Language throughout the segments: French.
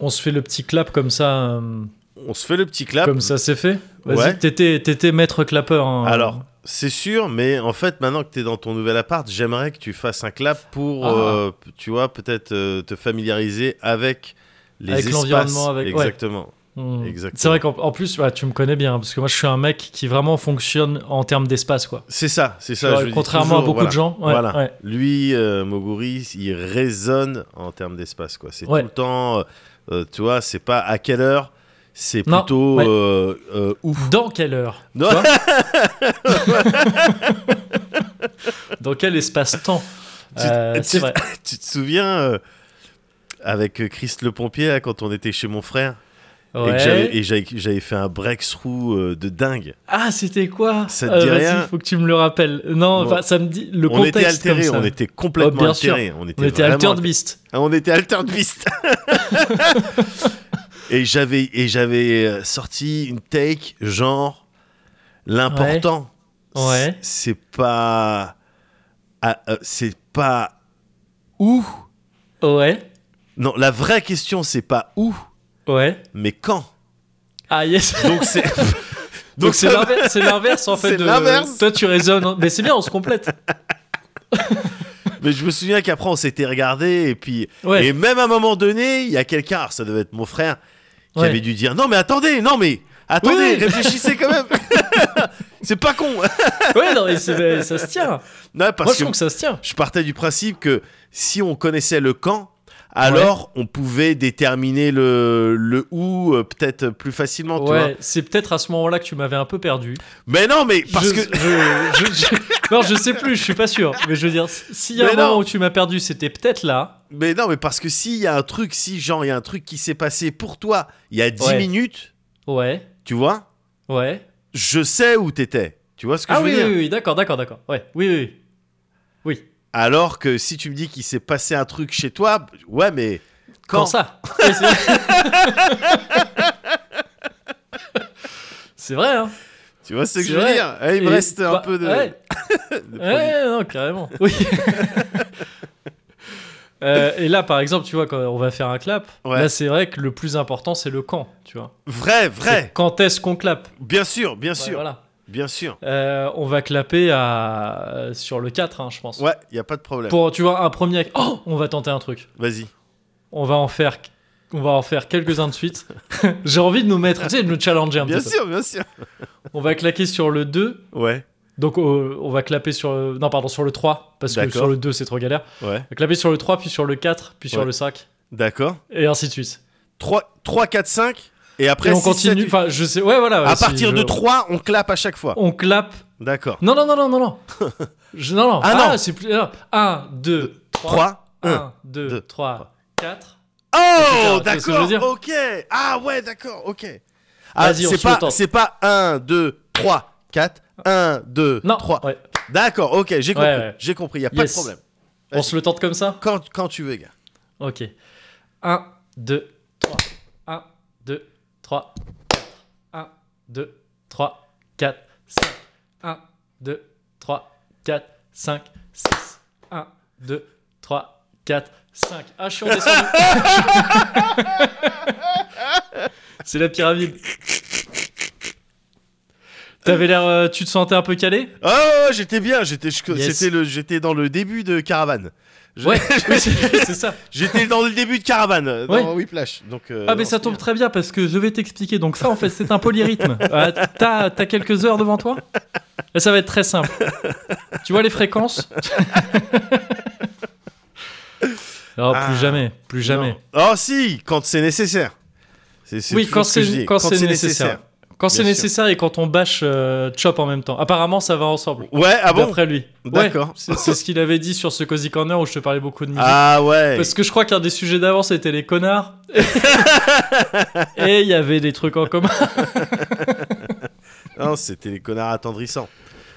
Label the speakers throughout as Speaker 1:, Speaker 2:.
Speaker 1: on se fait le petit clap comme ça, euh,
Speaker 2: On se fait le petit clap.
Speaker 1: comme ça c'est fait. Vas-y,
Speaker 2: Ouais.
Speaker 1: t'étais, t'étais maître clapeur. hein.
Speaker 2: Alors, c'est sûr, mais en fait, maintenant que tu es dans ton nouvel appart, j'aimerais que tu fasses un clap pour,
Speaker 1: Ah.
Speaker 2: euh, tu vois, peut-être euh, te familiariser avec les
Speaker 1: Avec
Speaker 2: espaces.
Speaker 1: l'environnement, avec- ouais.
Speaker 2: Exactement.
Speaker 1: Hmm.
Speaker 2: exactement.
Speaker 1: C'est vrai qu'en en plus, bah, tu me connais bien, parce que moi je suis un mec qui vraiment fonctionne en termes d'espace, quoi.
Speaker 2: C'est ça, c'est
Speaker 1: Tu
Speaker 2: ça.
Speaker 1: vois,
Speaker 2: je le dis
Speaker 1: contrairement
Speaker 2: toujours,
Speaker 1: à beaucoup
Speaker 2: voilà.
Speaker 1: de gens. ouais,
Speaker 2: voilà.
Speaker 1: ouais.
Speaker 2: Lui, euh, Moguri, il résonne en termes d'espace. quoi. C'est
Speaker 1: Ouais.
Speaker 2: tout le temps, euh, euh, tu vois, c'est pas à quelle heure, c'est
Speaker 1: Non,
Speaker 2: plutôt
Speaker 1: ouais.
Speaker 2: euh, euh, où.
Speaker 1: Dans quelle heure
Speaker 2: Non.
Speaker 1: Tu vois Dans quel espace-temps
Speaker 2: Tu-
Speaker 1: Euh,
Speaker 2: tu-
Speaker 1: C'est vrai.
Speaker 2: tu te souviens euh, avec euh, Chris le pompier, là, quand on était chez mon frère et que
Speaker 1: Ouais.
Speaker 2: j'avais- et j'avais j'avais fait un breakthrough euh, de dingue.
Speaker 1: Ah, c'était quoi
Speaker 2: Ça te
Speaker 1: Euh,
Speaker 2: dit
Speaker 1: vas-y,
Speaker 2: rien
Speaker 1: faut que tu me le rappelles. Non,
Speaker 2: Bon.
Speaker 1: enfin, ça me dit le
Speaker 2: on
Speaker 1: contexte
Speaker 2: était altérés,
Speaker 1: comme ça.
Speaker 2: on était complètement
Speaker 1: Oh, bien sûr.
Speaker 2: altérés. On était,
Speaker 1: on était
Speaker 2: vraiment
Speaker 1: Altered Beast.
Speaker 2: Ah, On était alter de Beast. et j'avais et j'avais euh, sorti une take genre l'important.
Speaker 1: Ouais. Ouais.
Speaker 2: c- C'est pas ah, euh, c'est pas où.
Speaker 1: Ouais,
Speaker 2: Non, la vraie question c'est pas où,
Speaker 1: ouais.
Speaker 2: mais quand.
Speaker 1: Ah yes.
Speaker 2: Donc c'est
Speaker 1: Donc c'est
Speaker 2: ça-
Speaker 1: l'inverse- c'est l'inverse en fait.
Speaker 2: C'est
Speaker 1: de-
Speaker 2: l'inverse.
Speaker 1: Toi tu raisonnes, hein. mais c'est bien, on se complète.
Speaker 2: mais je me souviens qu'après on s'était regardé et puis
Speaker 1: Ouais.
Speaker 2: et même à un moment donné, il y a quelqu'un, alors ça devait être mon frère qui
Speaker 1: Ouais.
Speaker 2: avait dû dire non mais attendez, non mais attendez,
Speaker 1: Oui, oui.
Speaker 2: réfléchissez quand même. c'est pas con.
Speaker 1: Ouais, non, mais c'est- ça se tient.
Speaker 2: Non, parce
Speaker 1: Moi je
Speaker 2: que
Speaker 1: trouve que ça se tient.
Speaker 2: je partais du principe que si on connaissait le quand, alors on pouvait déterminer le, le où euh, peut-être plus facilement. tu vois.
Speaker 1: Ouais, c'est peut-être à ce moment-là que tu m'avais un peu perdu.
Speaker 2: Mais non, mais parce
Speaker 1: Je-
Speaker 2: que
Speaker 1: je- je- je- non, je sais plus, je suis pas sûr. Mais je veux dire, s'il y a
Speaker 2: Mais
Speaker 1: un
Speaker 2: non.
Speaker 1: moment où tu m'as perdu, c'était peut-être là.
Speaker 2: mais non, mais parce que s'il y a un truc, si genre il y a un truc qui s'est passé pour toi il y a 10
Speaker 1: Ouais.
Speaker 2: minutes,
Speaker 1: Ouais,
Speaker 2: tu vois,
Speaker 1: ouais.
Speaker 2: je sais où t'étais. Tu vois ce que
Speaker 1: Ah
Speaker 2: je veux
Speaker 1: oui,
Speaker 2: dire
Speaker 1: oui, oui, d'accord, d'accord, d'accord. Ouais, oui, oui, oui. Oui.
Speaker 2: Alors que si tu me dis qu'il s'est passé un truc chez toi, ouais, mais quand,
Speaker 1: Quand ça Ouais, c'est- C'est vrai, hein
Speaker 2: Tu vois ce que
Speaker 1: C'est
Speaker 2: je veux
Speaker 1: vrai.
Speaker 2: dire Eh, Il me
Speaker 1: Et-
Speaker 2: reste un
Speaker 1: bah,
Speaker 2: peu de.
Speaker 1: Ouais,
Speaker 2: de produit.
Speaker 1: Ouais, non, carrément. Oui. Euh, et là, par exemple, tu vois, quand on va faire un clap,
Speaker 2: Ouais.
Speaker 1: là, c'est vrai que le plus important, c'est le quand, tu vois.
Speaker 2: Vrai,
Speaker 1: C'est
Speaker 2: vrai.
Speaker 1: Quand est-ce qu'on clap
Speaker 2: Bien sûr, bien
Speaker 1: Ouais,
Speaker 2: sûr,
Speaker 1: voilà.
Speaker 2: bien sûr.
Speaker 1: Euh, on va clapper à... euh, sur le 4, hein, je pense.
Speaker 2: Ouais, il y a pas de problème.
Speaker 1: Pour, tu vois, un premier... Oh, on va tenter un truc.
Speaker 2: Vas-y.
Speaker 1: On va en faire... On va en faire quelques-uns de suite. J'ai envie de nous mettre, tu sais, de nous challenger un
Speaker 2: Bien
Speaker 1: petit peu.
Speaker 2: sûr, bien sûr.
Speaker 1: On va claquer sur le 2.
Speaker 2: Ouais,
Speaker 1: Donc, euh, on va clapper sur le... Non, pardon, sur le 3. Parce que
Speaker 2: D'accord.
Speaker 1: sur le 2, c'est trop galère. On
Speaker 2: ouais.
Speaker 1: va clapper sur le 3, puis sur le 4, puis sur
Speaker 2: Ouais.
Speaker 1: le 5.
Speaker 2: D'accord.
Speaker 1: Et ainsi de suite.
Speaker 2: 3, 3, 4, 5. Et après,
Speaker 1: et on
Speaker 2: six, sept,
Speaker 1: continue.
Speaker 2: huit.
Speaker 1: Enfin, je sais. Ouais, voilà. ouais,
Speaker 2: à
Speaker 1: si
Speaker 2: partir
Speaker 1: je-
Speaker 2: de 3, on clappe à chaque fois.
Speaker 1: On clappe.
Speaker 2: D'accord.
Speaker 1: Non, non, non, non, non, non. Je- non, non.
Speaker 2: Ah, non.
Speaker 1: c'est plus. 1, 2, 3.
Speaker 2: 3, 1.
Speaker 1: 1, 2,
Speaker 2: deux,
Speaker 1: 3, 4.
Speaker 2: Oh,
Speaker 1: Tu vois ce que je veux dire
Speaker 2: d'accord. Ok. Ah ouais, d'accord. Ok. Ah,
Speaker 1: Vas-y, on
Speaker 2: c'est
Speaker 1: suit le
Speaker 2: pas,
Speaker 1: temps.
Speaker 2: c'est pas 1, 2, 3, 4. 1, 2,
Speaker 1: Non.
Speaker 2: 3.
Speaker 1: ouais.
Speaker 2: D'accord, ok, j'ai compris.
Speaker 1: ouais.
Speaker 2: J'ai compris, il a pas
Speaker 1: Yes.
Speaker 2: de problème.
Speaker 1: On se le tente comme ça
Speaker 2: Quand, quand tu veux, gars.
Speaker 1: Ok. 1, 2, 3. 1, 2, 3, 4. 1, 2, 3, 4, 5. 1, 2, 3, 4, 5, 6. 1, 2, 3, 4, 5. Ah, je suis redescendu. C'est la pyramide. T'avais l'air. euh, tu te sentais un peu calé
Speaker 2: Oh, j'étais bien, j'étais je-
Speaker 1: Yes.
Speaker 2: c'était le j'étais dans le début de Caravane. Je-
Speaker 1: Ouais, oui, c'est c'est ça.
Speaker 2: J'étais dans le début de Caravane, euh,
Speaker 1: Ouais.
Speaker 2: dans Whiplash. Donc, euh,
Speaker 1: Ah mais
Speaker 2: non,
Speaker 1: ça
Speaker 2: c'est
Speaker 1: tombe
Speaker 2: bien.
Speaker 1: très bien parce que je vais t'expliquer. Donc ça en fait c'est un polyrythme. Euh, T'as t'as quelques heures devant toi Et Ça va être très simple. Tu vois les fréquences Non,
Speaker 2: Ah,
Speaker 1: plus jamais, plus jamais.
Speaker 2: Non. Oh si, quand c'est nécessaire. C'est c'est
Speaker 1: Oui,
Speaker 2: toujours
Speaker 1: quand
Speaker 2: ce que je
Speaker 1: c'est
Speaker 2: dis,
Speaker 1: quand c'est nécessaire. Quand c'est
Speaker 2: Bien
Speaker 1: nécessaire et quand on bâche euh, Chop en même temps. Apparemment ça va ensemble.
Speaker 2: Ouais, ah bon
Speaker 1: D'après lui. Ouais,
Speaker 2: D'accord.
Speaker 1: c'est c'est ce qu'il avait dit sur ce Cozy Corner où je te parlais beaucoup de musique.
Speaker 2: Ah ouais.
Speaker 1: Parce que je crois qu'un des sujets d'avant c'était les connards. Et il y avait des trucs en commun.
Speaker 2: Non, c'était les connards attendrissants.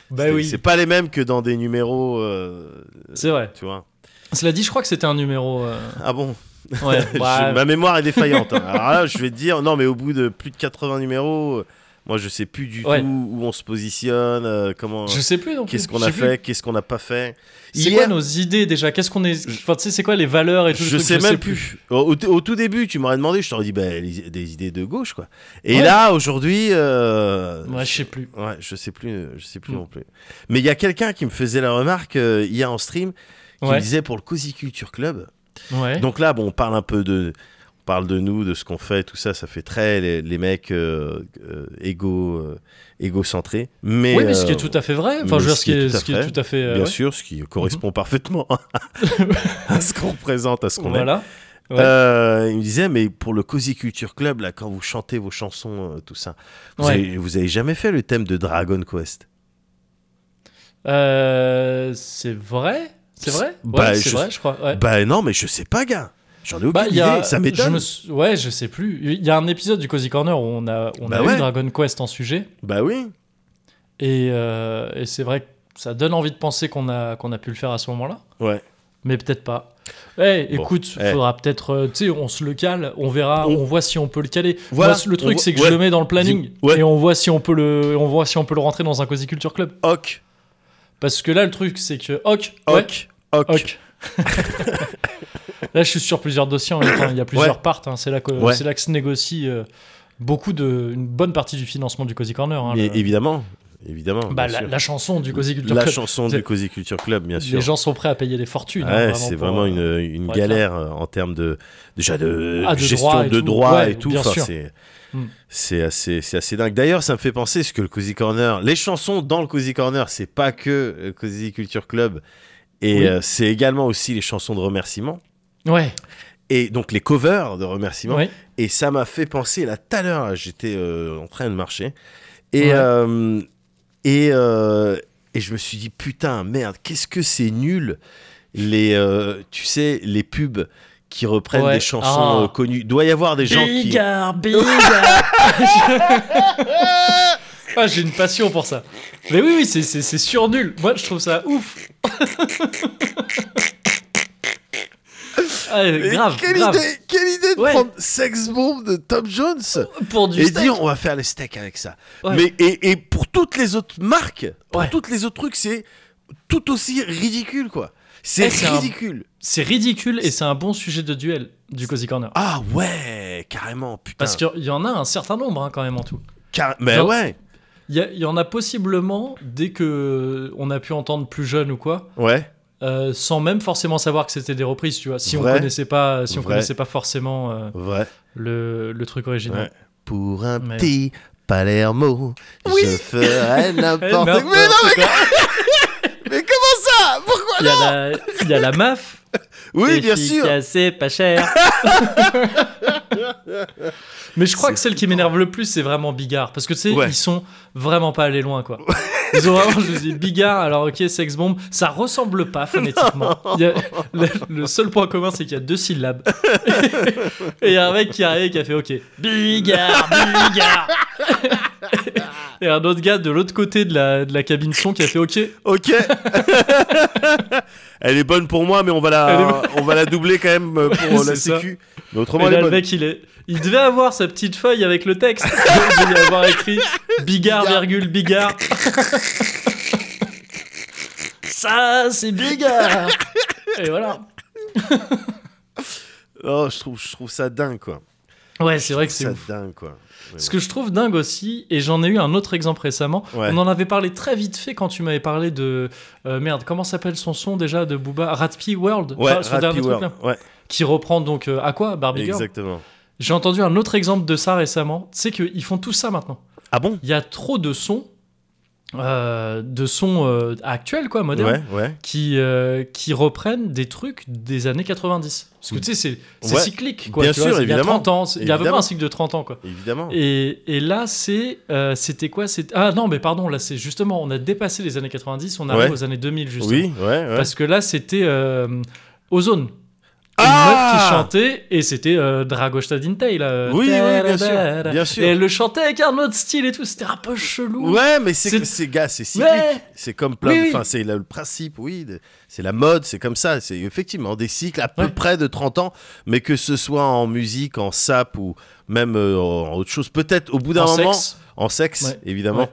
Speaker 1: Bah
Speaker 2: C'était-
Speaker 1: oui,
Speaker 2: C'est pas les mêmes que dans des numéros euh,
Speaker 1: c'est vrai.
Speaker 2: tu vois.
Speaker 1: Cela dit, je crois que c'était un numéro. euh,
Speaker 2: Ah bon
Speaker 1: Ouais,
Speaker 2: Je-
Speaker 1: bah,
Speaker 2: Ma mémoire est défaillante. hein. Alors là, je vais te dire non mais au bout de plus de 80 numéros, euh, Moi, je sais plus du
Speaker 1: Ouais.
Speaker 2: tout où on se positionne, euh, comment,
Speaker 1: Je sais plus non plus.
Speaker 2: qu'est-ce qu'on
Speaker 1: Je
Speaker 2: a
Speaker 1: sais plus.
Speaker 2: fait, qu'est-ce qu'on n'a pas fait.
Speaker 1: C'est quoi nos idées déjà Qu'est-ce qu'on est Enfin, tu sais, c'est quoi les valeurs et tout le
Speaker 2: je
Speaker 1: truc,
Speaker 2: sais même plus. Au, au t- au tout début, tu m'aurais demandé, je t'aurais dit bah, les- des idées de gauche, quoi. Et
Speaker 1: Ouais.
Speaker 2: là, aujourd'hui, euh,
Speaker 1: Ouais, je sais plus.
Speaker 2: Ouais, je sais plus, euh, je sais plus
Speaker 1: Hmm.
Speaker 2: non plus. Mais il y a quelqu'un qui me faisait la remarque euh, hier en stream, qui me
Speaker 1: Ouais.
Speaker 2: disait pour le Cozy Culture Club.
Speaker 1: Ouais.
Speaker 2: Donc là, bon, on parle un peu de, on parle de nous, de ce qu'on fait, tout ça, ça fait très les, les mecs euh, euh, égo, euh, égocentrés. Mais,
Speaker 1: oui, mais ce qui est
Speaker 2: euh,
Speaker 1: tout à fait vrai. Enfin,
Speaker 2: mais
Speaker 1: je veux dire, ce qui est, ce qui
Speaker 2: à
Speaker 1: est
Speaker 2: fait,
Speaker 1: tout à fait. euh,
Speaker 2: bien
Speaker 1: ouais. Mhm.
Speaker 2: sûr, ce qui correspond parfaitement à ce qu'on présente, à ce qu'on aime.
Speaker 1: Voilà. Ouais.
Speaker 2: Euh, il me disait, mais pour le Cozy Culture Club, là, quand vous chantez vos chansons, euh, tout ça, vous,
Speaker 1: Ouais.
Speaker 2: avez, vous avez jamais fait le thème de Dragon Quest
Speaker 1: Euh, c'est vrai C'est vrai Ouais,
Speaker 2: Bah,
Speaker 1: c'est
Speaker 2: je-
Speaker 1: vrai, je crois. ouais.
Speaker 2: Bah non, mais je sais pas, gars. J'en ai aucune
Speaker 1: Bah, il y a-
Speaker 2: idée. Ça
Speaker 1: je
Speaker 2: m'étonne.
Speaker 1: me sou- Ouais, je sais plus. Il y a un épisode du Cozy Corner où on a, on
Speaker 2: Bah
Speaker 1: a
Speaker 2: ouais.
Speaker 1: eu Dragon Quest en sujet.
Speaker 2: Bah oui.
Speaker 1: Et, euh, et c'est vrai que ça donne envie de penser qu'on a, qu'on a pu le faire à ce moment-là.
Speaker 2: Ouais.
Speaker 1: Mais peut-être pas. Eh,
Speaker 2: Bon,
Speaker 1: écoute,
Speaker 2: eh.
Speaker 1: faudra peut-être. euh, tu sais, on se le cale, on verra,
Speaker 2: On-
Speaker 1: on, voit si on peut le caler.
Speaker 2: Voilà,
Speaker 1: Moi, le
Speaker 2: on
Speaker 1: truc,
Speaker 2: voit-
Speaker 1: c'est que
Speaker 2: ouais.
Speaker 1: je le mets dans le planning
Speaker 2: Dis- ouais.
Speaker 1: et on voit, si on, peut le, on voit si on peut le rentrer dans un Cozy Culture Club.
Speaker 2: Hoc,
Speaker 1: Parce que là, le truc, c'est que. Hoc, ouais,
Speaker 2: hoc, hoc.
Speaker 1: Ok. là, je suis sur plusieurs dossiers en même temps. Il y a plusieurs
Speaker 2: Ouais.
Speaker 1: parts. hein. C'est là que
Speaker 2: Ouais.
Speaker 1: c'est là que se négocie euh, beaucoup de une bonne partie du financement du Cozy Corner. hein,
Speaker 2: Mais
Speaker 1: le-
Speaker 2: évidemment, évidemment.
Speaker 1: bah,
Speaker 2: bien
Speaker 1: la,
Speaker 2: sûr.
Speaker 1: la chanson du Cozy Culture
Speaker 2: La
Speaker 1: Club.
Speaker 2: chanson
Speaker 1: C'est-
Speaker 2: du Cozy Culture Club, bien sûr.
Speaker 1: Les gens sont prêts à payer des fortunes.
Speaker 2: Ouais,
Speaker 1: hein,
Speaker 2: c'est
Speaker 1: pour,
Speaker 2: vraiment
Speaker 1: euh,
Speaker 2: une, une
Speaker 1: pour être
Speaker 2: galère euh, en termes de déjà de,
Speaker 1: Ah, de
Speaker 2: gestion
Speaker 1: droit et
Speaker 2: de
Speaker 1: tout.
Speaker 2: droit
Speaker 1: Ouais,
Speaker 2: et tout.
Speaker 1: bien
Speaker 2: Enfin,
Speaker 1: sûr.
Speaker 2: c'est
Speaker 1: Hmm.
Speaker 2: c'est assez c'est assez dingue. D'ailleurs, ça me fait penser ce que le Cozy Corner, les chansons dans le Cozy Corner, c'est pas que euh, Cozy Culture Club et
Speaker 1: Oui.
Speaker 2: euh, c'est également aussi les chansons de remerciements
Speaker 1: Ouais.
Speaker 2: et donc les covers de remerciements.
Speaker 1: ouais.
Speaker 2: Et ça m'a fait penser, là, tout à l'heure, là, j'étais euh, en train de marcher. Et,
Speaker 1: Ouais.
Speaker 2: euh, et, euh, et je me suis dit, putain, merde, qu'est-ce que c'est nul, les, euh, tu sais, les pubs qui reprennent
Speaker 1: Ouais.
Speaker 2: des chansons
Speaker 1: Ah.
Speaker 2: euh, connues. Il doit y avoir des gens qui...
Speaker 1: Bigard, bigard. Ah, j'ai une passion pour ça. Mais oui, oui, c'est- c'est c'est sur nul. Moi, je trouve ça ouf. Ah,
Speaker 2: Mais
Speaker 1: grave,
Speaker 2: quelle,
Speaker 1: grave.
Speaker 2: Idée, quelle idée de
Speaker 1: Ouais.
Speaker 2: prendre Sex Bomb de Tom Jones
Speaker 1: Pour du
Speaker 2: et
Speaker 1: steak.
Speaker 2: dire on va faire les steaks avec ça.
Speaker 1: Ouais.
Speaker 2: Mais, et, et pour toutes les autres marques, pour
Speaker 1: Ouais.
Speaker 2: toutes les autres trucs, c'est tout aussi ridicule, quoi. C'est
Speaker 1: Eh, c'est un-
Speaker 2: ridicule.
Speaker 1: C'est ridicule et c'est un bon sujet de duel du Cozy Corner.
Speaker 2: Ah ouais, carrément, putain.
Speaker 1: Parce qu'il y en a un certain nombre hein, quand même en tout.
Speaker 2: Car- Mais
Speaker 1: Genre-
Speaker 2: ouais,
Speaker 1: Il y, a- il y en a possiblement, dès que on a pu entendre plus jeune ou quoi,
Speaker 2: ouais,
Speaker 1: euh, sans même forcément savoir que c'était des reprises, tu vois. Si
Speaker 2: Vrai.
Speaker 1: on connaissait pas, si on
Speaker 2: Vrai.
Speaker 1: connaissait pas forcément euh,
Speaker 2: ouais.
Speaker 1: le, le truc
Speaker 2: ouais.
Speaker 1: original.
Speaker 2: Pour un
Speaker 1: Mais-
Speaker 2: petit Palermo,
Speaker 1: Oui.
Speaker 2: je ferai
Speaker 1: Eh,
Speaker 2: n'importe quoi.
Speaker 1: n'importe
Speaker 2: Mais non,
Speaker 1: quoi.
Speaker 2: mais comment ça Pourquoi
Speaker 1: Il y, a la- il y a la MAF.
Speaker 2: Oui, bien sûr.
Speaker 1: assez pas cher. Mais je crois
Speaker 2: C'est
Speaker 1: que celle qui m'énerve le plus, c'est vraiment Bigard. Parce que tu sais,
Speaker 2: Ouais.
Speaker 1: ils sont vraiment pas allés loin, quoi. Ils ont vraiment, je me dis, Bigard, alors ok, Sex Bomb, ça ressemble pas phonétiquement. Il y a- le, le seul point commun, c'est qu'il y a deux syllabes. Et il y a un mec qui arrive et qui a fait, ok, Bigard, Bigard. Et un autre gars de l'autre côté de la, de la cabine son qui a fait, ok,
Speaker 2: Ok. elle est bonne pour moi, mais on va la, on va la doubler quand même euh, pour
Speaker 1: C'est
Speaker 2: la
Speaker 1: ça.
Speaker 2: sécu. Mais autrement,
Speaker 1: Mais
Speaker 2: elle
Speaker 1: là,
Speaker 2: est
Speaker 1: le
Speaker 2: bonne.
Speaker 1: mec, il, est... il devait avoir sa petite feuille avec le texte. il devait avoir écrit Bigard, virgule, Bigard. Ça, c'est Bigard. Et voilà.
Speaker 2: Oh, je trouve, je trouve ça dingue, quoi.
Speaker 1: Ouais, c'est vrai que
Speaker 2: Je
Speaker 1: c'est
Speaker 2: trouve
Speaker 1: ouf.
Speaker 2: ça dingue, quoi. Mais
Speaker 1: Ce
Speaker 2: bon.
Speaker 1: que je trouve dingue aussi, et j'en ai eu un autre exemple récemment,
Speaker 2: Ouais.
Speaker 1: on en avait parlé très vite fait quand tu m'avais parlé de. euh, merde, comment s'appelle son son déjà de Booba Ratpi World
Speaker 2: Ouais,
Speaker 1: Enfin, son
Speaker 2: Rat
Speaker 1: dernier
Speaker 2: Power.
Speaker 1: truc là.
Speaker 2: Ouais,
Speaker 1: Qui reprend donc euh, à quoi Barbie Girl
Speaker 2: exactement.
Speaker 1: J'ai entendu un autre exemple de ça récemment. Tu sais qu'ils font tout ça maintenant.
Speaker 2: Ah bon
Speaker 1: il y a trop de sons, euh, de sons euh, actuels, quoi, modernes,
Speaker 2: Ouais, ouais.
Speaker 1: qui, euh, qui reprennent des trucs des années 90. Parce que tu sais, c'est- c'est
Speaker 2: Ouais.
Speaker 1: cyclique, quoi.
Speaker 2: Bien
Speaker 1: tu vois,
Speaker 2: sûr,
Speaker 1: c'est- Il y a
Speaker 2: évidemment.
Speaker 1: 30 ans, c'est- il y a à peu près
Speaker 2: Évidemment.
Speaker 1: un cycle de 30 ans, quoi.
Speaker 2: Évidemment.
Speaker 1: Et, et là, c'est, euh, c'était quoi c'est- Ah non, mais pardon, là, c'est justement, on a dépassé les années 90, on arrive
Speaker 2: Ouais.
Speaker 1: aux années 2000, justement.
Speaker 2: Oui, ouais, ouais.
Speaker 1: Parce que là, c'était euh, Ozone. Une
Speaker 2: Ah
Speaker 1: meuf qui chantait et c'était euh, Dragostadintei là.
Speaker 2: Oui, oui, bien
Speaker 1: Ta-da-da-da.
Speaker 2: sûr, bien sûr.
Speaker 1: euh. Et elle le chantait avec un autre style et tout, c'était un peu chelou.
Speaker 2: Ouais, mais c'est
Speaker 1: C'est-
Speaker 2: ces gars, c'est cyclique.
Speaker 1: Ouais.
Speaker 2: C'est comme plein.
Speaker 1: Oui,
Speaker 2: de-
Speaker 1: oui.
Speaker 2: Enfin, c'est la- le principe, oui. de- C'est la mode, c'est comme ça. C'est effectivement des cycles à peu
Speaker 1: Ouais.
Speaker 2: près de 30 ans, mais que ce soit en musique, en sap ou même euh, en autre chose. Peut-être au bout d'un
Speaker 1: En
Speaker 2: moment,
Speaker 1: sexe.
Speaker 2: en sexe,
Speaker 1: Ouais.
Speaker 2: évidemment.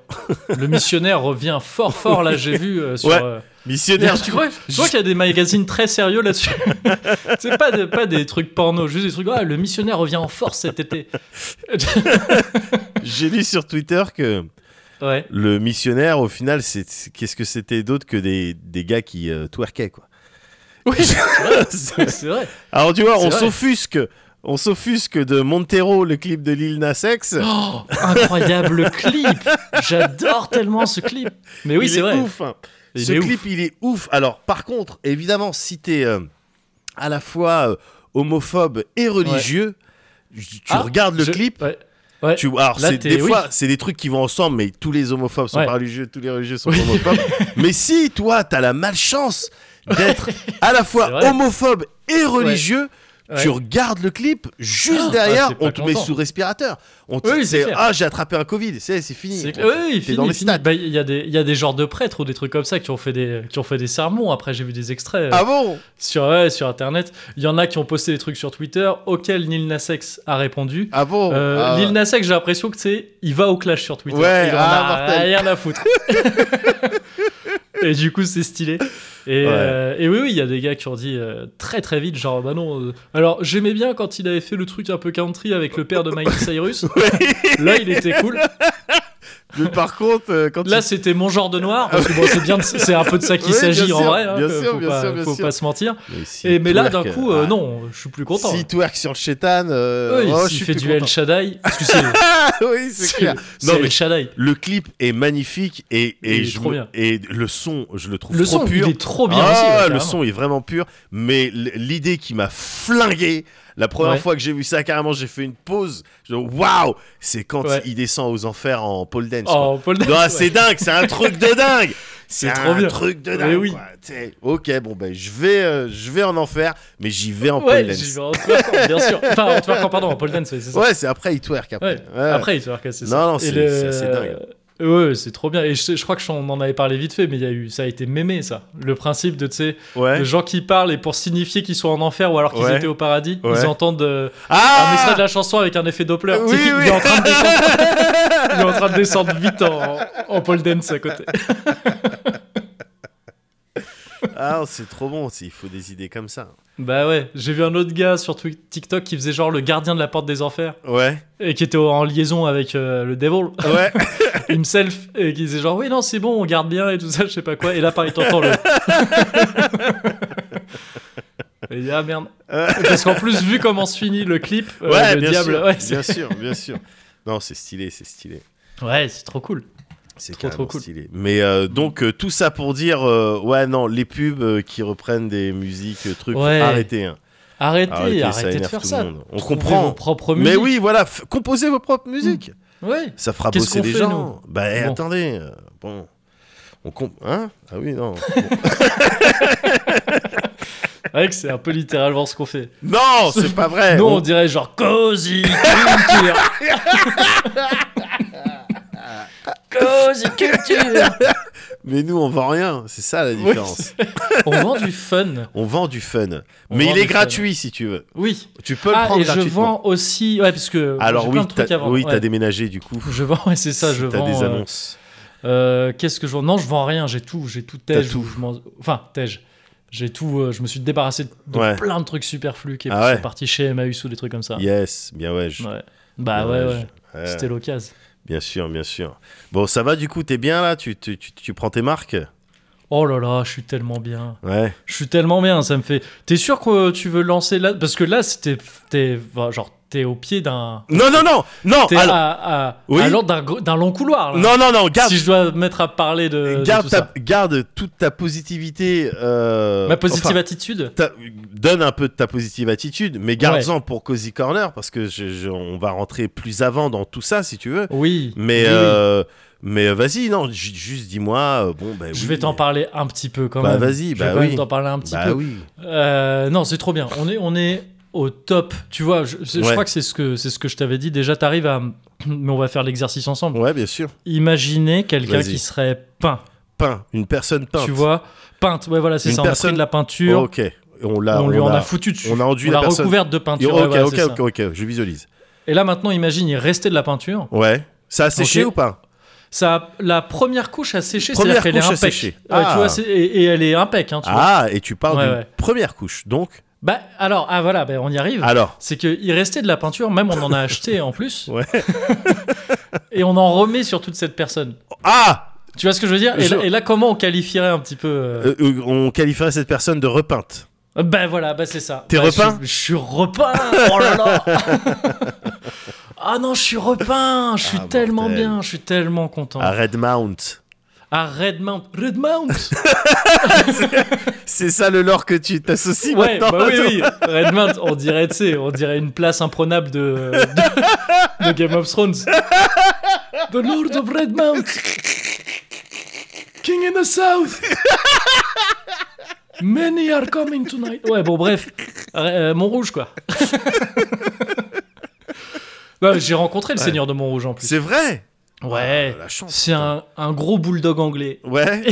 Speaker 1: Le missionnaire revient fort fort là, j'ai vu euh, sur.
Speaker 2: Ouais.
Speaker 1: euh,
Speaker 2: Missionnaire,
Speaker 1: tu vois, je vois qu'il y a des magazines très sérieux là-dessus. C'est pas, de- pas des trucs porno, juste des trucs. Ah, le missionnaire revient en force cet été.
Speaker 2: j'ai lu sur Twitter que
Speaker 1: Ouais.
Speaker 2: le missionnaire, au final, c'est c'est- qu'est-ce que c'était d'autre que des, des gars qui euh, twerkaient, quoi.
Speaker 1: Oui,
Speaker 2: C'est-
Speaker 1: c'est vrai.
Speaker 2: Alors, tu vois,
Speaker 1: C'est
Speaker 2: on
Speaker 1: vrai.
Speaker 2: s'offusque. On s'offusque de Montero, le clip de Lil Nas X.
Speaker 1: Oh, incroyable clip. J'adore tellement ce clip. Mais oui,
Speaker 2: Il
Speaker 1: c'est
Speaker 2: est
Speaker 1: vrai.
Speaker 2: ouf, hein.
Speaker 1: Il
Speaker 2: Ce
Speaker 1: est ouf.
Speaker 2: clip, il est ouf. Alors, par contre, évidemment, si t'es euh, à la fois euh, homophobe et religieux, j- tu
Speaker 1: Ah,
Speaker 2: regardes le
Speaker 1: je-
Speaker 2: clip.
Speaker 1: ouais. Ouais.
Speaker 2: Tu, alors,
Speaker 1: Là,
Speaker 2: c'est
Speaker 1: t'es-
Speaker 2: des
Speaker 1: oui.
Speaker 2: fois, c'est des trucs qui vont ensemble, mais tous les homophobes sont
Speaker 1: Ouais.
Speaker 2: pas religieux, tous les religieux sont
Speaker 1: Oui.
Speaker 2: pas homophobes. mais si, toi, t'as la malchance d'être à la
Speaker 1: C'est
Speaker 2: fois
Speaker 1: vrai.
Speaker 2: homophobe et religieux, tu
Speaker 1: Ouais.
Speaker 2: regardes le clip, juste
Speaker 1: Ah,
Speaker 2: derrière,
Speaker 1: c'est pas
Speaker 2: on te met
Speaker 1: content.
Speaker 2: sous respirateur. On te
Speaker 1: Oui, c'est
Speaker 2: c'est-
Speaker 1: clair.
Speaker 2: ah, j'ai attrapé un Covid, c'est c'est fini.
Speaker 1: C'est-
Speaker 2: On-
Speaker 1: oui,
Speaker 2: t'es dans les stats.
Speaker 1: Bah, il y a des il y a des genres de prêtres ou des trucs comme ça qui ont fait des qui ont fait des sermons. Après, j'ai vu des extraits euh,
Speaker 2: Ah bon
Speaker 1: sur ouais, sur internet. Il y en a qui ont posté des trucs sur Twitter auxquels Lil Nas X a répondu.
Speaker 2: Ah bon
Speaker 1: Euh,
Speaker 2: Ah.
Speaker 1: Lil Nas X, j'ai l'impression que c'est il va au clash sur Twitter.
Speaker 2: Ouais,
Speaker 1: il en
Speaker 2: ah,
Speaker 1: a
Speaker 2: mortel.
Speaker 1: rien à foutre. et du coup, c'est stylé. Et,
Speaker 2: Ouais.
Speaker 1: euh, et oui, oui, il y a des gars qui ont dit euh, très très vite, genre bah non. euh, Alors j'aimais bien quand il avait fait le truc un peu country avec le père de Miley Cyrus. Là, il était cool.
Speaker 2: Mais par contre, euh, quand
Speaker 1: Là,
Speaker 2: il-
Speaker 1: c'était mon genre de noir. Parce que bon, c'est bien, de- c'est un peu de ça
Speaker 2: Oui,
Speaker 1: qu'il
Speaker 2: bien
Speaker 1: s'agit en
Speaker 2: sûr,
Speaker 1: vrai. hein,
Speaker 2: bien
Speaker 1: que
Speaker 2: sûr,
Speaker 1: faut
Speaker 2: bien
Speaker 1: pas,
Speaker 2: sûr, bien
Speaker 1: faut
Speaker 2: sûr.
Speaker 1: pas se mentir.
Speaker 2: Mais, si
Speaker 1: Et, mais là, d'un
Speaker 2: twerk, euh,
Speaker 1: coup, euh,
Speaker 2: ah,
Speaker 1: non, je suis plus content.
Speaker 2: Si twerk sur le chétan, euh,
Speaker 1: Ouais,
Speaker 2: oh, je
Speaker 1: s'il
Speaker 2: suis
Speaker 1: fait
Speaker 2: plus
Speaker 1: du
Speaker 2: content.
Speaker 1: El Shaddai, parce que c'est-
Speaker 2: Ah, oui, c'est clair. Non,
Speaker 1: c'est
Speaker 2: mais-
Speaker 1: El Shaddai.
Speaker 2: Le clip est magnifique et, et,
Speaker 1: Il est
Speaker 2: je
Speaker 1: trop
Speaker 2: me-
Speaker 1: bien.
Speaker 2: et le son, je le trouve
Speaker 1: Le
Speaker 2: trop
Speaker 1: son,
Speaker 2: pur.
Speaker 1: il est trop bien aussi.
Speaker 2: ah,
Speaker 1: ouais,
Speaker 2: le
Speaker 1: carrément.
Speaker 2: son est vraiment pur, mais l- l'idée qui m'a flingué la première
Speaker 1: Ouais.
Speaker 2: fois que j'ai vu ça, carrément, j'ai fait une pause. Je- Waouh, c'est quand
Speaker 1: Ouais.
Speaker 2: il descend aux enfers en pole dance. quoi.
Speaker 1: Oh, Paul
Speaker 2: Non,
Speaker 1: Dance,
Speaker 2: c'est
Speaker 1: ouais.
Speaker 2: dingue, c'est un truc de dingue.
Speaker 1: C'est trop
Speaker 2: un
Speaker 1: bien.
Speaker 2: truc de
Speaker 1: Mais
Speaker 2: dingue.
Speaker 1: oui.
Speaker 2: quoi. T'sais, Ok, bon ben je vais, euh, je vais en enfer, mais j'y vais en
Speaker 1: Ouais,
Speaker 2: pole dance.
Speaker 1: j'y vais en twerkant, bien sûr. Enfin, en twerkant, pardon, en pole dance, ouais, c'est ça.
Speaker 2: Ouais, c'est après il twerk après.
Speaker 1: Ouais.
Speaker 2: Ouais.
Speaker 1: Après, il twerkait, c'est ça.
Speaker 2: Non, non,
Speaker 1: Et
Speaker 2: c'est-
Speaker 1: le-
Speaker 2: c'est assez dingue.
Speaker 1: Ouais, c'est trop bien. Et je, je crois que je- on en avait parlé vite fait, mais il y a eu, ça a été mémé, ça. Le principe de, tu sais,
Speaker 2: Ouais.
Speaker 1: de gens qui parlent et pour signifier qu'ils sont en enfer ou alors qu'ils
Speaker 2: Ouais.
Speaker 1: étaient au paradis,
Speaker 2: Ouais.
Speaker 1: ils entendent euh, un extrait
Speaker 2: Ah
Speaker 1: de la chanson avec un effet Doppler.
Speaker 2: Oui,
Speaker 1: Tu sais qu'il-
Speaker 2: oui.
Speaker 1: Il, est en train de descendre, il est en train de descendre vite en, en pole dance à côté.
Speaker 2: Ah, c'est trop bon, c'est- il faut des idées comme ça.
Speaker 1: Bah ouais, j'ai vu un autre gars sur Twi- TikTok qui faisait genre le gardien de la porte des enfers
Speaker 2: Ouais.
Speaker 1: et qui était en liaison avec euh, le devil
Speaker 2: Ouais.
Speaker 1: himself et qui disait genre oui non c'est bon on garde bien et tout ça je sais pas quoi et là pareil t'entends le et il dit, ah merde parce qu'en plus vu comment se finit le clip euh,
Speaker 2: ouais,
Speaker 1: le
Speaker 2: bien
Speaker 1: diable
Speaker 2: sûr.
Speaker 1: ouais, c'est-
Speaker 2: bien sûr, bien sûr. Non, c'est stylé, c'est stylé.
Speaker 1: ouais c'est trop cool
Speaker 2: C'est
Speaker 1: Trop, trop
Speaker 2: carrément
Speaker 1: cool.
Speaker 2: stylé. Mais euh, donc euh, tout ça pour dire euh, ouais non, les pubs euh, qui reprennent des musiques euh, trucs
Speaker 1: Ouais.
Speaker 2: arrêtez hein.
Speaker 1: Arrêtez,
Speaker 2: Arrêtez,
Speaker 1: arrêtez,
Speaker 2: ça
Speaker 1: de
Speaker 2: énerve
Speaker 1: faire
Speaker 2: tout le
Speaker 1: ça.
Speaker 2: monde. On
Speaker 1: Trouvez
Speaker 2: comprend.
Speaker 1: vos propres
Speaker 2: Mais
Speaker 1: musiques.
Speaker 2: oui, voilà, f- composez vos propres musiques.
Speaker 1: Ouais.
Speaker 2: Ça fera
Speaker 1: Hmm. Qu'est-ce
Speaker 2: bosser
Speaker 1: qu'on
Speaker 2: des
Speaker 1: fait,
Speaker 2: gens. Bah eh,
Speaker 1: Bon.
Speaker 2: attendez, euh, bon. On comp... Hein Ah oui, non.
Speaker 1: C'est vrai que c'est un peu littéralement ce qu'on fait.
Speaker 2: non, c'est pas vrai.
Speaker 1: Nous,
Speaker 2: Eh, On-
Speaker 1: on dirait genre Cozy Culture. Cozy Culture.
Speaker 2: Mais nous, on vend rien. C'est ça la différence.
Speaker 1: On vend du fun.
Speaker 2: on vend du fun.
Speaker 1: On
Speaker 2: mais
Speaker 1: vend
Speaker 2: il est
Speaker 1: du fun.
Speaker 2: gratuit si tu veux.
Speaker 1: Oui.
Speaker 2: Tu peux le
Speaker 1: ah,
Speaker 2: prendre
Speaker 1: et je
Speaker 2: gratuitement.
Speaker 1: vends aussi. Ouais, parce que.
Speaker 2: Alors
Speaker 1: j'ai
Speaker 2: oui,
Speaker 1: plein de trucs
Speaker 2: t'as
Speaker 1: à vendre,
Speaker 2: oui, t'as
Speaker 1: ouais.
Speaker 2: déménagé du coup.
Speaker 1: Je vends, ouais, c'est ça,
Speaker 2: Si
Speaker 1: je
Speaker 2: t'as
Speaker 1: vends.
Speaker 2: des
Speaker 1: euh,
Speaker 2: annonces.
Speaker 1: euh, Qu'est-ce que je vends Non, je vends rien, j'ai tout, j'ai tout
Speaker 2: T'as
Speaker 1: tège.
Speaker 2: tout.
Speaker 1: je m'en- Enfin, tège. J'ai tout, euh, je me suis débarrassé de
Speaker 2: Ouais.
Speaker 1: plein de trucs superflus qui
Speaker 2: Ah
Speaker 1: sont
Speaker 2: ouais.
Speaker 1: partis chez Emmaüs ou des trucs comme ça.
Speaker 2: Yes, bien ouais. je-
Speaker 1: Ouais. Bah
Speaker 2: bien
Speaker 1: ouais,
Speaker 2: ouais,
Speaker 1: ouais.
Speaker 2: je- ouais,
Speaker 1: C'était l'occasion.
Speaker 2: Bien sûr, bien sûr. Bon, ça va du coup, t'es bien là tu, tu, tu, tu prends tes marques
Speaker 1: Oh là là, je suis tellement bien.
Speaker 2: Ouais.
Speaker 1: Je suis tellement bien, ça me fait. T'es sûr que euh, tu veux lancer là Parce que là, c'était. T'es, enfin, genre, t'es au pied d'un.
Speaker 2: Non, non, non Non
Speaker 1: T'es
Speaker 2: alors-
Speaker 1: à, à-
Speaker 2: Oui.
Speaker 1: à l'ordre d'un, gro- d'un long couloir. là.
Speaker 2: Non, non, non, garde,
Speaker 1: Si je dois me mettre à parler de. de
Speaker 2: garde,
Speaker 1: tout
Speaker 2: ta-
Speaker 1: ça.
Speaker 2: garde toute ta positivité. euh,
Speaker 1: Ma positive
Speaker 2: enfin,
Speaker 1: attitude
Speaker 2: ta- donne un peu de ta positive attitude, mais garde-en pour Cozy Corner, parce que je- je- on va rentrer plus avant dans tout ça si tu veux.
Speaker 1: Oui.
Speaker 2: Mais,
Speaker 1: Oui, oui.
Speaker 2: euh, mais euh, vas-y, non, ju- juste dis-moi. euh, Bon, ben
Speaker 1: Je
Speaker 2: oui,
Speaker 1: vais t'en
Speaker 2: mais-
Speaker 1: parler un petit peu quand
Speaker 2: Bah,
Speaker 1: même.
Speaker 2: vas-y,
Speaker 1: Je vais
Speaker 2: bah
Speaker 1: quand
Speaker 2: oui.
Speaker 1: même t'en parler un petit
Speaker 2: Bah
Speaker 1: peu.
Speaker 2: oui.
Speaker 1: Euh, non, c'est trop bien. On est, on est au top. Tu vois, je, je
Speaker 2: Ouais.
Speaker 1: crois que c'est ce que c'est ce que je t'avais dit. Déjà, t'arrives à. Mais on va faire l'exercice ensemble.
Speaker 2: Ouais, bien sûr.
Speaker 1: Imaginez quelqu'un
Speaker 2: Vas-y.
Speaker 1: qui serait peint.
Speaker 2: Peint, une personne peinte.
Speaker 1: Tu vois, peinte. Ouais, voilà, c'est
Speaker 2: Une
Speaker 1: ça. On a
Speaker 2: personne-
Speaker 1: pris de la peinture.
Speaker 2: Ok. On l'a.
Speaker 1: on lui en a,
Speaker 2: l'a-
Speaker 1: foutu dessus.
Speaker 2: On a enduit
Speaker 1: On
Speaker 2: la
Speaker 1: l'a
Speaker 2: personne.
Speaker 1: recouverte de
Speaker 2: Et-
Speaker 1: peinture.
Speaker 2: Ok,
Speaker 1: ouais, voilà,
Speaker 2: ok,
Speaker 1: c'est ça.
Speaker 2: ok, ok, je visualise.
Speaker 1: Et là maintenant, imagine, il restait de la peinture.
Speaker 2: Ouais, Ça a séché
Speaker 1: Ok.
Speaker 2: ou pas
Speaker 1: Ça, la première couche a séché,
Speaker 2: Première
Speaker 1: c'est-à-dire qu'elle est
Speaker 2: couche a
Speaker 1: impec.
Speaker 2: séché.
Speaker 1: Ouais, tu
Speaker 2: Ah.
Speaker 1: vois, c'est- et, et elle est impec. hein, tu vois.
Speaker 2: Ah, et tu parles
Speaker 1: Ouais,
Speaker 2: d'une
Speaker 1: ouais.
Speaker 2: première couche. Donc,
Speaker 1: Bah, alors, ah voilà, bah, on y arrive.
Speaker 2: alors,
Speaker 1: C'est qu'il restait de la peinture, même on en a acheté en plus.
Speaker 2: Ouais.
Speaker 1: et on en remet sur toute cette personne.
Speaker 2: ah,
Speaker 1: Tu vois ce que je veux dire et,
Speaker 2: Je-
Speaker 1: là- et là, comment on qualifierait un petit peu euh,
Speaker 2: Euh, euh, on qualifierait cette personne de repeinte.
Speaker 1: Ben voilà, ben c'est ça.
Speaker 2: Euh, T'es
Speaker 1: Ben, je-
Speaker 2: repeint
Speaker 1: je, suis repeint Oh là là Ah non, je suis repeint Je suis
Speaker 2: Ah,
Speaker 1: tellement
Speaker 2: mortel.
Speaker 1: bien, je suis tellement content.
Speaker 2: À Redmount.
Speaker 1: À Redmount. Redmount
Speaker 2: C'est ça le lore que tu t'associes
Speaker 1: Ouais,
Speaker 2: maintenant.
Speaker 1: bah oui, oui. Redmount, on dirait, tu sais, on dirait une place imprenable de, de, de Game of Thrones. The Lord of Redmount. King in the South. Many are coming tonight. Ouais, bon, bref. Euh, Montrouge, quoi. Ouais, J'ai rencontré le
Speaker 2: Ouais.
Speaker 1: seigneur de Montrouge en plus.
Speaker 2: C'est vrai.
Speaker 1: Ouais.
Speaker 2: Ah, la chance.
Speaker 1: C'est un, un gros bulldog anglais.
Speaker 2: Ouais.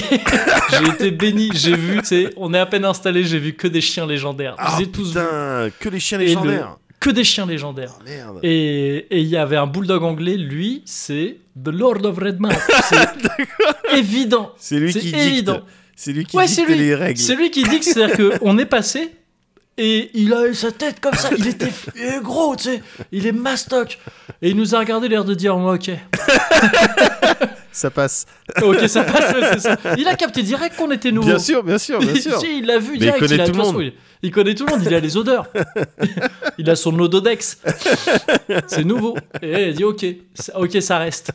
Speaker 1: J'ai été béni, j'ai vu, tu sais, on est à peine installé, j'ai vu que des chiens légendaires.
Speaker 2: Ah,
Speaker 1: J'ai tous vu
Speaker 2: putain, que les chiens
Speaker 1: Et le-
Speaker 2: légendaires.
Speaker 1: que des chiens légendaires.
Speaker 2: Ah, merde.
Speaker 1: Et et il y avait un bulldog anglais, lui, c'est The Lord of Redmount. C'est évident.
Speaker 2: C'est lui
Speaker 1: C'est
Speaker 2: qui dicte.
Speaker 1: évident.
Speaker 2: C'est lui qui
Speaker 1: Ouais, c'est
Speaker 2: dicte
Speaker 1: lui.
Speaker 2: les règles.
Speaker 1: C'est lui qui dit que c'est-à-dire qu'on est passé et il a eu sa tête comme ça. Il était f- il est gros, tu sais. Il est mastoc. Et il nous a regardé l'air de dire oh, Ok,
Speaker 2: Ça passe.
Speaker 1: ok, ça passe. ouais, c'est ça. Il a capté direct qu'on était nouveau.
Speaker 2: Bien sûr, bien sûr, bien sûr.
Speaker 1: Si, il l'a vu
Speaker 2: il
Speaker 1: direct.
Speaker 2: connaît
Speaker 1: a- de
Speaker 2: tout le
Speaker 1: toute
Speaker 2: monde.
Speaker 1: façon, Il, il connaît tout le monde, il a les odeurs. il a son ododex. C'est nouveau. Et il dit ok, ça, ok, ça reste.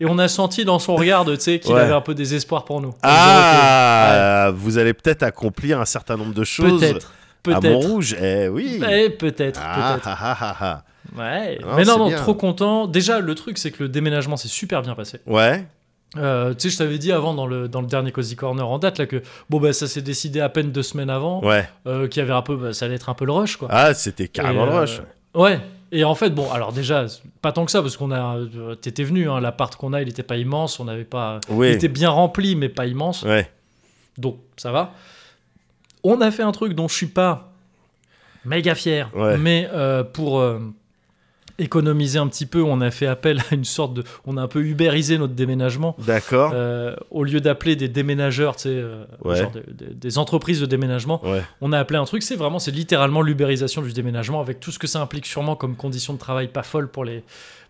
Speaker 1: Et on a senti dans son regard, tu sais, qu'il
Speaker 2: Ouais.
Speaker 1: avait un peu désespoir pour nous.
Speaker 2: Ah, vous allez peut-être accomplir un certain nombre de choses
Speaker 1: peut-être,
Speaker 2: à
Speaker 1: peut-être.
Speaker 2: Montrouge. Eh Ah, oui.
Speaker 1: Eh, peut-être,
Speaker 2: Ah,
Speaker 1: peut-être.
Speaker 2: ah, ah, ah, ah.
Speaker 1: Ouais.
Speaker 2: Non,
Speaker 1: Mais non,
Speaker 2: c'est
Speaker 1: non,
Speaker 2: bien.
Speaker 1: trop content. Déjà, le truc, c'est que le déménagement s'est super bien passé.
Speaker 2: Ouais.
Speaker 1: Euh, tu sais, je t'avais dit avant dans le, dans le dernier Cozy Corner en date là que bon bah ça s'est décidé à peine deux semaines avant,
Speaker 2: Ouais.
Speaker 1: euh, qu'il y avait un peu, bah, ça allait être un peu le rush quoi.
Speaker 2: Ah, c'était carrément
Speaker 1: Et,
Speaker 2: le
Speaker 1: euh,
Speaker 2: rush.
Speaker 1: Ouais. Et en fait, bon, alors déjà, c'est pas tant que ça, parce qu'on a. euh, T'étais venu, hein, l'appart qu'on a, il était pas immense, on n'avait pas. Il
Speaker 2: Oui.
Speaker 1: était bien rempli, mais pas immense,
Speaker 2: Ouais.
Speaker 1: donc ça va. On a fait un truc dont je suis pas méga fier,
Speaker 2: Ouais.
Speaker 1: mais euh, pour. euh, économiser un petit peu, on a fait appel à une sorte de... On a un peu ubérisé notre déménagement.
Speaker 2: D'accord.
Speaker 1: Euh, au lieu d'appeler des déménageurs, tu sais, euh,
Speaker 2: Ouais.
Speaker 1: genre des- des- des entreprises de déménagement,
Speaker 2: Ouais.
Speaker 1: on a appelé un truc, c'est vraiment, c'est littéralement l'ubérisation du déménagement avec tout ce que ça implique sûrement comme condition de travail pas folle pour les,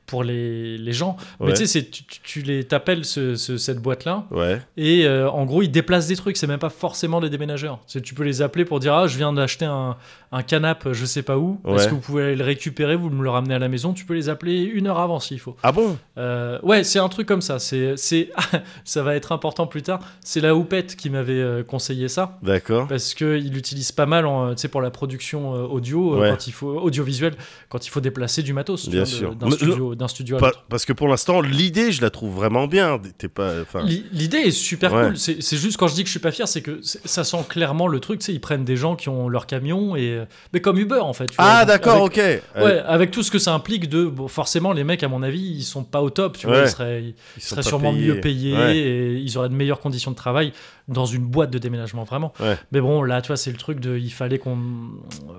Speaker 1: pour les, les gens.
Speaker 2: Ouais.
Speaker 1: Mais tu sais, c'est- tu, tu- tu les t'appelles ce- ce- cette boîte-là
Speaker 2: Ouais.
Speaker 1: et euh, en gros, ils déplacent des trucs, c'est même pas forcément des déménageurs. C'est- Tu peux les appeler pour dire Ah, je viens d'acheter un, un canap, je sais pas où,
Speaker 2: Ouais.
Speaker 1: est-ce que vous pouvez aller le récupérer, vous me le ramenez à la maison Tu peux les appeler une heure avant s'il faut.
Speaker 2: Ah bon
Speaker 1: Euh, ouais, c'est un truc comme ça. C'est, c'est, ça va être important plus tard. C'est la Houpette qui m'avait euh, conseillé ça
Speaker 2: D'accord.
Speaker 1: parce que il l'utilise pas mal en, euh, tu sais, pour la production euh, audio euh,
Speaker 2: Ouais.
Speaker 1: quand il faut audiovisuel quand il faut déplacer du matos tu
Speaker 2: Bien
Speaker 1: vois, de-
Speaker 2: sûr.
Speaker 1: d'un
Speaker 2: Mais-
Speaker 1: studio d'un studio à
Speaker 2: Pa-
Speaker 1: l'autre.
Speaker 2: parce que pour l'instant, l'idée, je la trouve vraiment bien. T'es pas. Enfin.
Speaker 1: L'i- L'idée est super
Speaker 2: Ouais.
Speaker 1: cool. C'est c'est juste quand je dis que je suis pas fier, c'est que c'est- ça sent clairement le truc. tu sais, Ils prennent des gens qui ont leur camion et euh, mais comme Uber en fait. tu vois,
Speaker 2: Ah
Speaker 1: donc,
Speaker 2: d'accord,
Speaker 1: avec-
Speaker 2: ok. Euh,
Speaker 1: Ouais, avec tout ce que ça implique de bon, forcément les mecs à mon avis ils sont pas au top. Tu vois,
Speaker 2: Ouais.
Speaker 1: ils seraient, ils
Speaker 2: ils sont
Speaker 1: seraient
Speaker 2: pas
Speaker 1: sûrement
Speaker 2: payés.
Speaker 1: mieux payés
Speaker 2: Ouais.
Speaker 1: et ils auraient de meilleures conditions de travail dans une boîte de déménagement vraiment.
Speaker 2: Ouais.
Speaker 1: Mais bon, là, tu vois, c'est le truc de, il fallait qu'on,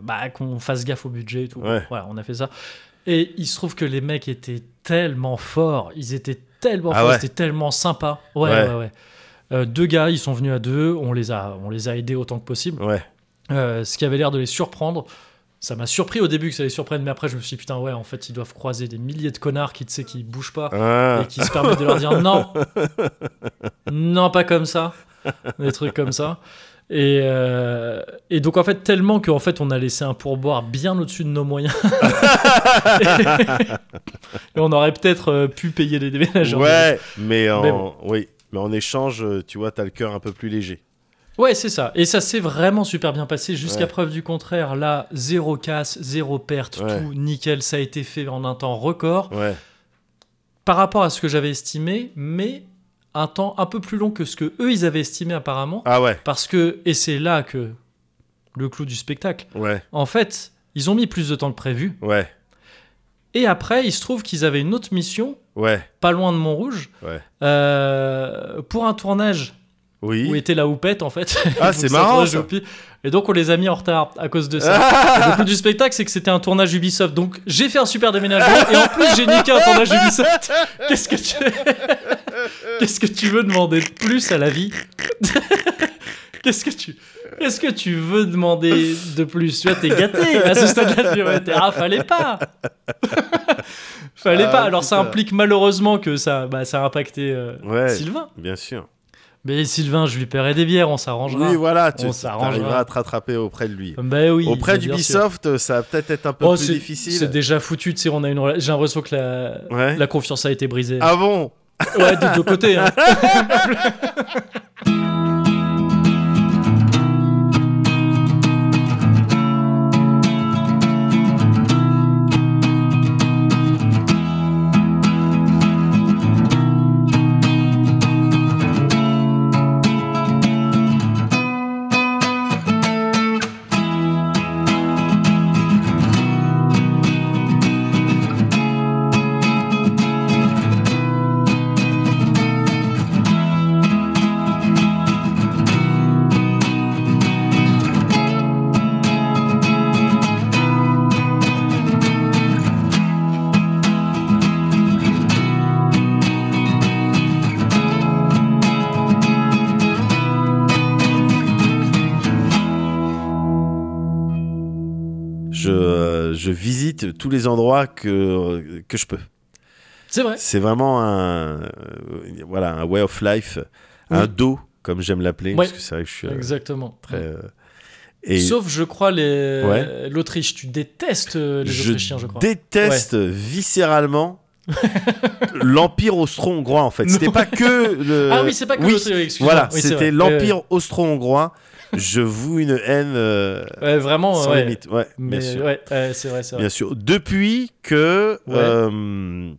Speaker 1: bah, qu'on fasse gaffe au budget et tout.
Speaker 2: Ouais.
Speaker 1: Voilà, on a fait ça. Et il se trouve que les mecs étaient tellement forts, ils étaient tellement
Speaker 2: Ah
Speaker 1: forts,
Speaker 2: ouais.
Speaker 1: c'était tellement sympa. Ouais,
Speaker 2: Ouais.
Speaker 1: ouais, ouais. Euh, deux gars, ils sont venus à deux, on les a, on les a aidés autant que possible.
Speaker 2: Ouais.
Speaker 1: Euh, ce qui avait l'air de les surprendre. Ça m'a surpris au début que ça les surprenne, mais après je me suis dit putain ouais en fait ils doivent croiser des milliers de connards qui tu sais qui bougent pas
Speaker 2: Ah.
Speaker 1: et qui se permettent de leur dire non, non, pas comme ça, des trucs comme ça. Et, euh, et donc en fait tellement qu'en fait on a laissé un pourboire bien au-dessus de nos moyens et on aurait peut-être euh, pu payer les déménageurs.
Speaker 2: ouais, mais en
Speaker 1: Mais bon.
Speaker 2: oui, mais en échange, euh, tu vois, t'as le cœur un peu plus léger.
Speaker 1: Ouais, c'est ça. Et ça s'est vraiment super bien passé jusqu'à
Speaker 2: Ouais.
Speaker 1: preuve du contraire. Là, zéro casse, zéro perte,
Speaker 2: Ouais.
Speaker 1: tout nickel. Ça a été fait en un temps record
Speaker 2: Ouais.
Speaker 1: par rapport à ce que j'avais estimé, mais un temps un peu plus long que ce que eux ils avaient estimé apparemment.
Speaker 2: Ah ouais.
Speaker 1: Parce que, et c'est là que le clou du spectacle,
Speaker 2: Ouais.
Speaker 1: en fait, ils ont mis plus de temps que prévu.
Speaker 2: Ouais.
Speaker 1: Et après, il se trouve qu'ils avaient une autre mission,
Speaker 2: Ouais.
Speaker 1: pas loin de Montrouge,
Speaker 2: Ouais.
Speaker 1: euh, pour un tournage
Speaker 2: Oui.
Speaker 1: où était la houppette en fait.
Speaker 2: Ah,
Speaker 1: Donc,
Speaker 2: c'est
Speaker 1: ça
Speaker 2: marrant,
Speaker 1: tournage
Speaker 2: ça.
Speaker 1: Upi. Et donc on les a mis en retard à cause de ça.
Speaker 2: Ah.
Speaker 1: Et le coup du spectacle, c'est que c'était un tournage Ubisoft. Donc j'ai fait un super déménagement et en plus j'ai niqué un tournage Ubisoft. Qu'est-ce que tu Qu'est-ce que tu veux demander de plus à la vie Qu'est-ce que tu Qu'est-ce que tu veux demander de plus Tu vois, t'es gâté à ce stade-là. tu vois, t'es- Ah, fallait pas Fallait
Speaker 2: Ah,
Speaker 1: pas. Alors ça
Speaker 2: putain.
Speaker 1: implique malheureusement que ça, bah, ça a impacté euh,
Speaker 2: Ouais.
Speaker 1: Sylvain.
Speaker 2: Bien sûr.
Speaker 1: Mais Sylvain, je lui paierai des bières, on s'arrangera.
Speaker 2: Oui, voilà, tu
Speaker 1: On s'arrangera.
Speaker 2: arriveras à te rattraper auprès de lui.
Speaker 1: Bah oui,
Speaker 2: auprès
Speaker 1: bien sûr.
Speaker 2: d'Ubisoft, ça va peut-être être un peu
Speaker 1: Oh,
Speaker 2: plus
Speaker 1: c'est- C'est
Speaker 2: difficile.
Speaker 1: déjà foutu, tu sais, on a une rela- j'ai l'impression que la...
Speaker 2: Ouais.
Speaker 1: la confiance a été brisée.
Speaker 2: Ah bon
Speaker 1: Ouais, des deux côtés. hein.
Speaker 2: je, euh, je visite tous les endroits que, euh, que je peux.
Speaker 1: C'est vrai.
Speaker 2: C'est vraiment un, euh, voilà, un way of life, un
Speaker 1: Oui.
Speaker 2: dos, comme j'aime l'appeler,
Speaker 1: Ouais.
Speaker 2: parce que c'est vrai que je suis Ah, euh,
Speaker 1: Exactement.
Speaker 2: très. euh, et
Speaker 1: Sauf, je crois, les...
Speaker 2: Ouais.
Speaker 1: l'Autriche. Tu détestes euh, les
Speaker 2: je
Speaker 1: Autrichiens, je crois.
Speaker 2: déteste viscéralement l'Empire austro-hongrois, en fait. C'était
Speaker 1: Non.
Speaker 2: pas que. Le...
Speaker 1: Ah oui, c'est pas que
Speaker 2: euh, Oui,
Speaker 1: l'Autriche, oui, excuse-moi.
Speaker 2: Voilà,
Speaker 1: Oui, c'est vrai.
Speaker 2: c'était
Speaker 1: Ouais,
Speaker 2: l'Empire austro-hongrois. Je vous une haine euh,
Speaker 1: ouais. Ouais, vraiment,
Speaker 2: sans
Speaker 1: ouais.
Speaker 2: limite. Ouais,
Speaker 1: Mais
Speaker 2: bien sûr.
Speaker 1: ouais, ouais, c'est vrai, c'est vrai.
Speaker 2: Bien sûr. Depuis que
Speaker 1: Ouais.
Speaker 2: euh,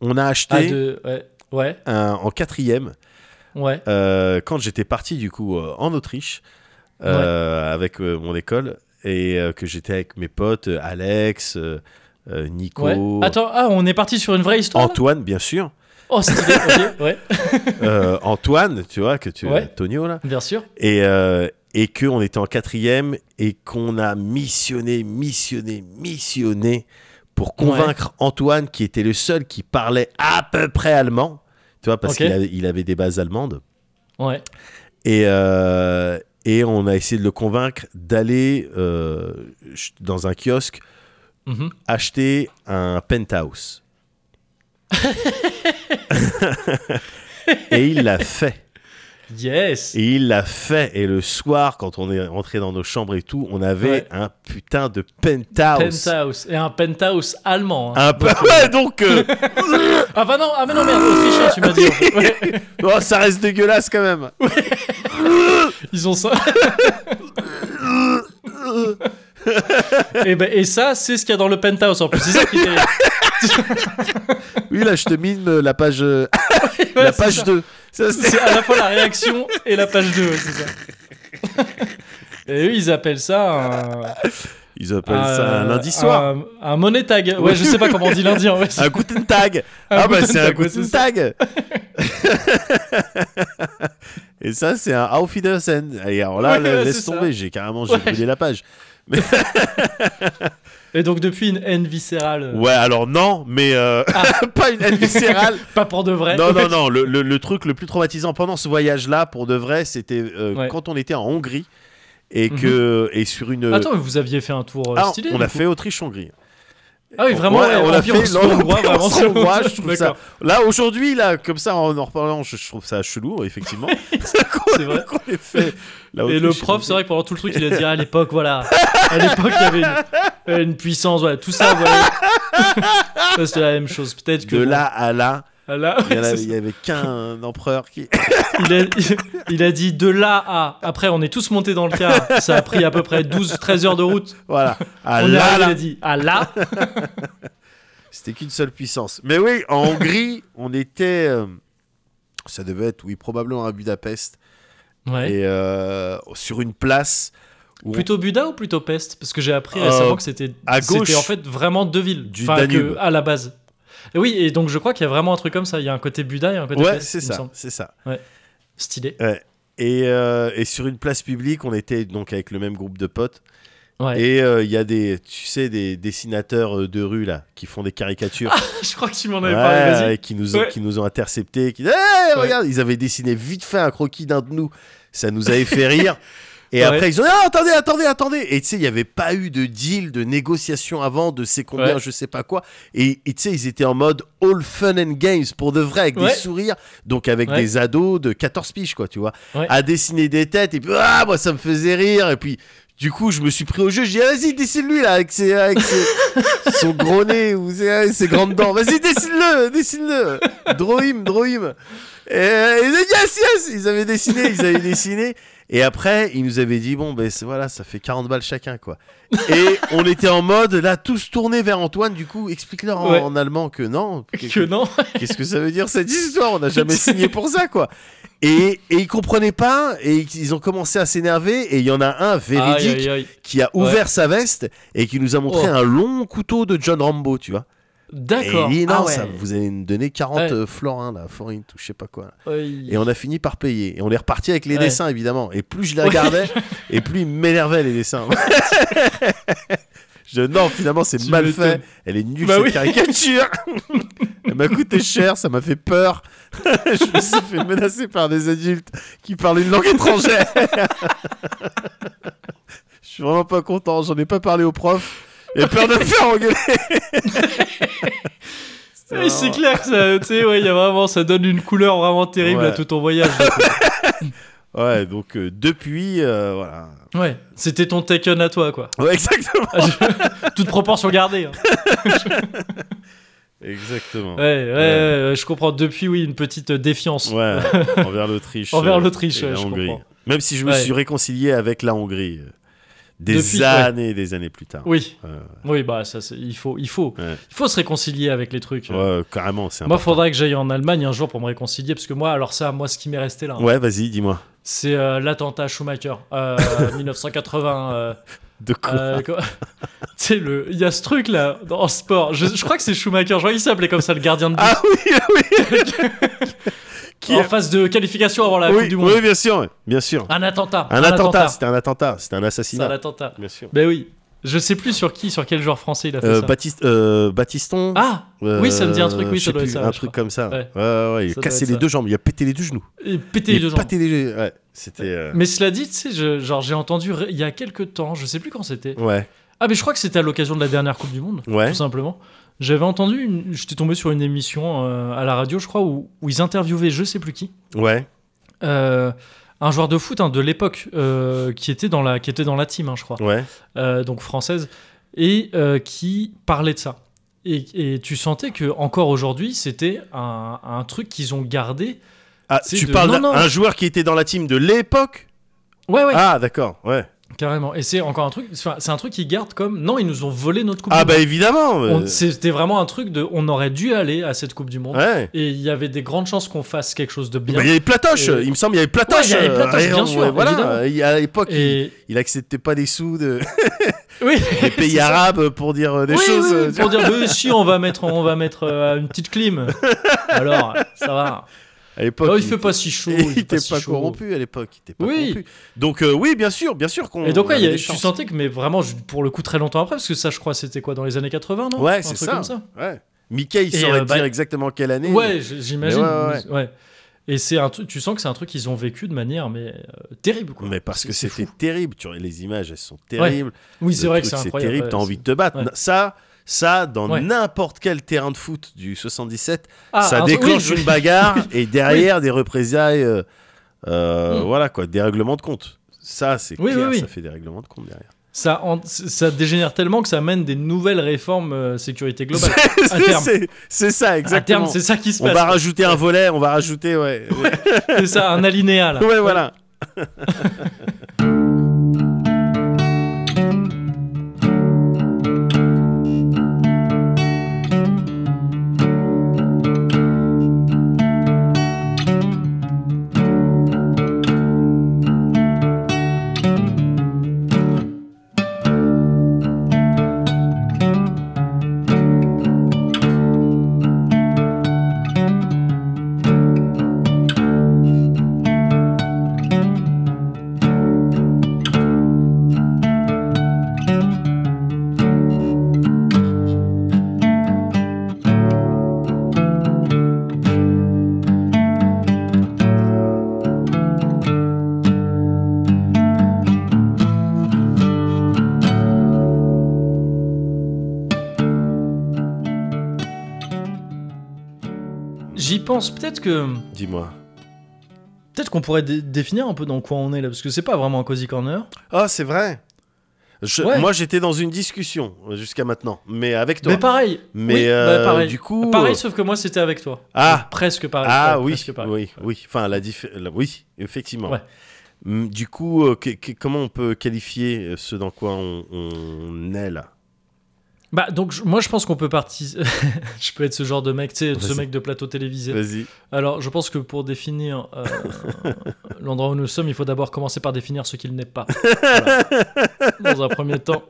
Speaker 2: on a acheté
Speaker 1: Ah, de... ouais. ouais,
Speaker 2: un- en quatrième,
Speaker 1: ouais.
Speaker 2: euh, quand j'étais parti du coup euh, en Autriche euh, avec euh, mon école et euh, que j'étais avec mes potes euh, Alex, euh, euh, Nico,
Speaker 1: ouais. Attends, ah, on est parti sur une vraie histoire. là
Speaker 2: Antoine, bien sûr.
Speaker 1: Oh, stylé, ok, ouais,
Speaker 2: Euh, Antoine, tu vois, que tu
Speaker 1: Ouais.
Speaker 2: Tonio là.
Speaker 1: bien sûr.
Speaker 2: et, euh, et qu'on était en quatrième et qu'on a missionné, missionné, missionné pour convaincre Antoine qui était le seul qui parlait à peu près allemand, tu vois, parce
Speaker 1: Ok.
Speaker 2: qu'il avait, il avait des bases allemandes.
Speaker 1: Ouais,
Speaker 2: Et, euh, et on a essayé de le convaincre d'aller euh, ch- dans un kiosque
Speaker 1: Mhm.
Speaker 2: acheter un penthouse. et il l'a fait.
Speaker 1: yes.
Speaker 2: Et il l'a fait. Et le soir, quand on est rentré dans nos chambres et tout, on avait
Speaker 1: Ouais.
Speaker 2: un putain de penthouse.
Speaker 1: Penthouse. Et un penthouse allemand. hein.
Speaker 2: Un peu. Ouais, donc. euh,
Speaker 1: Ah bah non, ah mais non merde, autrichien tu m'as dit. en fait. Ouais.
Speaker 2: oh, ça reste dégueulasse quand même.
Speaker 1: Ils ont ça. et, ben, et ça, c'est ce qu'il y a dans le penthouse en plus. C'est ça qui est...
Speaker 2: Oui, là, je te mine euh, la page, euh,
Speaker 1: Ouais,
Speaker 2: la
Speaker 1: c'est
Speaker 2: page
Speaker 1: ça.
Speaker 2: 2. Ça, c'est-
Speaker 1: C'est à la fois la réaction et la page 2, ouais, c'est ça. Et eux, ils appellent ça un.
Speaker 2: Ils appellent
Speaker 1: Euh,
Speaker 2: ça un lundi soir.
Speaker 1: Un, un money tag. Ouais, je sais pas comment on dit lundi en vrai.
Speaker 2: Un Guten Tag. ah, bah,
Speaker 1: Guten
Speaker 2: c'est un
Speaker 1: Tag, ouais,
Speaker 2: Guten
Speaker 1: c'est ça.
Speaker 2: Tag. et ça, c'est un Auf Wiedersehen. Et alors là,
Speaker 1: Ouais,
Speaker 2: le-
Speaker 1: ouais,
Speaker 2: laisse
Speaker 1: c'est ça.
Speaker 2: tomber. J'ai carrément j'ai
Speaker 1: Ouais.
Speaker 2: brûlé la page.
Speaker 1: Et donc, depuis une haine viscérale. euh, Ah.
Speaker 2: Ouais, alors non, mais euh, pas une haine viscérale.
Speaker 1: Pas pour de vrai.
Speaker 2: Non, non, non. Le, le- le truc le plus traumatisant pendant ce voyage-là, pour de vrai, c'était euh,
Speaker 1: Ouais. Mhm.
Speaker 2: quand on était en Hongrie et que et sur une.
Speaker 1: Attends, mais vous aviez fait un tour euh,
Speaker 2: Ah,
Speaker 1: stylé.
Speaker 2: on
Speaker 1: du
Speaker 2: a
Speaker 1: coup.
Speaker 2: fait Autriche-Hongrie.
Speaker 1: Ah oui, vraiment,
Speaker 2: Ouais,
Speaker 1: ouais,
Speaker 2: on a
Speaker 1: ambiance
Speaker 2: fait l'Hongrie,
Speaker 1: hongrois, vraiment,
Speaker 2: ambiance
Speaker 1: c'est-
Speaker 2: hongroise, je trouve ça-
Speaker 1: D'accord.
Speaker 2: Là aujourd'hui, là, comme ça, en en reparlant, je, je trouve ça chelou, effectivement. c'est qu'on-
Speaker 1: C'est vrai.
Speaker 2: qu'on ait fait. la
Speaker 1: Et le prof,
Speaker 2: Autriche-Hongrie.
Speaker 1: c'est vrai que pendant tout le truc, il a dit Ah, à l'époque, voilà. À l'époque, il y avait une, euh, une puissance, voilà, tout ça, voilà. Ça, c'était la même chose. Peut-être que.
Speaker 2: De
Speaker 1: bon,
Speaker 2: là à là,
Speaker 1: à là,
Speaker 2: il y, en
Speaker 1: ouais,
Speaker 2: a-
Speaker 1: c'est
Speaker 2: il y avait qu'un euh, empereur qui.
Speaker 1: ça. il, a, il a dit de là à. Après, on est tous montés dans le car. Ça a pris à peu près 12-13 heures de route.
Speaker 2: Voilà. À
Speaker 1: on est
Speaker 2: là,
Speaker 1: arrivé, il
Speaker 2: là.
Speaker 1: a dit à Ah, là.
Speaker 2: C'était qu'une seule puissance. Mais oui, en Hongrie, on était. euh, ça devait être, oui, probablement à Budapest.
Speaker 1: Ouais.
Speaker 2: et euh, sur une place où on-
Speaker 1: Plutôt Buda ou plutôt Pest Parce que j'ai appris
Speaker 2: Euh,
Speaker 1: récemment que c'était
Speaker 2: à
Speaker 1: c'était
Speaker 2: gauche
Speaker 1: en fait vraiment deux villes
Speaker 2: du
Speaker 1: Enfin, que-
Speaker 2: Danube.
Speaker 1: à la base. Et oui, et donc je crois qu'il y a vraiment un truc comme ça. Il y a un côté Buda et un côté
Speaker 2: ouais
Speaker 1: Pest.
Speaker 2: c'est
Speaker 1: il me
Speaker 2: ça
Speaker 1: semble.
Speaker 2: c'est ça
Speaker 1: Stylé.
Speaker 2: Ouais. Et, euh, et sur une place publique, on était donc avec le même groupe de potes.
Speaker 1: Ouais.
Speaker 2: Et euh, il y a des, tu sais, des dessinateurs euh, de rue là, qui font des caricatures,
Speaker 1: Je crois que tu m'en avais
Speaker 2: Ouais,
Speaker 1: parlé, vas-y.
Speaker 2: ouais, qui nous ont,
Speaker 1: Ouais.
Speaker 2: qui nous ont interceptés, qui, Hey,
Speaker 1: Ouais.
Speaker 2: regarde, ils avaient dessiné vite fait un croquis d'un de nous, ça nous avait fait rire. Et
Speaker 1: Ouais.
Speaker 2: après ils ont dit Ah, attendez attendez attendez et tu sais il n'y avait pas eu de deal de négociation avant de c'est combien
Speaker 1: Ouais.
Speaker 2: je sais pas quoi et et tu sais ils étaient en mode all fun and games pour de vrai avec
Speaker 1: Ouais.
Speaker 2: des sourires donc avec
Speaker 1: Ouais.
Speaker 2: des ados de 14 piges quoi tu vois
Speaker 1: Ouais.
Speaker 2: à dessiner des têtes et puis ah moi ça me faisait rire et puis du coup, je me suis pris au jeu, j'ai dit, Ah, vas-y, dessine-lui là, avec, ses, avec ses- son gros nez ou ses, ses grandes dents. Vas-y, dessine-le, dessine-le. Draw him, draw him. Et, euh, ils ont dit, yes, yes, ils avaient dessiné, ils avaient dessiné. Et après, ils nous avaient dit, bon, ben c'est- voilà, ça fait 40 balles chacun, quoi. Et on était en mode, là, tous tournés vers Antoine, du coup, explique-leur en,
Speaker 1: Ouais.
Speaker 2: en allemand que non. que-
Speaker 1: Que non.
Speaker 2: Qu'est-ce que ça veut dire cette histoire On n'a jamais signé pour ça, quoi. Et, et ils comprenaient pas, et ils ont commencé à s'énerver, et il y en a un véridique
Speaker 1: Aïe, aïe, aïe.
Speaker 2: qui a ouvert sa veste et qui nous a montré
Speaker 1: Oh.
Speaker 2: un long couteau de John Rambo, tu vois. Et il
Speaker 1: D'accord.
Speaker 2: dit, non,
Speaker 1: ah ouais.
Speaker 2: ça, vous allez me donner 40
Speaker 1: Ouais.
Speaker 2: euh, florins, là, forint ou je sais pas quoi.
Speaker 1: Aïe.
Speaker 2: Et on a fini par payer. Et on est reparti avec les
Speaker 1: Ouais.
Speaker 2: dessins, évidemment. Et plus je les regardais, et plus ils m'énervaient, les dessins. je, non, finalement, c'est
Speaker 1: Tu
Speaker 2: mal
Speaker 1: m'étonnes.
Speaker 2: fait. Elle est nulle,
Speaker 1: Bah
Speaker 2: cette
Speaker 1: oui.
Speaker 2: caricature. Elle m'a coûté cher, ça m'a fait peur. je me suis fait menacer par des adultes qui parlent une langue étrangère. je suis vraiment pas content, j'en ai pas parlé au prof. J'ai peur de me faire engueuler. C'était
Speaker 1: Ouais, c'est
Speaker 2: vraiment-
Speaker 1: clair que ça, tu sais, ouais, il y a vraiment, ça donne une couleur vraiment terrible
Speaker 2: Ouais.
Speaker 1: à tout ton voyage.
Speaker 2: Ouais, donc euh, depuis, euh, voilà.
Speaker 1: ouais, c'était ton Taken à toi, quoi.
Speaker 2: Ouais, exactement.
Speaker 1: Ah, je- Toute proportion gardée. hein.
Speaker 2: Exactement.
Speaker 1: Ouais, ouais, ouais, ouais, je comprends. Depuis, oui, une petite défiance.
Speaker 2: Ouais, envers l'Autriche.
Speaker 1: Envers
Speaker 2: euh,
Speaker 1: l'Autriche,
Speaker 2: et
Speaker 1: ouais,
Speaker 2: la
Speaker 1: je
Speaker 2: Hongrie.
Speaker 1: comprends.
Speaker 2: Même si je me
Speaker 1: Ouais.
Speaker 2: suis réconcilié avec la Hongrie euh, des
Speaker 1: Depuis, ouais.
Speaker 2: années et des années plus tard.
Speaker 1: Oui,
Speaker 2: Euh, Ouais,
Speaker 1: oui, bah ça, c'est- il faut, il faut,
Speaker 2: Ouais.
Speaker 1: il faut se réconcilier avec les trucs.
Speaker 2: ouais, euh, carrément, c'est
Speaker 1: moi,
Speaker 2: important.
Speaker 1: faudrait que j'aille en Allemagne un jour pour me réconcilier, parce que moi, alors ça, moi, ce qui m'est resté là, hein,
Speaker 2: Ouais, vas-y, dis-moi.
Speaker 1: c'est euh, l'attentat Schumacher, euh, 1980. euh,
Speaker 2: De quoi
Speaker 1: Euh, quoi- tu sais, le... il y a ce truc là en sport. Je, je crois que c'est Schumacher. Je crois qu'il s'appelait comme ça, le gardien de but.
Speaker 2: Ah oui, oui. Qui
Speaker 1: en phase de qualification avant la
Speaker 2: oui,
Speaker 1: Coupe du Monde. Ah,
Speaker 2: oui, bien sûr, bien sûr.
Speaker 1: Un attentat.
Speaker 2: Un, attentat, c'était un attentat, c'était un
Speaker 1: C'est un
Speaker 2: assassinat.
Speaker 1: attentat.
Speaker 2: Bien sûr.
Speaker 1: Ben oui. Je sais plus sur qui, sur quel joueur français il a fait
Speaker 2: Euh,
Speaker 1: ça.
Speaker 2: Baptiste, euh, Batiston.
Speaker 1: Ah
Speaker 2: euh,
Speaker 1: oui, ça me dit un truc, oui,
Speaker 2: je
Speaker 1: ça
Speaker 2: sais
Speaker 1: doit être
Speaker 2: plus,
Speaker 1: ça,
Speaker 2: Un
Speaker 1: je
Speaker 2: truc
Speaker 1: crois.
Speaker 2: comme ça.
Speaker 1: Ouais.
Speaker 2: Ouais, ouais, ouais,
Speaker 1: Ça
Speaker 2: il
Speaker 1: doit
Speaker 2: a cassé
Speaker 1: être
Speaker 2: les
Speaker 1: ça.
Speaker 2: deux jambes, il a pété les deux genoux.
Speaker 1: Et pété
Speaker 2: Il
Speaker 1: les
Speaker 2: a
Speaker 1: deux jambes.
Speaker 2: pété les deux. Ouais, c'était. euh,
Speaker 1: Mais cela dit, tu sais, je- genre j'ai entendu ré- il y a quelques temps, je sais plus quand c'était.
Speaker 2: Ouais,
Speaker 1: Ah mais je crois que c'était à l'occasion de la dernière Coupe du Monde,
Speaker 2: Ouais.
Speaker 1: tout simplement. J'avais entendu, une- j'étais tombé sur une émission euh, à la radio, je crois, où, où ils interviewaient je sais plus qui.
Speaker 2: ouais,
Speaker 1: Euh, un joueur de foot hein, de l'époque euh, qui était dans la qui était dans la team, hein, je crois,
Speaker 2: ouais.
Speaker 1: Euh, donc française, et euh, qui parlait de ça. Et, et tu sentais que encore aujourd'hui, c'était un, un truc qu'ils ont gardé.
Speaker 2: Ah,
Speaker 1: C'est
Speaker 2: tu
Speaker 1: de-
Speaker 2: parles
Speaker 1: non, non.
Speaker 2: d'un joueur qui était dans la team de l'époque
Speaker 1: Ouais, ouais,
Speaker 2: Ah, d'accord, ouais.
Speaker 1: carrément. Et c'est encore un truc. enfin, C'est un truc qu'ils gardent comme non, ils nous ont volé notre coupe.
Speaker 2: Ah,
Speaker 1: du
Speaker 2: bah
Speaker 1: Monde.
Speaker 2: évidemment euh,
Speaker 1: On- C'était vraiment un truc de. On aurait dû aller à cette Coupe du Monde.
Speaker 2: Ouais.
Speaker 1: Et il y avait des grandes chances qu'on fasse quelque chose de Eh bien.
Speaker 2: Bah, il y avait Platoche,
Speaker 1: Et-
Speaker 2: il me semble, il y avait
Speaker 1: Ouais,
Speaker 2: Platoche.
Speaker 1: il y avait Platoche,
Speaker 2: euh,
Speaker 1: bien
Speaker 2: on-
Speaker 1: sûr,
Speaker 2: Voilà,
Speaker 1: évidemment.
Speaker 2: euh, il- à l'époque, il,
Speaker 1: et
Speaker 2: il acceptait pas les sous de-
Speaker 1: oui,
Speaker 2: des pays
Speaker 1: c'est ça.
Speaker 2: arabes pour dire euh, des
Speaker 1: Oui,
Speaker 2: choses.
Speaker 1: oui, oui,
Speaker 2: euh, tu
Speaker 1: pour dire oui, si on va mettre on va mettre euh, une petite clim alors ça va
Speaker 2: vois. À l'époque,
Speaker 1: Oh, il fait pas si chaud
Speaker 2: il
Speaker 1: fait
Speaker 2: était
Speaker 1: si
Speaker 2: pas
Speaker 1: chaud.
Speaker 2: corrompu à l'époque, il était pas
Speaker 1: Oui.
Speaker 2: corrompu. Donc euh, oui, bien sûr, bien sûr qu'on.
Speaker 1: et donc ouais,
Speaker 2: avait
Speaker 1: il y a-
Speaker 2: des
Speaker 1: tu
Speaker 2: chances.
Speaker 1: sentais que mais vraiment je- pour le coup très longtemps après parce que ça je crois c'était quoi dans les années 80 non
Speaker 2: Ouais,
Speaker 1: Un
Speaker 2: c'est
Speaker 1: truc
Speaker 2: ça.
Speaker 1: comme ça
Speaker 2: Ouais. Mickey, il
Speaker 1: Et,
Speaker 2: saurait
Speaker 1: euh, bah-
Speaker 2: dire exactement quelle année.
Speaker 1: ouais je- j'imagine
Speaker 2: Mais ouais,
Speaker 1: ouais. et c'est un truc tu sens que c'est un truc qu'ils ont vécu de manière mais euh, terrible quoi
Speaker 2: Mais parce
Speaker 1: C'est-
Speaker 2: que
Speaker 1: c'est
Speaker 2: c'était
Speaker 1: fou.
Speaker 2: terrible. Tu vois, les images, elles sont terribles.
Speaker 1: oui c'est
Speaker 2: Le
Speaker 1: vrai que
Speaker 2: truc,
Speaker 1: c'est incroyable
Speaker 2: terrible,
Speaker 1: ouais,
Speaker 2: t'as
Speaker 1: c'est-
Speaker 2: envie de te battre.
Speaker 1: ouais.
Speaker 2: Ça, ça dans
Speaker 1: Ouais.
Speaker 2: n'importe quel terrain de foot du 77,
Speaker 1: Ah,
Speaker 2: ça
Speaker 1: un-
Speaker 2: déclenche
Speaker 1: oui, je-
Speaker 2: une bagarre et derrière des représailles, euh, euh,
Speaker 1: Mm.
Speaker 2: voilà quoi, des règlements de compte. Ça, c'est
Speaker 1: Oui,
Speaker 2: clair,
Speaker 1: oui, oui.
Speaker 2: ça fait des règlements de compte derrière.
Speaker 1: ça en- ça dégénère tellement que ça mène des nouvelles réformes euh, sécurité globale
Speaker 2: C'est-
Speaker 1: à terme.
Speaker 2: c'est- C'est ça,
Speaker 1: à terme
Speaker 2: exactement.
Speaker 1: c'est ça qui se
Speaker 2: on va
Speaker 1: passe
Speaker 2: rajouter un volet, on va rajouter, ouais. Ouais,
Speaker 1: c'est ça un alinéa là
Speaker 2: voilà.
Speaker 1: J'y pense. Peut-être que.
Speaker 2: Dis-moi.
Speaker 1: Peut-être qu'on pourrait dé- définir un peu dans quoi on est là, parce que c'est pas vraiment un cozy corner.
Speaker 2: Ah, c'est vrai. Je-
Speaker 1: Ouais.
Speaker 2: Moi, j'étais dans une discussion euh, jusqu'à maintenant, mais avec toi.
Speaker 1: Mais pareil.
Speaker 2: Mais,
Speaker 1: Oui, bah,
Speaker 2: euh,
Speaker 1: pareil.
Speaker 2: du coup.
Speaker 1: Pareil,
Speaker 2: euh,
Speaker 1: sauf que moi c'était avec toi.
Speaker 2: Ah.
Speaker 1: Presque pareil.
Speaker 2: Ah
Speaker 1: Ouais,
Speaker 2: oui,
Speaker 1: presque pareil.
Speaker 2: oui, oui. Enfin, la dif- la- oui, effectivement.
Speaker 1: Ouais.
Speaker 2: Mm, Du coup, euh, que- que- comment on peut qualifier euh, ce dans quoi on, on est là
Speaker 1: Bah donc je- moi je pense qu'on peut partir. je peux être ce genre de mec, tu sais, ce
Speaker 2: Vas-y.
Speaker 1: mec de plateau télévisé.
Speaker 2: Vas-y.
Speaker 1: Alors, je pense que pour définir euh, l'endroit où nous sommes, il faut d'abord commencer par définir ce qu'il n'est pas. Voilà. Dans un premier temps,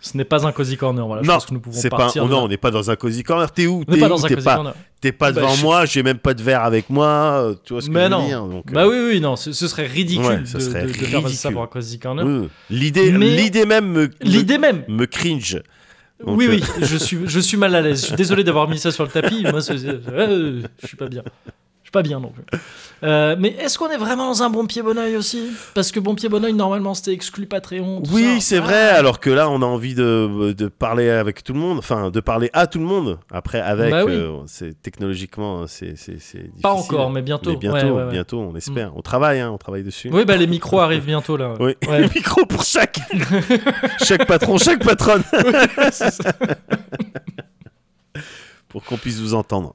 Speaker 1: ce n'est pas un cozy corner. Voilà, je
Speaker 2: Non,
Speaker 1: pense que nous pouvons
Speaker 2: C'est pas.
Speaker 1: partir.
Speaker 2: oh
Speaker 1: de
Speaker 2: non,
Speaker 1: là.
Speaker 2: on n'est pas dans un cozy corner. T'es où
Speaker 1: on n'est
Speaker 2: T'es
Speaker 1: pas
Speaker 2: où
Speaker 1: dans un
Speaker 2: T'es
Speaker 1: cozy
Speaker 2: pas,
Speaker 1: corner.
Speaker 2: t'es pas
Speaker 1: Bah,
Speaker 2: devant
Speaker 1: je-
Speaker 2: moi. J'ai même pas de verre avec moi. euh, Tu vois ce que
Speaker 1: Mais
Speaker 2: je veux
Speaker 1: non.
Speaker 2: dire donc, euh,
Speaker 1: Bah oui, oui, non, ce, ce serait ridicule
Speaker 2: Ouais,
Speaker 1: de,
Speaker 2: ça serait
Speaker 1: de- de faire passer ça
Speaker 2: ridicule.
Speaker 1: pour un cozy corner.
Speaker 2: euh, oui. L'idée,
Speaker 1: Mais-
Speaker 2: l'idée même me, me-
Speaker 1: L'idée même.
Speaker 2: me cringe. Donc,
Speaker 1: oui,
Speaker 2: euh,
Speaker 1: oui, je suis, je suis mal à l'aise. Je suis désolé d'avoir mis ça sur le tapis. Moi, c'est- euh, je suis pas bien. Je suis pas bien non plus. Euh, mais est-ce qu'on est vraiment dans un bon pied bon oeil aussi Parce que bon pied bon oeil, normalement, c'était exclu Patreon. tout
Speaker 2: Oui,
Speaker 1: ça. Ah.
Speaker 2: c'est vrai. Alors que là, on a envie de, de parler avec tout le monde, enfin, de parler à tout le monde. Après, avec,
Speaker 1: Bah oui.
Speaker 2: euh, c'est technologiquement, c'est c'est c'est difficile.
Speaker 1: Pas encore, mais bientôt.
Speaker 2: Mais bientôt,
Speaker 1: Ouais, ouais, ouais.
Speaker 2: bientôt, on espère. On travaille, hein, on travaille dessus.
Speaker 1: Oui, bah les micros arrivent bientôt là.
Speaker 2: Oui.
Speaker 1: Ouais.
Speaker 2: Micro pour chaque, chaque patron, chaque patronne,
Speaker 1: C'est ça.
Speaker 2: pour qu'on puisse vous entendre.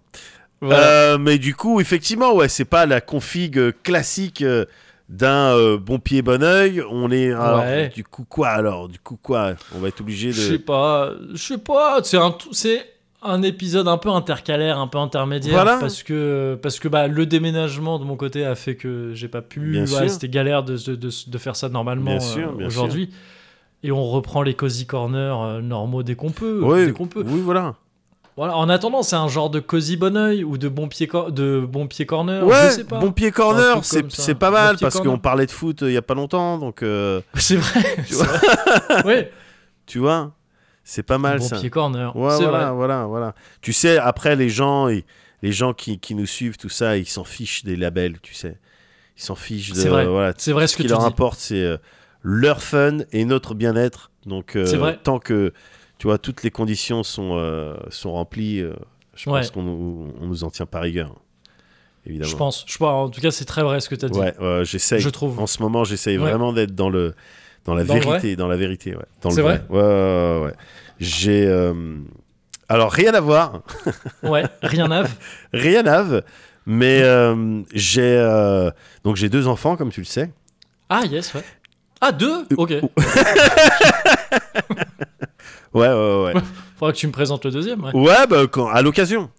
Speaker 1: Voilà.
Speaker 2: Euh, mais du coup, effectivement, ouais, c'est pas la config classique euh, d'un euh, bon pied bon oeil. On est alors,
Speaker 1: Ouais.
Speaker 2: du coup quoi alors Du coup quoi On va être obligé
Speaker 1: Je sais
Speaker 2: de.
Speaker 1: pas, je sais pas. C'est un, tout- c'est un épisode un peu intercalaire, un peu intermédiaire,
Speaker 2: Voilà.
Speaker 1: parce que parce que bah le déménagement de mon côté a fait que j'ai pas pu.
Speaker 2: Bien
Speaker 1: ouais,
Speaker 2: sûr.
Speaker 1: C'était galère de, de, de- de faire ça normalement
Speaker 2: Bien sûr,
Speaker 1: euh,
Speaker 2: bien
Speaker 1: aujourd'hui. Et on reprend les cozy corners euh, normaux dès qu'on peut,
Speaker 2: Oui,
Speaker 1: dès qu'on peut.
Speaker 2: oui, voilà.
Speaker 1: Voilà. En attendant, c'est un genre de cozy bon oeil ou de bon pied cor- de bon pied corner.
Speaker 2: Ouais,
Speaker 1: je sais pas.
Speaker 2: bon pied
Speaker 1: Un
Speaker 2: corner,
Speaker 1: truc
Speaker 2: c'est
Speaker 1: comme ça.
Speaker 2: c'est pas
Speaker 1: Bon
Speaker 2: mal
Speaker 1: pied
Speaker 2: parce
Speaker 1: corner.
Speaker 2: qu'on parlait de foot euh, il y a pas longtemps, donc euh,
Speaker 1: C'est vrai.
Speaker 2: Tu
Speaker 1: c'est vrai. ouais.
Speaker 2: tu vois, c'est pas mal
Speaker 1: bon
Speaker 2: ça.
Speaker 1: pied corner.
Speaker 2: Ouais,
Speaker 1: c'est
Speaker 2: voilà,
Speaker 1: vrai.
Speaker 2: voilà, voilà. Tu sais, après les gens, ils- les gens qui, qui nous suivent, tout ça, ils s'en fichent des labels, tu sais. Ils s'en fichent de.
Speaker 1: C'est vrai.
Speaker 2: Voilà,
Speaker 1: C'est vrai ce
Speaker 2: ce
Speaker 1: que
Speaker 2: qui
Speaker 1: tu
Speaker 2: leur
Speaker 1: dis.
Speaker 2: importe, c'est euh, leur fun et notre bien-être. Donc, euh,
Speaker 1: C'est vrai.
Speaker 2: tant que tu vois, toutes les conditions sont, euh, sont remplies, euh, je
Speaker 1: Ouais.
Speaker 2: pense qu'on nous, on nous en tient par rigueur. hein, Évidemment.
Speaker 1: Je pense. Je pense. En tout cas, c'est très vrai ce que tu as dit.
Speaker 2: Ouais, ouais, j'essaye.
Speaker 1: Je trouve.
Speaker 2: En ce moment, j'essaye
Speaker 1: Ouais.
Speaker 2: vraiment d'être dans le dans la
Speaker 1: Dans le
Speaker 2: vérité, dans la vérité, ouais. Dans le
Speaker 1: C'est
Speaker 2: vrai. Ouais, ouais, ouais, ouais. J'ai euh, alors rien à voir,
Speaker 1: Ouais, rien à
Speaker 2: rien à v- mais euh, j'ai euh, donc j'ai deux enfants comme tu le sais.
Speaker 1: Ah, yes, ouais. Ah, deux
Speaker 2: Euh,
Speaker 1: Ok.
Speaker 2: oh. Ouais, ouais, ouais.
Speaker 1: Faudra que tu me présentes le deuxième. ouais.
Speaker 2: ouais, bah quand, à l'occasion.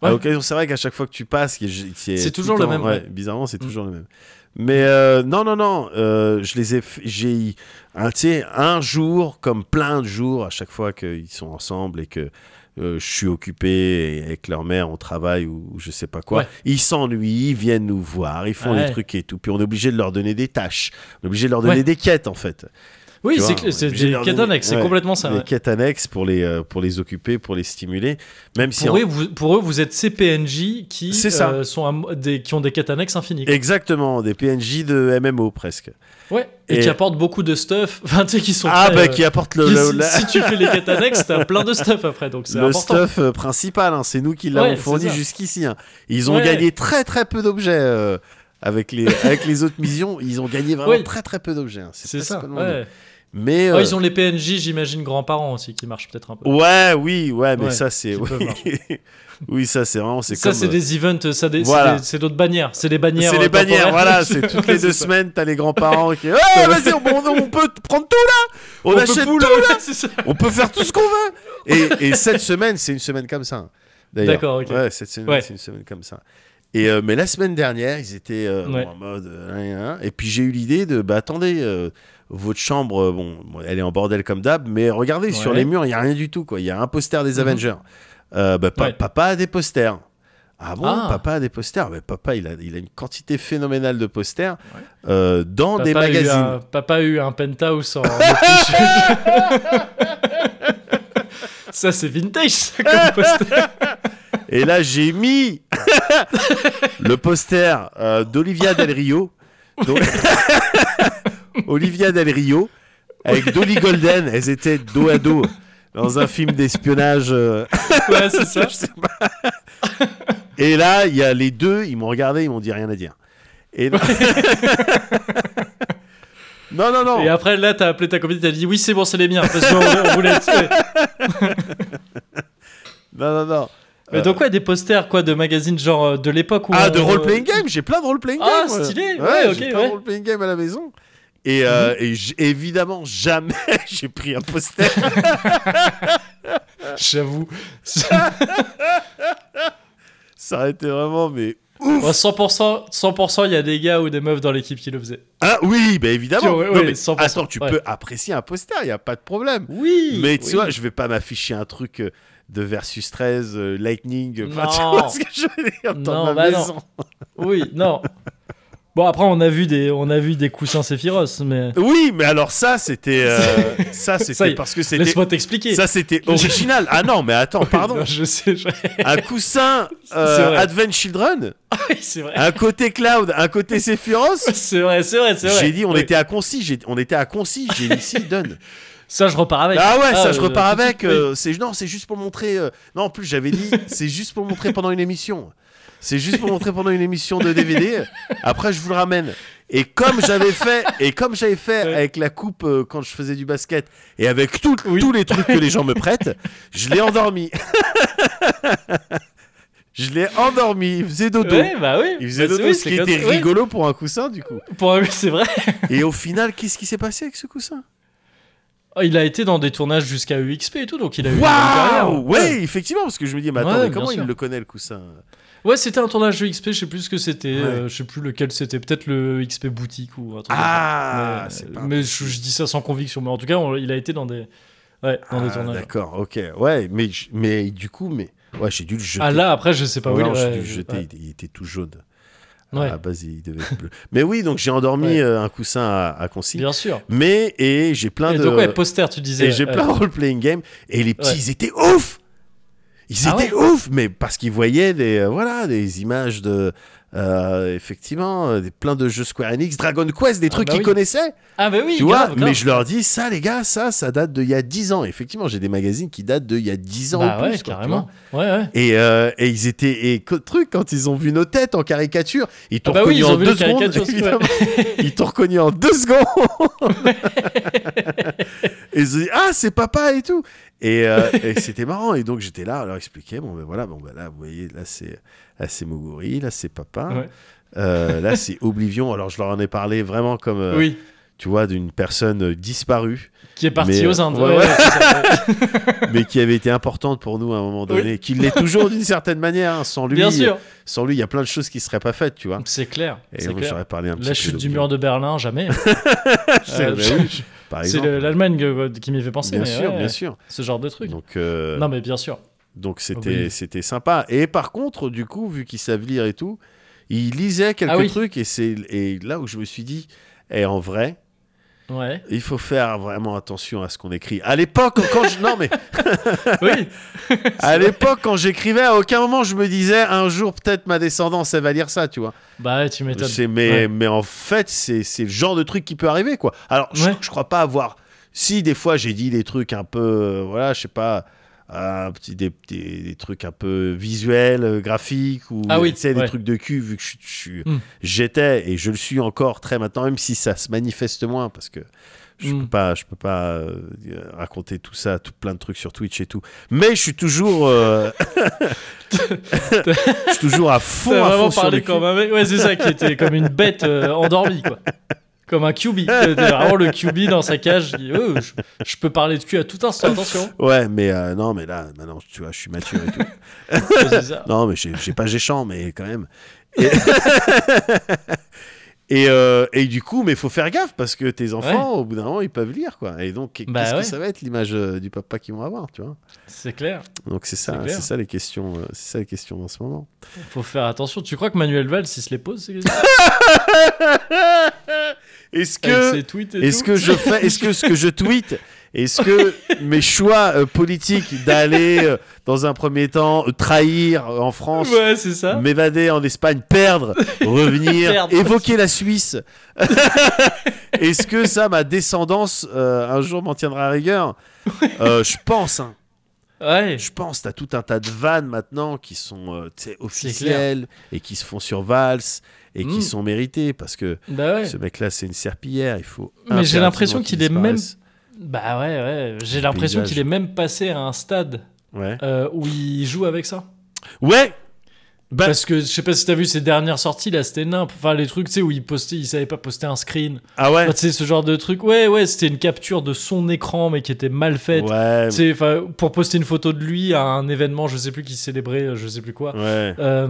Speaker 2: À
Speaker 1: Ouais.
Speaker 2: l'occasion, c'est vrai qu'à chaque fois que tu passes, il y a- il y a
Speaker 1: C'est
Speaker 2: tout
Speaker 1: toujours le
Speaker 2: temps-
Speaker 1: même,
Speaker 2: ouais,
Speaker 1: ouais.
Speaker 2: Bizarrement, c'est
Speaker 1: Mm.
Speaker 2: toujours le même. Mais euh, non, non, non. euh, je les ai, f- j'ai, un, tu sais, un jour comme plein de jours à chaque fois qu'ils sont ensemble et que euh, je suis occupé et avec leur mère, on travaille ou, ou je sais pas quoi.
Speaker 1: Ouais.
Speaker 2: Ils s'ennuient, ils viennent nous voir, ils font
Speaker 1: Ouais.
Speaker 2: des trucs et tout. Puis on est obligé de leur donner des tâches, on est obligé de leur donner
Speaker 1: Ouais.
Speaker 2: des quêtes en fait.
Speaker 1: Oui,
Speaker 2: tu
Speaker 1: c'est
Speaker 2: vois,
Speaker 1: cl-
Speaker 2: on est
Speaker 1: c'est
Speaker 2: obligé de
Speaker 1: des
Speaker 2: leur
Speaker 1: quêtes
Speaker 2: donner-
Speaker 1: annexes, c'est
Speaker 2: ouais,
Speaker 1: complètement ça.
Speaker 2: des
Speaker 1: ouais.
Speaker 2: quêtes annexes pour les euh, pour les occuper, pour les stimuler, même si
Speaker 1: Pour
Speaker 2: en-
Speaker 1: eux, vous, pour eux, vous êtes ces PNJ qui,
Speaker 2: C'est ça.
Speaker 1: euh, sont am- des, qui ont des quêtes annexes infinies. quoi.
Speaker 2: Exactement, des PNJ de MMO presque.
Speaker 1: ouais. et,
Speaker 2: et-
Speaker 1: qui apportent beaucoup de stuff. Enfin, tu sais, qui sont.
Speaker 2: Ah
Speaker 1: très,
Speaker 2: bah
Speaker 1: euh,
Speaker 2: qui apporte le,
Speaker 1: qui-
Speaker 2: le,
Speaker 1: si,
Speaker 2: la-
Speaker 1: si tu fais les quêtes annexes, t'as plein de stuff après, donc c'est
Speaker 2: le
Speaker 1: important.
Speaker 2: stuff euh, principal, hein, c'est nous qui l'avons
Speaker 1: Ouais, c'est
Speaker 2: fourni
Speaker 1: ça.
Speaker 2: jusqu'ici. hein. Ils ont
Speaker 1: Ouais.
Speaker 2: gagné très très peu d'objets euh, avec, les, avec les autres missions, ils ont gagné vraiment
Speaker 1: Oui.
Speaker 2: très très peu d'objets. hein. C'est
Speaker 1: C'est ça.
Speaker 2: principalement nous.
Speaker 1: Ouais.
Speaker 2: Mais
Speaker 1: Ouais,
Speaker 2: euh,
Speaker 1: ils ont les PNJ, j'imagine, grands-parents aussi, qui marchent peut-être un peu.
Speaker 2: ouais, oui, ouais, mais
Speaker 1: Ouais,
Speaker 2: ça c'est
Speaker 1: qui
Speaker 2: oui.
Speaker 1: peuvent
Speaker 2: oui, ça c'est vraiment c'est
Speaker 1: Ça,
Speaker 2: comme
Speaker 1: c'est
Speaker 2: euh,
Speaker 1: des events, ça, des- c'est
Speaker 2: Voilà.
Speaker 1: des- c'est d'autres bannières. C'est des bannières.
Speaker 2: c'est
Speaker 1: euh,
Speaker 2: les bannières,
Speaker 1: temporaires.
Speaker 2: voilà, c'est toutes
Speaker 1: Ouais,
Speaker 2: les deux
Speaker 1: ça.
Speaker 2: semaines, t'as les grands-parents qui, ouais, vas-y, on, on- on peut prendre tout là, on,
Speaker 1: peut tout,
Speaker 2: achète tout
Speaker 1: là, ouais, c'est ça.
Speaker 2: On peut faire tout ce qu'on veut. Et, et cette semaine, c'est une semaine comme ça. hein, d'ailleurs.
Speaker 1: D'accord, ok.
Speaker 2: Ouais, cette semaine,
Speaker 1: Ouais.
Speaker 2: c'est une semaine comme ça. Et euh, mais la semaine dernière, ils étaient euh,
Speaker 1: Ouais.
Speaker 2: en mode euh, hein, hein. et puis j'ai eu l'idée de bah attendez euh, votre chambre euh, bon bon, elle est en bordel comme d'hab mais regardez sur
Speaker 1: Ouais.
Speaker 2: les murs il y a rien du tout quoi il y a un poster des
Speaker 1: Mhm.
Speaker 2: Avengers Euh, bah, pa-
Speaker 1: Ouais.
Speaker 2: papa a des posters ah bon
Speaker 1: Ah.
Speaker 2: papa a des posters mais papa il a il a une quantité phénoménale de posters euh, dans des
Speaker 1: a eu
Speaker 2: magazines
Speaker 1: un- papa a eu un penthouse en Autriche. Ça, c'est vintage, ça, comme poster.
Speaker 2: Et là, j'ai mis le poster euh, d'Olivia Del Rio. Donc- Olivia Del Rio avec Dolly Golden. Elles étaient dos à dos dans un film d'espionnage. euh,
Speaker 1: Ouais, c'est ça.
Speaker 2: je sais pas. Et là, il y a les deux, ils m'ont regardé, ils m'ont dit rien à dire. Et là- non, non, non.
Speaker 1: Et après, là, t'as appelé ta copine, t'as dit oui, c'est bon, c'est les miens, parce qu'on on voulait être sûr.
Speaker 2: Non, non, non.
Speaker 1: Mais
Speaker 2: Euh,
Speaker 1: donc, ouais, des posters, quoi, de magazines, genre euh, de l'époque où.
Speaker 2: ah,
Speaker 1: on-
Speaker 2: de role-playing game, j'ai plein de role-playing
Speaker 1: Ah,
Speaker 2: game. moi.
Speaker 1: stylé, ouais, ok,
Speaker 2: j'ai plein
Speaker 1: ouais. Mhm.
Speaker 2: de role-playing game à la maison. Et, euh, et j- évidemment, jamais j'ai pris un poster.
Speaker 1: J'avoue.
Speaker 2: Ah, Ça aurait été vraiment, mais.
Speaker 1: Bon, 100%, 100%, il y a des gars ou des meufs dans l'équipe qui le faisaient.
Speaker 2: Ah oui, bah évidemment.
Speaker 1: Tu- ouais,
Speaker 2: Non,
Speaker 1: ouais,
Speaker 2: mais
Speaker 1: 100%,
Speaker 2: attends, tu
Speaker 1: ouais.
Speaker 2: peux apprécier un poster, il n'y a pas de problème.
Speaker 1: Oui.
Speaker 2: Mais tu vois, je vais pas m'afficher un truc euh, de Versus 13, euh, Lightning. enfin, tu
Speaker 1: Non.
Speaker 2: vois ce que je veux dire
Speaker 1: Non,
Speaker 2: dans ma
Speaker 1: bah non.
Speaker 2: maison.
Speaker 1: Oui, non. Bon, après, on a vu des, on a vu des coussins Sephiroth, mais.
Speaker 2: Oui, mais alors ça, c'était. euh,
Speaker 1: Ça
Speaker 2: ça,
Speaker 1: y
Speaker 2: c'était
Speaker 1: est,
Speaker 2: parce que c'était.
Speaker 1: Laisse-moi t'expliquer.
Speaker 2: Ça, c'était original. Ah non, mais attends,
Speaker 1: Oui,
Speaker 2: pardon.
Speaker 1: non, je sais, je-
Speaker 2: Un coussin
Speaker 1: C'est
Speaker 2: euh,
Speaker 1: vrai.
Speaker 2: Advent Children,
Speaker 1: Oui, c'est vrai.
Speaker 2: un côté Cloud, un côté Sephiroth.
Speaker 1: C'est vrai, c'est vrai, c'est vrai.
Speaker 2: J'ai dit, on
Speaker 1: Oui.
Speaker 2: était à concis. j'ai- On était à concis. J'ai dit, si, donne.
Speaker 1: Ça, je repars avec.
Speaker 2: Ah ouais, ça je
Speaker 1: euh,
Speaker 2: repars
Speaker 1: tout de
Speaker 2: avec.
Speaker 1: suite, oui.
Speaker 2: euh, c'est non, c'est juste pour montrer. euh, non, en plus j'avais dit, c'est juste pour montrer pendant une émission. C'est juste pour montrer pendant une émission de DVD. Après je vous le ramène. Et comme j'avais fait, et comme j'avais fait
Speaker 1: Ouais.
Speaker 2: avec la coupe euh, quand je faisais du basket et avec tout-
Speaker 1: Oui.
Speaker 2: tous les trucs que les gens me prêtent, je l'ai endormi. je l'ai endormi. Il faisait dodo.
Speaker 1: Ouais, bah oui.
Speaker 2: Il faisait
Speaker 1: Bah, c'est-
Speaker 2: dodo,
Speaker 1: oui,
Speaker 2: ce
Speaker 1: c'est
Speaker 2: qui
Speaker 1: comme-
Speaker 2: était
Speaker 1: oui.
Speaker 2: rigolo pour un coussin du coup.
Speaker 1: Pour un- c'est vrai.
Speaker 2: Et au final, qu'est-ce qui s'est passé avec ce coussin
Speaker 1: Oh, Il a été dans des tournages jusqu'à UXP et tout, donc il a eu une bonne carrière.
Speaker 2: Waouh Ouais, effectivement, parce que je me dis, mais
Speaker 1: Ouais,
Speaker 2: attendez,
Speaker 1: bien
Speaker 2: comment il
Speaker 1: sûr.
Speaker 2: le connaît le coussin
Speaker 1: Ouais, c'était un tournage de XP, je sais plus ce que c'était,
Speaker 2: Ouais.
Speaker 1: euh, je sais plus lequel c'était, peut-être le XP boutique ou un truc.
Speaker 2: Ah,
Speaker 1: comme ça.
Speaker 2: c'est
Speaker 1: euh, mais,
Speaker 2: pas
Speaker 1: mais je, je dis ça sans conviction, mais en tout cas, on- il a été dans des, ouais, dans des
Speaker 2: Ah,
Speaker 1: tournages.
Speaker 2: D'accord, ok. Ouais, mais, je- mais du coup, mais... Ouais, j'ai dû le jeter.
Speaker 1: Ah là, après, je sais pas
Speaker 2: Ouais,
Speaker 1: où
Speaker 2: non,
Speaker 1: il
Speaker 2: j'ai
Speaker 1: est.
Speaker 2: dû
Speaker 1: ouais,
Speaker 2: le
Speaker 1: je-
Speaker 2: jeter,
Speaker 1: ouais.
Speaker 2: il, il était tout jaune.
Speaker 1: Ouais,
Speaker 2: À la base, il devait être bleu. Mais oui, donc j'ai endormi
Speaker 1: Ouais.
Speaker 2: euh, un coussin à, à consigne.
Speaker 1: bien sûr.
Speaker 2: Mais, et j'ai plein
Speaker 1: Et
Speaker 2: de...
Speaker 1: donc, ouais, poster, tu disais. euh,
Speaker 2: et j'ai
Speaker 1: ouais.
Speaker 2: plein de role-playing game. Et les petits,
Speaker 1: Ouais.
Speaker 2: ils étaient ouf Ils
Speaker 1: Ah
Speaker 2: étaient ouf Mais parce qu'ils voyaient des, euh, voilà, des images de... euh, effectivement, euh, des, plein de jeux Square Enix, Dragon Quest, des trucs
Speaker 1: bah
Speaker 2: qu'ils
Speaker 1: oui.
Speaker 2: connaissaient.
Speaker 1: Ah, bah oui,
Speaker 2: Tu vois,
Speaker 1: grave,
Speaker 2: mais
Speaker 1: grave.
Speaker 2: je leur dis ça, les gars, ça, ça date d'il y a 10 ans. Effectivement, j'ai des magazines qui datent d'il y a 10 ans
Speaker 1: Bah
Speaker 2: ou plus.
Speaker 1: ouais,
Speaker 2: quoi, tu
Speaker 1: carrément.
Speaker 2: vois.
Speaker 1: Ouais, ouais.
Speaker 2: Et, euh, et ils étaient. Et co- truc, quand ils ont vu nos têtes en caricature, ils t'ont
Speaker 1: Ah bah oui,
Speaker 2: reconnu
Speaker 1: ils
Speaker 2: en
Speaker 1: ont vu
Speaker 2: deux
Speaker 1: les
Speaker 2: secondes.
Speaker 1: caricatures, ouais.
Speaker 2: évidemment. ils t'ont reconnu en deux secondes. et ils ont dit Ah, c'est papa et tout. Et, euh, et c'était marrant. Et donc j'étais là à leur expliquer Bon, ben voilà, bon, ben là, vous voyez, là, c'est. Là, c'est Moguri, là, c'est Papa.
Speaker 1: Ouais.
Speaker 2: Euh, là, c'est Oblivion. Alors, je leur en ai parlé vraiment comme, euh,
Speaker 1: Oui,
Speaker 2: tu vois, d'une personne euh, disparue
Speaker 1: qui est parti
Speaker 2: mais,
Speaker 1: aux Indes.
Speaker 2: euh, ouais,
Speaker 1: ouais,
Speaker 2: ouais.
Speaker 1: ouais, c'est ça, ouais.
Speaker 2: mais qui avait été importante pour nous à un moment donné, qui l'est toujours d'une certaine manière. hein. Sans lui,
Speaker 1: Bien sûr,
Speaker 2: sans lui, il y a plein de choses qui seraient pas faites, tu vois.
Speaker 1: c'est clair.
Speaker 2: Et
Speaker 1: C'est
Speaker 2: donc
Speaker 1: clair.
Speaker 2: j'aurais parlé un petit
Speaker 1: La
Speaker 2: peu
Speaker 1: chute du
Speaker 2: d'Oblivion,
Speaker 1: mur de Berlin, jamais. Euh,
Speaker 2: bah oui, par
Speaker 1: C'est
Speaker 2: exemple.
Speaker 1: le- l'Allemagne euh, qui m'y fait penser,
Speaker 2: Bien
Speaker 1: mais
Speaker 2: sûr,
Speaker 1: ouais,
Speaker 2: bien sûr.
Speaker 1: ce genre de truc.
Speaker 2: Donc, euh,
Speaker 1: Non, mais bien sûr.
Speaker 2: donc c'était,
Speaker 1: Oblivion.
Speaker 2: c'était sympa. Et par contre, du coup, vu qu'ils savent lire et tout, ils lisaient quelques
Speaker 1: Ah oui.
Speaker 2: trucs et c'est et là où je me suis dit, et en vrai,
Speaker 1: Ouais.
Speaker 2: il faut faire vraiment attention à ce qu'on écrit. À l'époque, quand je, non mais
Speaker 1: Oui,
Speaker 2: à l'époque quand j'écrivais, à aucun moment je me disais un jour peut-être ma descendance elle va lire ça, tu vois.
Speaker 1: bah ouais, tu m'étonnes.
Speaker 2: C'est- mais,
Speaker 1: Ouais.
Speaker 2: mais en fait, c'est c'est le genre de truc qui peut arriver, quoi. Alors, je,
Speaker 1: Ouais.
Speaker 2: je crois pas avoir. Si des fois j'ai dit des trucs un peu, euh, voilà, je sais pas, euh, un petit, des, des- des trucs un peu visuels, euh, graphiques, ou
Speaker 1: Ah oui,
Speaker 2: tu sais, des
Speaker 1: ouais.
Speaker 2: trucs de cul, vu que je- je suis-
Speaker 1: Hmm.
Speaker 2: j'étais et je le suis encore très maintenant, même si ça se manifeste moins, parce que je
Speaker 1: Hmm.
Speaker 2: peux pas, je peux pas euh, raconter tout ça, tout plein de trucs sur Twitch et tout. Mais je suis toujours, euh, je suis toujours à fond,
Speaker 1: T'as
Speaker 2: à fond
Speaker 1: vraiment
Speaker 2: sur le
Speaker 1: parlé
Speaker 2: cul.
Speaker 1: comme un mec. Ouais, c'est ça, qui était comme une bête euh, endormie, quoi. Comme un QB. T'es vraiment le QB dans sa cage. qui, Oh, je, je peux parler de cul à tout instant, attention.
Speaker 2: Ouais, mais euh, non, mais là, maintenant, tu vois, je suis mature et tout.
Speaker 1: Ouais, c'est ça.
Speaker 2: non, mais j'ai j'ai pas Géchant, mais quand même. Et, et, euh, et du coup, mais faut faire gaffe parce que tes enfants, au bout d'un moment, ils peuvent lire, quoi. Et donc, qu'est-ce
Speaker 1: Bah
Speaker 2: que
Speaker 1: ouais.
Speaker 2: ça va être l'image euh, du papa qu'ils vont avoir, tu vois
Speaker 1: C'est clair.
Speaker 2: Donc c'est ça,
Speaker 1: C'est clair.
Speaker 2: c'est ça les questions, euh, c'est ça les questions en ce moment.
Speaker 1: Faut faire attention. Tu crois que Manuel Valls, il se les pose, ces questions
Speaker 2: Est-ce
Speaker 1: Avec
Speaker 2: que,
Speaker 1: ses tweets et
Speaker 2: est-ce
Speaker 1: tout
Speaker 2: que je fais, est-ce que ce que je tweete, est-ce que mes choix euh, politiques d'aller euh, dans un premier temps euh, trahir euh, en France
Speaker 1: Ouais, c'est ça.
Speaker 2: m'évader en Espagne, perdre, revenir,
Speaker 1: Hein Perdre.
Speaker 2: évoquer la Suisse. Est-ce que ça, ma descendance, euh, un jour m'en tiendra à rigueur Euh, Je pense. hein.
Speaker 1: Ouais.
Speaker 2: Je pense, t'as tout un tas de vannes maintenant qui sont euh, tu sais, officielles
Speaker 1: clair.
Speaker 2: et qui se font sur Vals et qui
Speaker 1: Mm.
Speaker 2: sont méritées parce que
Speaker 1: Bah ouais.
Speaker 2: ce mec-là, c'est une serpillière. Il faut.
Speaker 1: Mais j'ai
Speaker 2: impérativement
Speaker 1: l'impression qu'il est même-
Speaker 2: disparaisse.
Speaker 1: Bah ouais, ouais. J'ai l'impression
Speaker 2: paysage.
Speaker 1: qu'il est même passé à un stade
Speaker 2: Ouais.
Speaker 1: euh, où il joue avec ça.
Speaker 2: Ouais. Bah-
Speaker 1: Parce que je sais pas si t'as vu ses dernières sorties là, c'était nimp. Enfin, les trucs, tu sais, où il postait, il savait pas poster un screen.
Speaker 2: Ah ouais.
Speaker 1: Enfin, tu sais, ce genre de truc. Ouais, ouais, c'était une capture de son écran, mais qui était mal faite.
Speaker 2: Ouais.
Speaker 1: Tu sais, enfin, pour poster une photo de lui à un événement, je sais plus qui célébrait, euh, je sais plus quoi.
Speaker 2: Ouais.
Speaker 1: Euh,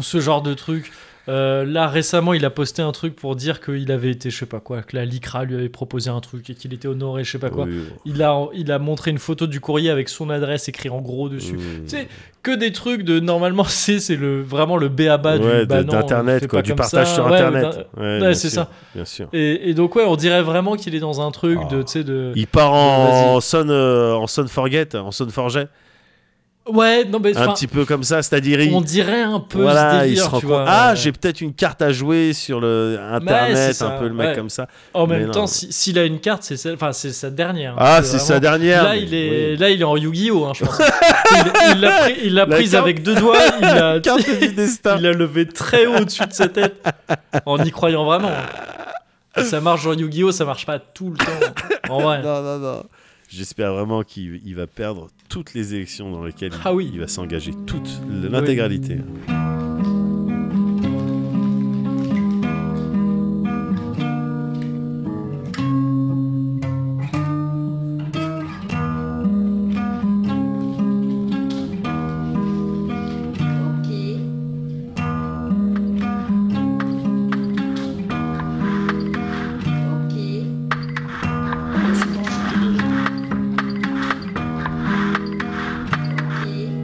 Speaker 1: ce genre de truc. Euh, là récemment, il a posté un truc pour dire qu'il avait été, je sais pas quoi, que la Lycra lui avait proposé un truc et qu'il était honoré, je sais pas quoi.
Speaker 2: Oui, oui.
Speaker 1: Il a, il a montré une photo du courrier avec son adresse écrit en gros dessus.
Speaker 2: Mm.
Speaker 1: Tu sais, que des trucs de normalement, c'est c'est le, vraiment le B.A.B.A.
Speaker 2: Ouais,
Speaker 1: du
Speaker 2: de-
Speaker 1: bah non, on
Speaker 2: d'internet
Speaker 1: fait
Speaker 2: quoi,
Speaker 1: pas
Speaker 2: du
Speaker 1: comme
Speaker 2: partage
Speaker 1: ça.
Speaker 2: sur
Speaker 1: Ouais,
Speaker 2: internet.
Speaker 1: d'un-
Speaker 2: Ouais,
Speaker 1: ouais,
Speaker 2: bien
Speaker 1: c'est
Speaker 2: sûr,
Speaker 1: ça.
Speaker 2: Bien sûr.
Speaker 1: Et, et donc, ouais, on dirait vraiment qu'il est dans un truc de.
Speaker 2: Oh.
Speaker 1: tu sais, de...
Speaker 2: Il part
Speaker 1: Euh, Vas-y.
Speaker 2: en son, euh, en son forget, en son forget,
Speaker 1: Ouais, non, mais
Speaker 2: un
Speaker 1: enfin,
Speaker 2: petit peu comme ça, c'est-à-dire il-
Speaker 1: on dirait un peu ce
Speaker 2: voilà,
Speaker 1: délire,
Speaker 2: il se rend
Speaker 1: tu
Speaker 2: compte,
Speaker 1: vois.
Speaker 2: ah, j'ai peut-être une carte à jouer sur
Speaker 1: Ouais,
Speaker 2: le
Speaker 1: c'est
Speaker 2: internet,
Speaker 1: ça,
Speaker 2: un peu le mec
Speaker 1: ouais.
Speaker 2: comme ça.
Speaker 1: En
Speaker 2: mais
Speaker 1: même
Speaker 2: non.
Speaker 1: temps, si- s'il a une carte, c'est celle- enfin, c'est sa dernière. hein.
Speaker 2: Ah, c'est
Speaker 1: vraiment-
Speaker 2: sa dernière.
Speaker 1: Là
Speaker 2: mais
Speaker 1: il, est,
Speaker 2: oui.
Speaker 1: là, il est en Yu-Gi-Oh! hein, je pense. il il l'a pris- il l'a
Speaker 2: La
Speaker 1: prise
Speaker 2: carte-
Speaker 1: avec deux doigts, il a,
Speaker 2: Carte du destin.
Speaker 1: il a levé très haut au-dessus de sa tête en y croyant vraiment. Ça marche en Yu-Gi-Oh! Ça marche pas tout le temps. En vrai.
Speaker 2: Non, non, non. J'espère vraiment qu'il il va perdre toutes les élections dans lesquelles il-
Speaker 1: Ah oui.
Speaker 2: il va s'engager, toute l'intégralité.
Speaker 3: Ok. Ok. Ok.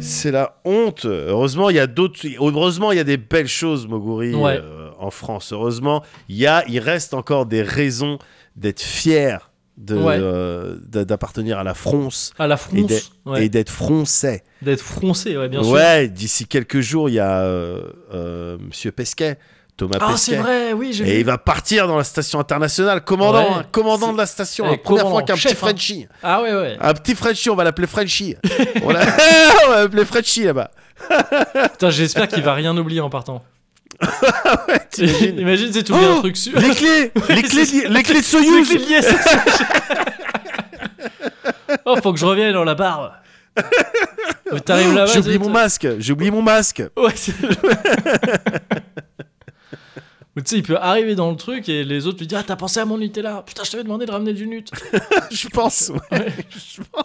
Speaker 2: C'est la honte. Heureusement, il y a d'autres. Heureusement, il y a des belles choses, Moguri,
Speaker 1: Ouais.
Speaker 2: euh, en France. Heureusement, il y a, il reste encore des raisons d'être fier de
Speaker 1: Ouais.
Speaker 2: euh, d'a- d'appartenir à la France
Speaker 1: À la
Speaker 2: Et des-
Speaker 1: fronce. ouais.
Speaker 2: et d'être français.
Speaker 1: D'être froncé, ouais, bien sûr.
Speaker 2: ouais, d'ici quelques jours, il y a euh, euh, Monsieur Pesquet, Thomas
Speaker 1: Ah, c'est
Speaker 2: Pesquet.
Speaker 1: vrai, oui, j'ai
Speaker 2: Et
Speaker 1: vu.
Speaker 2: il va partir dans la station internationale, commandant,
Speaker 1: Ouais.
Speaker 2: hein, commandant
Speaker 1: C'est-
Speaker 2: de la station.
Speaker 1: Eh,
Speaker 2: hein. première fois
Speaker 1: commandant,
Speaker 2: qu'un petit
Speaker 1: chef, hein.
Speaker 2: Frenchie,
Speaker 1: Ah, ouais, ouais.
Speaker 2: un petit Frenchie, on va l'appeler Frenchie. on l'a- on va l'appeler Frenchie là-bas.
Speaker 1: Putain, j'espère qu'il va rien oublier en partant.
Speaker 2: Ah t'imagines
Speaker 1: Imagine, c'est oublier
Speaker 2: Oh
Speaker 1: un truc sur.
Speaker 2: Les clés, les clés,
Speaker 1: c'est
Speaker 2: de- les clés de
Speaker 1: Les
Speaker 2: Soyouz.
Speaker 1: clés de liesse. oh, faut que je revienne dans la barre. Oh, T'arrives là-bas.
Speaker 2: J'ai oublié
Speaker 1: c'est-
Speaker 2: mon masque, j'ai oublié mon masque.
Speaker 1: Ouais, c'est- Ou tu sais, il peut arriver dans le truc et les autres lui disent Ah, t'as pensé à mon Nutella Putain, je t'avais demandé de ramener du Nut.
Speaker 2: Je pense. ouais. je pense,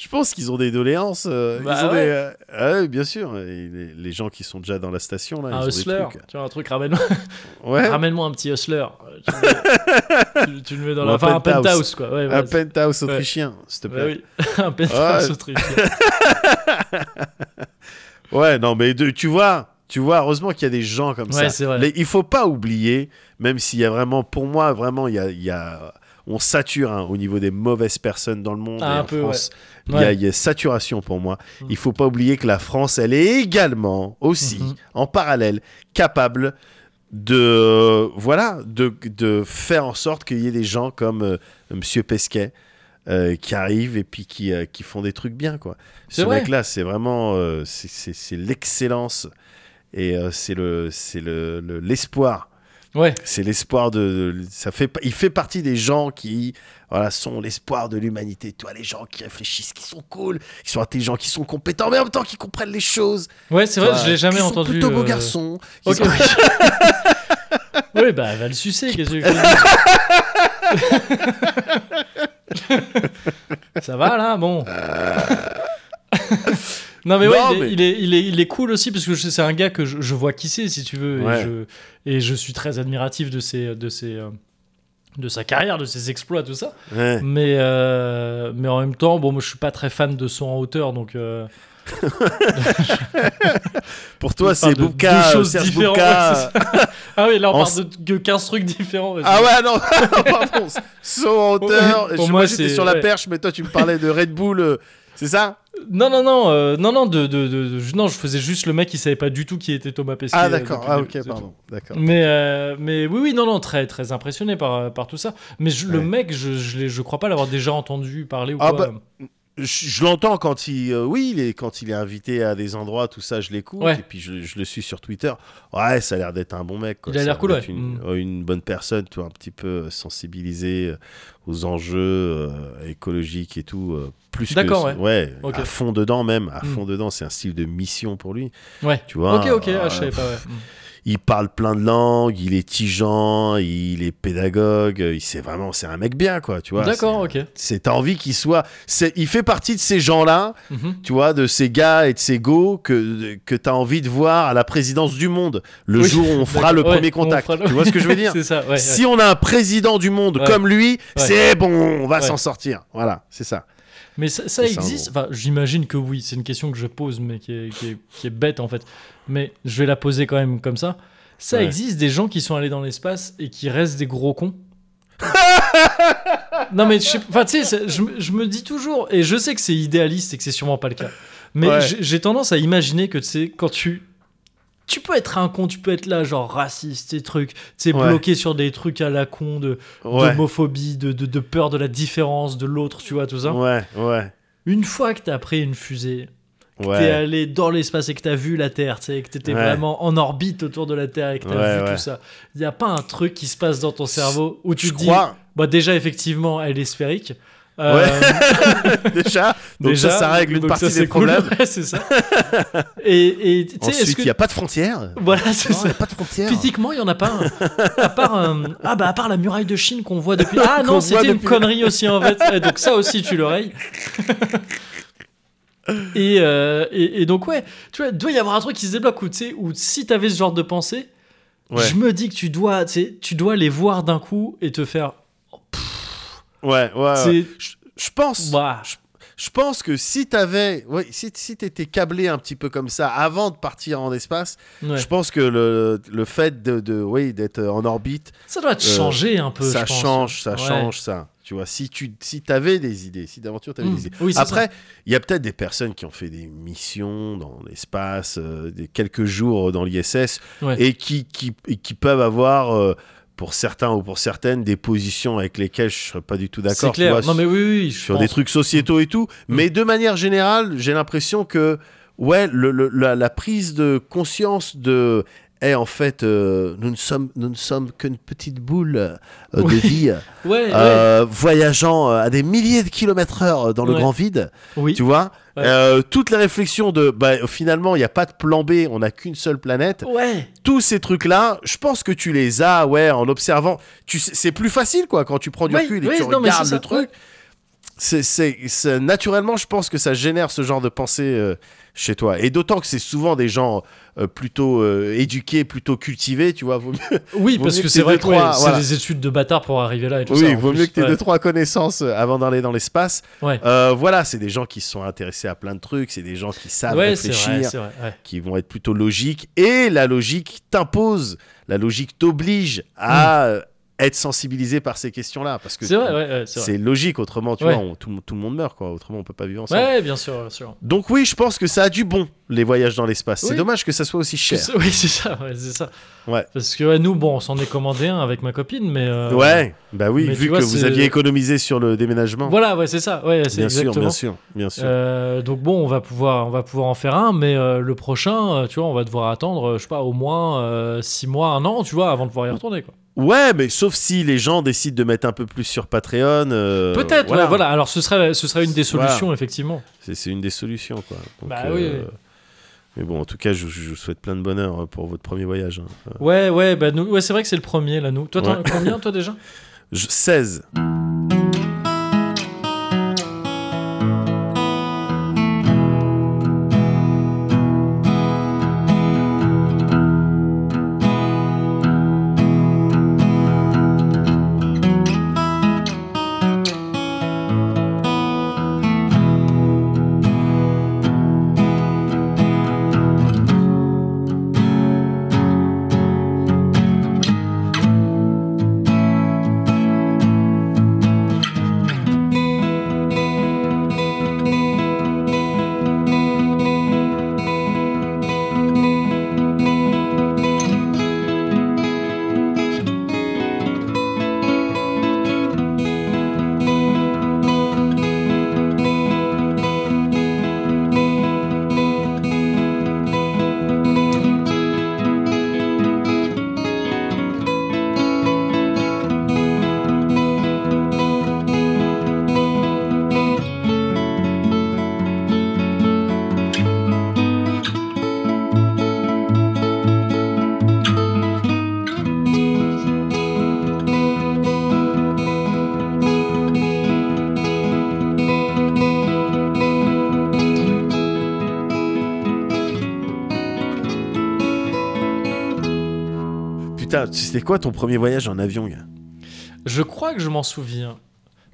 Speaker 2: je pense qu'ils ont des doléances. euh,
Speaker 1: Bah
Speaker 2: ils ont
Speaker 1: ouais.
Speaker 2: des, euh, ah ouais, bien sûr. et les, les gens qui sont déjà dans la station là,
Speaker 1: un
Speaker 2: ils ont
Speaker 1: hustler. Ah,
Speaker 2: des trucs.
Speaker 1: Tu vois, un truc, ramène-moi
Speaker 2: Ouais.
Speaker 1: ramène un petit hustler. Euh, Tu le mets- tu- tu le mets dans
Speaker 2: Ou
Speaker 1: la.
Speaker 2: un
Speaker 1: Enfin, un
Speaker 2: penthouse.
Speaker 1: penthouse, quoi. Ouais,
Speaker 2: Un
Speaker 1: voilà, c'est-
Speaker 2: penthouse
Speaker 1: Ouais.
Speaker 2: autrichien, s'il te
Speaker 1: Bah
Speaker 2: plaît.
Speaker 1: oui, un penthouse
Speaker 2: Ouais.
Speaker 1: autrichien.
Speaker 2: Ouais, non, mais de- tu vois, tu vois, heureusement qu'il y a des gens comme
Speaker 1: Ouais,
Speaker 2: ça.
Speaker 1: c'est vrai.
Speaker 2: Les- il faut pas oublier, même s'il y a vraiment, pour moi, vraiment, il y a, il y a- on sature hein, au niveau des mauvaises personnes dans le monde.
Speaker 1: Ah,
Speaker 2: et
Speaker 1: un
Speaker 2: en
Speaker 1: peu,
Speaker 2: France, il
Speaker 1: ouais.
Speaker 2: y a-
Speaker 1: Ouais.
Speaker 2: il y, a saturation pour moi.
Speaker 1: Mm.
Speaker 2: Il faut pas oublier que la France, elle est également aussi,
Speaker 1: Mhm.
Speaker 2: en parallèle, capable de euh, voilà de, de faire en sorte qu'il y ait des gens comme euh, Monsieur Pesquet euh, qui arrivent et puis qui, euh, qui font des trucs bien quoi.
Speaker 1: C'est
Speaker 2: Ce
Speaker 1: vrai.
Speaker 2: mec-là, c'est vraiment euh, c'est- c'est c'est l'excellence et euh, c'est le c'est le- le- l'espoir
Speaker 1: Ouais.
Speaker 2: c'est l'espoir de, de- ça fait pa- il fait partie des gens qui voilà sont l'espoir de l'humanité toi les gens qui réfléchissent qui sont cool qui sont intelligents qui sont compétents mais en même temps qui comprennent les choses
Speaker 1: Ouais, c'est vrai,
Speaker 2: Toi,
Speaker 1: je l'ai jamais
Speaker 2: qui
Speaker 1: entendu.
Speaker 2: sont plutôt beaux
Speaker 1: euh,
Speaker 2: garçons qui
Speaker 1: ok.
Speaker 2: sont-
Speaker 1: Ouais, bah, va le sucer, qu'est-ce que je veux dire Ça va, là Bon. non, mais ouais,
Speaker 2: Euh. Non,
Speaker 1: il, est, il
Speaker 2: mais-
Speaker 1: est- il est- il est cool aussi, parce que je- c'est un gars que je, je vois qui c'est, si tu veux.
Speaker 2: Ouais.
Speaker 1: Et, je, et je suis très admiratif de ses... De ses euh, de sa carrière, de ses exploits, tout ça.
Speaker 2: Ouais.
Speaker 1: Mais, euh, mais en même temps, bon, moi, je suis pas très fan de son en hauteur, donc euh,
Speaker 2: pour toi
Speaker 1: Il
Speaker 2: c'est
Speaker 1: parle de-
Speaker 2: Bouka
Speaker 1: de
Speaker 2: euh,
Speaker 1: choses
Speaker 2: Serge
Speaker 1: différentes,
Speaker 2: Bouka,
Speaker 1: ouais, c'est Ah oui, là, on
Speaker 2: En
Speaker 1: parle de que 15 trucs différents. vas-y.
Speaker 2: ah ouais non, non, pardon saut en hauteur
Speaker 1: Pour
Speaker 2: je,
Speaker 1: moi,
Speaker 2: moi j'étais
Speaker 1: c'est-
Speaker 2: sur la
Speaker 1: ouais.
Speaker 2: perche mais toi tu me parlais de Red Bull euh, c'est ça
Speaker 1: Non, non, non, euh, non, non, de, de, de- de- je- non, je faisais juste le mec qui savait pas du tout qui était Thomas Pesquet.
Speaker 2: ah
Speaker 1: euh,
Speaker 2: d'accord
Speaker 1: depuis le
Speaker 2: ah
Speaker 1: début,
Speaker 2: ok
Speaker 1: c'est
Speaker 2: pardon d'accord
Speaker 1: tout. Mais, euh, mais oui, oui, non, non, très, très impressionné par, euh, par tout ça. Mais je- le
Speaker 2: Ouais.
Speaker 1: mec, je, je, l'ai- je crois pas l'avoir déjà entendu parler ou
Speaker 2: Ah
Speaker 1: quoi.
Speaker 2: je, je l'entends quand il, euh, oui, il est, quand il est invité à des endroits, tout ça, je l'écoute.
Speaker 1: Ouais.
Speaker 2: Et puis je, je le suis sur Twitter. Ouais, ça a l'air d'être un bon mec. Quoi.
Speaker 1: Il a
Speaker 2: Ça
Speaker 1: l'air cool,
Speaker 2: d'être
Speaker 1: ouais.
Speaker 2: Une,
Speaker 1: Mm.
Speaker 2: euh, une bonne personne, tu vois, un petit peu euh, sensibilisée euh, aux enjeux euh, écologiques et tout. euh, plus que-
Speaker 1: D'accord, ouais. Ok.
Speaker 2: à fond dedans même, à
Speaker 1: Mm.
Speaker 2: fond dedans. C'est un style de mission pour lui.
Speaker 1: Ouais.
Speaker 2: Tu vois.
Speaker 1: ok, ok,
Speaker 2: euh,
Speaker 1: ah, je savais pas, ouais.
Speaker 2: il parle plein de langues, il est tigeant, il est pédagogue. euh, Il c'est vraiment, c'est un mec bien, quoi. Tu vois.
Speaker 1: D'accord,
Speaker 2: c'est-
Speaker 1: ok.
Speaker 2: C'est t'as envie qu'il soit. c'est- Il fait partie de ces gens-là
Speaker 1: Mhm.
Speaker 2: tu vois, de ces gars et de ces go que, que tu as envie de voir à la présidence du monde le
Speaker 1: Oui,
Speaker 2: jour où on fera le
Speaker 1: d'accord, ouais,
Speaker 2: premier
Speaker 1: on
Speaker 2: contact.
Speaker 1: fera le-
Speaker 2: Tu vois ce que je veux dire
Speaker 1: C'est ça, ouais. ouais.
Speaker 2: Si on a un président du monde
Speaker 1: Ouais.
Speaker 2: comme lui, c'est bon, on va
Speaker 1: Ouais.
Speaker 2: s'en sortir. Voilà, c'est ça.
Speaker 1: Mais ça, ça
Speaker 2: C'est ça, en
Speaker 1: existe Enfin, j'imagine que oui. C'est une question que je pose, mais qui est, qui est- qui est bête en fait. Mais je vais la poser quand même comme ça. Ça
Speaker 2: Ouais.
Speaker 1: existe des gens qui sont allés dans l'espace et qui restent des gros cons Non mais je sais, enfin, tu sais, c'est- je, me- je me dis toujours, et je sais que c'est idéaliste et que c'est sûrement pas le cas, mais
Speaker 2: Ouais.
Speaker 1: j'ai- j'ai tendance à imaginer que tu sais, quand tu... Tu peux être un con, tu peux être là, genre raciste, tes trucs, tu sais,
Speaker 2: Ouais.
Speaker 1: bloqué sur des trucs à la con, de,
Speaker 2: Ouais,
Speaker 1: d'homophobie, de, de, de peur de la différence, de l'autre, tu vois, tout ça.
Speaker 2: ouais, ouais.
Speaker 1: Une fois que t'as pris une fusée, t'es
Speaker 2: Ouais,
Speaker 1: allé dans l'espace et que t'as vu la Terre, tu sais, que t'étais
Speaker 2: Ouais.
Speaker 1: vraiment en orbite autour de la Terre et que t'as
Speaker 2: Ouais,
Speaker 1: vu
Speaker 2: ouais.
Speaker 1: tout ça, il n'y a pas un truc qui se passe dans ton cerveau où tu
Speaker 2: je
Speaker 1: te dis,
Speaker 2: crois,
Speaker 1: bah déjà effectivement, elle est sphérique. Euh,
Speaker 2: déjà. Donc
Speaker 1: déjà,
Speaker 2: ça, ça règle une
Speaker 1: donc
Speaker 2: partie
Speaker 1: ça,
Speaker 2: des
Speaker 1: c'est cool.
Speaker 2: problèmes.
Speaker 1: Ouais, c'est ça. et et tu sais, est-ce
Speaker 2: Ensuite,
Speaker 1: que
Speaker 2: il n'y a pas de frontières.
Speaker 1: voilà, c'est
Speaker 2: Non, il
Speaker 1: ça.
Speaker 2: n'y a pas de frontières.
Speaker 1: Physiquement, il n'y en a pas un. À part, euh, ah bah, à part la muraille de Chine qu'on voit depuis. Ah
Speaker 2: Qu'on
Speaker 1: non,
Speaker 2: voit
Speaker 1: c'était une
Speaker 2: depuis-
Speaker 1: connerie aussi en fait. Ouais, donc ça aussi, tu l'oreilles. et, euh, et, et donc, ouais, tu vois, doit y avoir un truc qui se débloque où, tu sais, où si t'avais ce genre de pensée,
Speaker 2: Ouais,
Speaker 1: je me dis que tu dois, tu sais, tu dois les voir d'un coup et te faire.
Speaker 2: ouais, ouais. Ah ouais.
Speaker 1: c'est- Bah,
Speaker 2: Je, je pense.
Speaker 1: Ouah.
Speaker 2: Je pense que si t'avais, ouais, si, si t'étais câblé un petit peu comme ça avant de partir en espace,
Speaker 1: Ouais.
Speaker 2: je pense que le, le fait de, de- oui, d'être en orbite,
Speaker 1: Ça doit te changer un peu.
Speaker 2: euh, ça
Speaker 1: je pense.
Speaker 2: change, ça
Speaker 1: Ouais.
Speaker 2: change ça. Tu vois, si tu, si t'avais des idées, si d'aventure t'avais
Speaker 1: Mm.
Speaker 2: des idées.
Speaker 1: Oui, c'est
Speaker 2: Après, il y a peut-être des personnes qui ont fait des missions dans l'espace, euh, des quelques jours dans l'ISS,
Speaker 1: Ouais.
Speaker 2: et qui, qui, et qui peuvent avoir, euh, pour certains ou pour certaines, des positions avec lesquelles je serais pas du tout
Speaker 1: ça.
Speaker 2: d'accord.
Speaker 1: C'est
Speaker 2: tu
Speaker 1: clair.
Speaker 2: vois,
Speaker 1: non, mais oui, oui, oui, je
Speaker 2: sur
Speaker 1: pense. Mm.
Speaker 2: des trucs sociétaux et tout. Mais de manière générale, j'ai l'impression que, ouais, le- le- la, la prise de conscience de. Eh, en fait, euh, nous ne sommes, nous ne sommes qu'une petite boule euh, de
Speaker 1: Oui.
Speaker 2: vie,
Speaker 1: Ouais, ouais.
Speaker 2: euh, voyageant euh, à des milliers de kilomètres heure euh, dans le
Speaker 1: Ouais.
Speaker 2: grand vide,
Speaker 1: oui.
Speaker 2: tu vois.
Speaker 1: Ouais.
Speaker 2: Euh, toutes les réflexions de, bah, finalement, il n'y a pas de plan B, on n'a qu'une seule planète.
Speaker 1: Ouais.
Speaker 2: Tous ces trucs-là, je pense que tu les as, ouais, en observant. Tu sais- c'est plus facile, quoi, quand tu prends du
Speaker 1: Oui,
Speaker 2: recul et
Speaker 1: oui,
Speaker 2: que tu
Speaker 1: non, mais c'est
Speaker 2: regardes
Speaker 1: ça,
Speaker 2: le truc
Speaker 1: ouais.
Speaker 2: c'est, c'est- c'est- naturellement, je pense que ça génère ce genre de pensée euh, chez toi. Et d'autant que c'est souvent des gens euh, plutôt euh, éduqués, plutôt cultivés, tu vois. Vaut mieux,
Speaker 1: Oui,
Speaker 2: Vaut
Speaker 1: parce
Speaker 2: mieux
Speaker 1: que
Speaker 2: que
Speaker 1: c'est
Speaker 2: t'aies
Speaker 1: vrai
Speaker 2: deux,
Speaker 1: que ouais,
Speaker 2: trois,
Speaker 1: c'est
Speaker 2: voilà.
Speaker 1: des études de bâtard pour arriver là et tout ça.
Speaker 2: oui,
Speaker 1: en
Speaker 2: vaut
Speaker 1: plus.
Speaker 2: mieux que tu aies
Speaker 1: Ouais.
Speaker 2: deux trois connaissances euh, avant d'aller dans l'espace.
Speaker 1: Ouais,
Speaker 2: Euh, voilà, c'est des gens qui se sont intéressés à plein de trucs, c'est des gens qui savent
Speaker 1: ouais c'est vrai,
Speaker 2: réfléchir,
Speaker 1: c'est vrai. ouais.
Speaker 2: qui vont être plutôt logiques. Et la logique t'impose, la logique t'oblige à euh, être sensibilisé par ces questions-là. Parce que
Speaker 1: Hmm. C'est vrai, ouais, ouais, c'est vrai.
Speaker 2: c'est logique, autrement, tu
Speaker 1: Ouais.
Speaker 2: vois, on- tout, tout le monde meurt, quoi. Autrement, on peut pas vivre ensemble.
Speaker 1: Ouais, ouais, bien sûr, bien sûr.
Speaker 2: Donc oui, je pense que ça a du bon, les voyages dans l'espace. C'est
Speaker 1: Oui.
Speaker 2: dommage que ça soit aussi cher.
Speaker 1: C'est- Oui, c'est ça, ouais, c'est ça.
Speaker 2: Ouais.
Speaker 1: Parce que ouais, nous, bon, on s'en est commandé un avec ma copine, mais. euh,
Speaker 2: ouais, bah oui,
Speaker 1: mais
Speaker 2: vu
Speaker 1: tu vois,
Speaker 2: que vous
Speaker 1: c'est-
Speaker 2: aviez économisé sur le déménagement.
Speaker 1: Voilà, ouais, c'est ça. Ouais, c'est
Speaker 2: bien sûr,
Speaker 1: exactement.
Speaker 2: bien sûr, bien sûr.
Speaker 1: Euh, donc bon, on va pouvoir, on va pouvoir en faire un, mais euh, le prochain, euh, tu vois, on va devoir attendre, euh, je sais pas, au moins 6 mois, un an, tu vois, avant de pouvoir y retourner. quoi.
Speaker 2: Ouais, mais sauf si les gens décident de mettre un peu plus sur Patreon. euh,
Speaker 1: Peut-être, ouais, voilà. Alors ce serait, ce serait une des
Speaker 2: Voilà.
Speaker 1: solutions, effectivement.
Speaker 2: C'est c'est une des solutions, quoi. Donc, euh,
Speaker 1: Bah oui, oui.
Speaker 2: Mais bon, en tout cas, je, je vous souhaite plein de bonheur euh, pour votre premier voyage. hein. Euh,
Speaker 1: Ouais, ouais, bah nous, ouais, c'est vrai que c'est le premier là, nous. Toi, t'en-
Speaker 2: Ouais.
Speaker 1: combien toi déjà
Speaker 2: je- 16. Putain, c'était quoi ton premier voyage en avion, gars
Speaker 1: Je crois que je m'en souviens,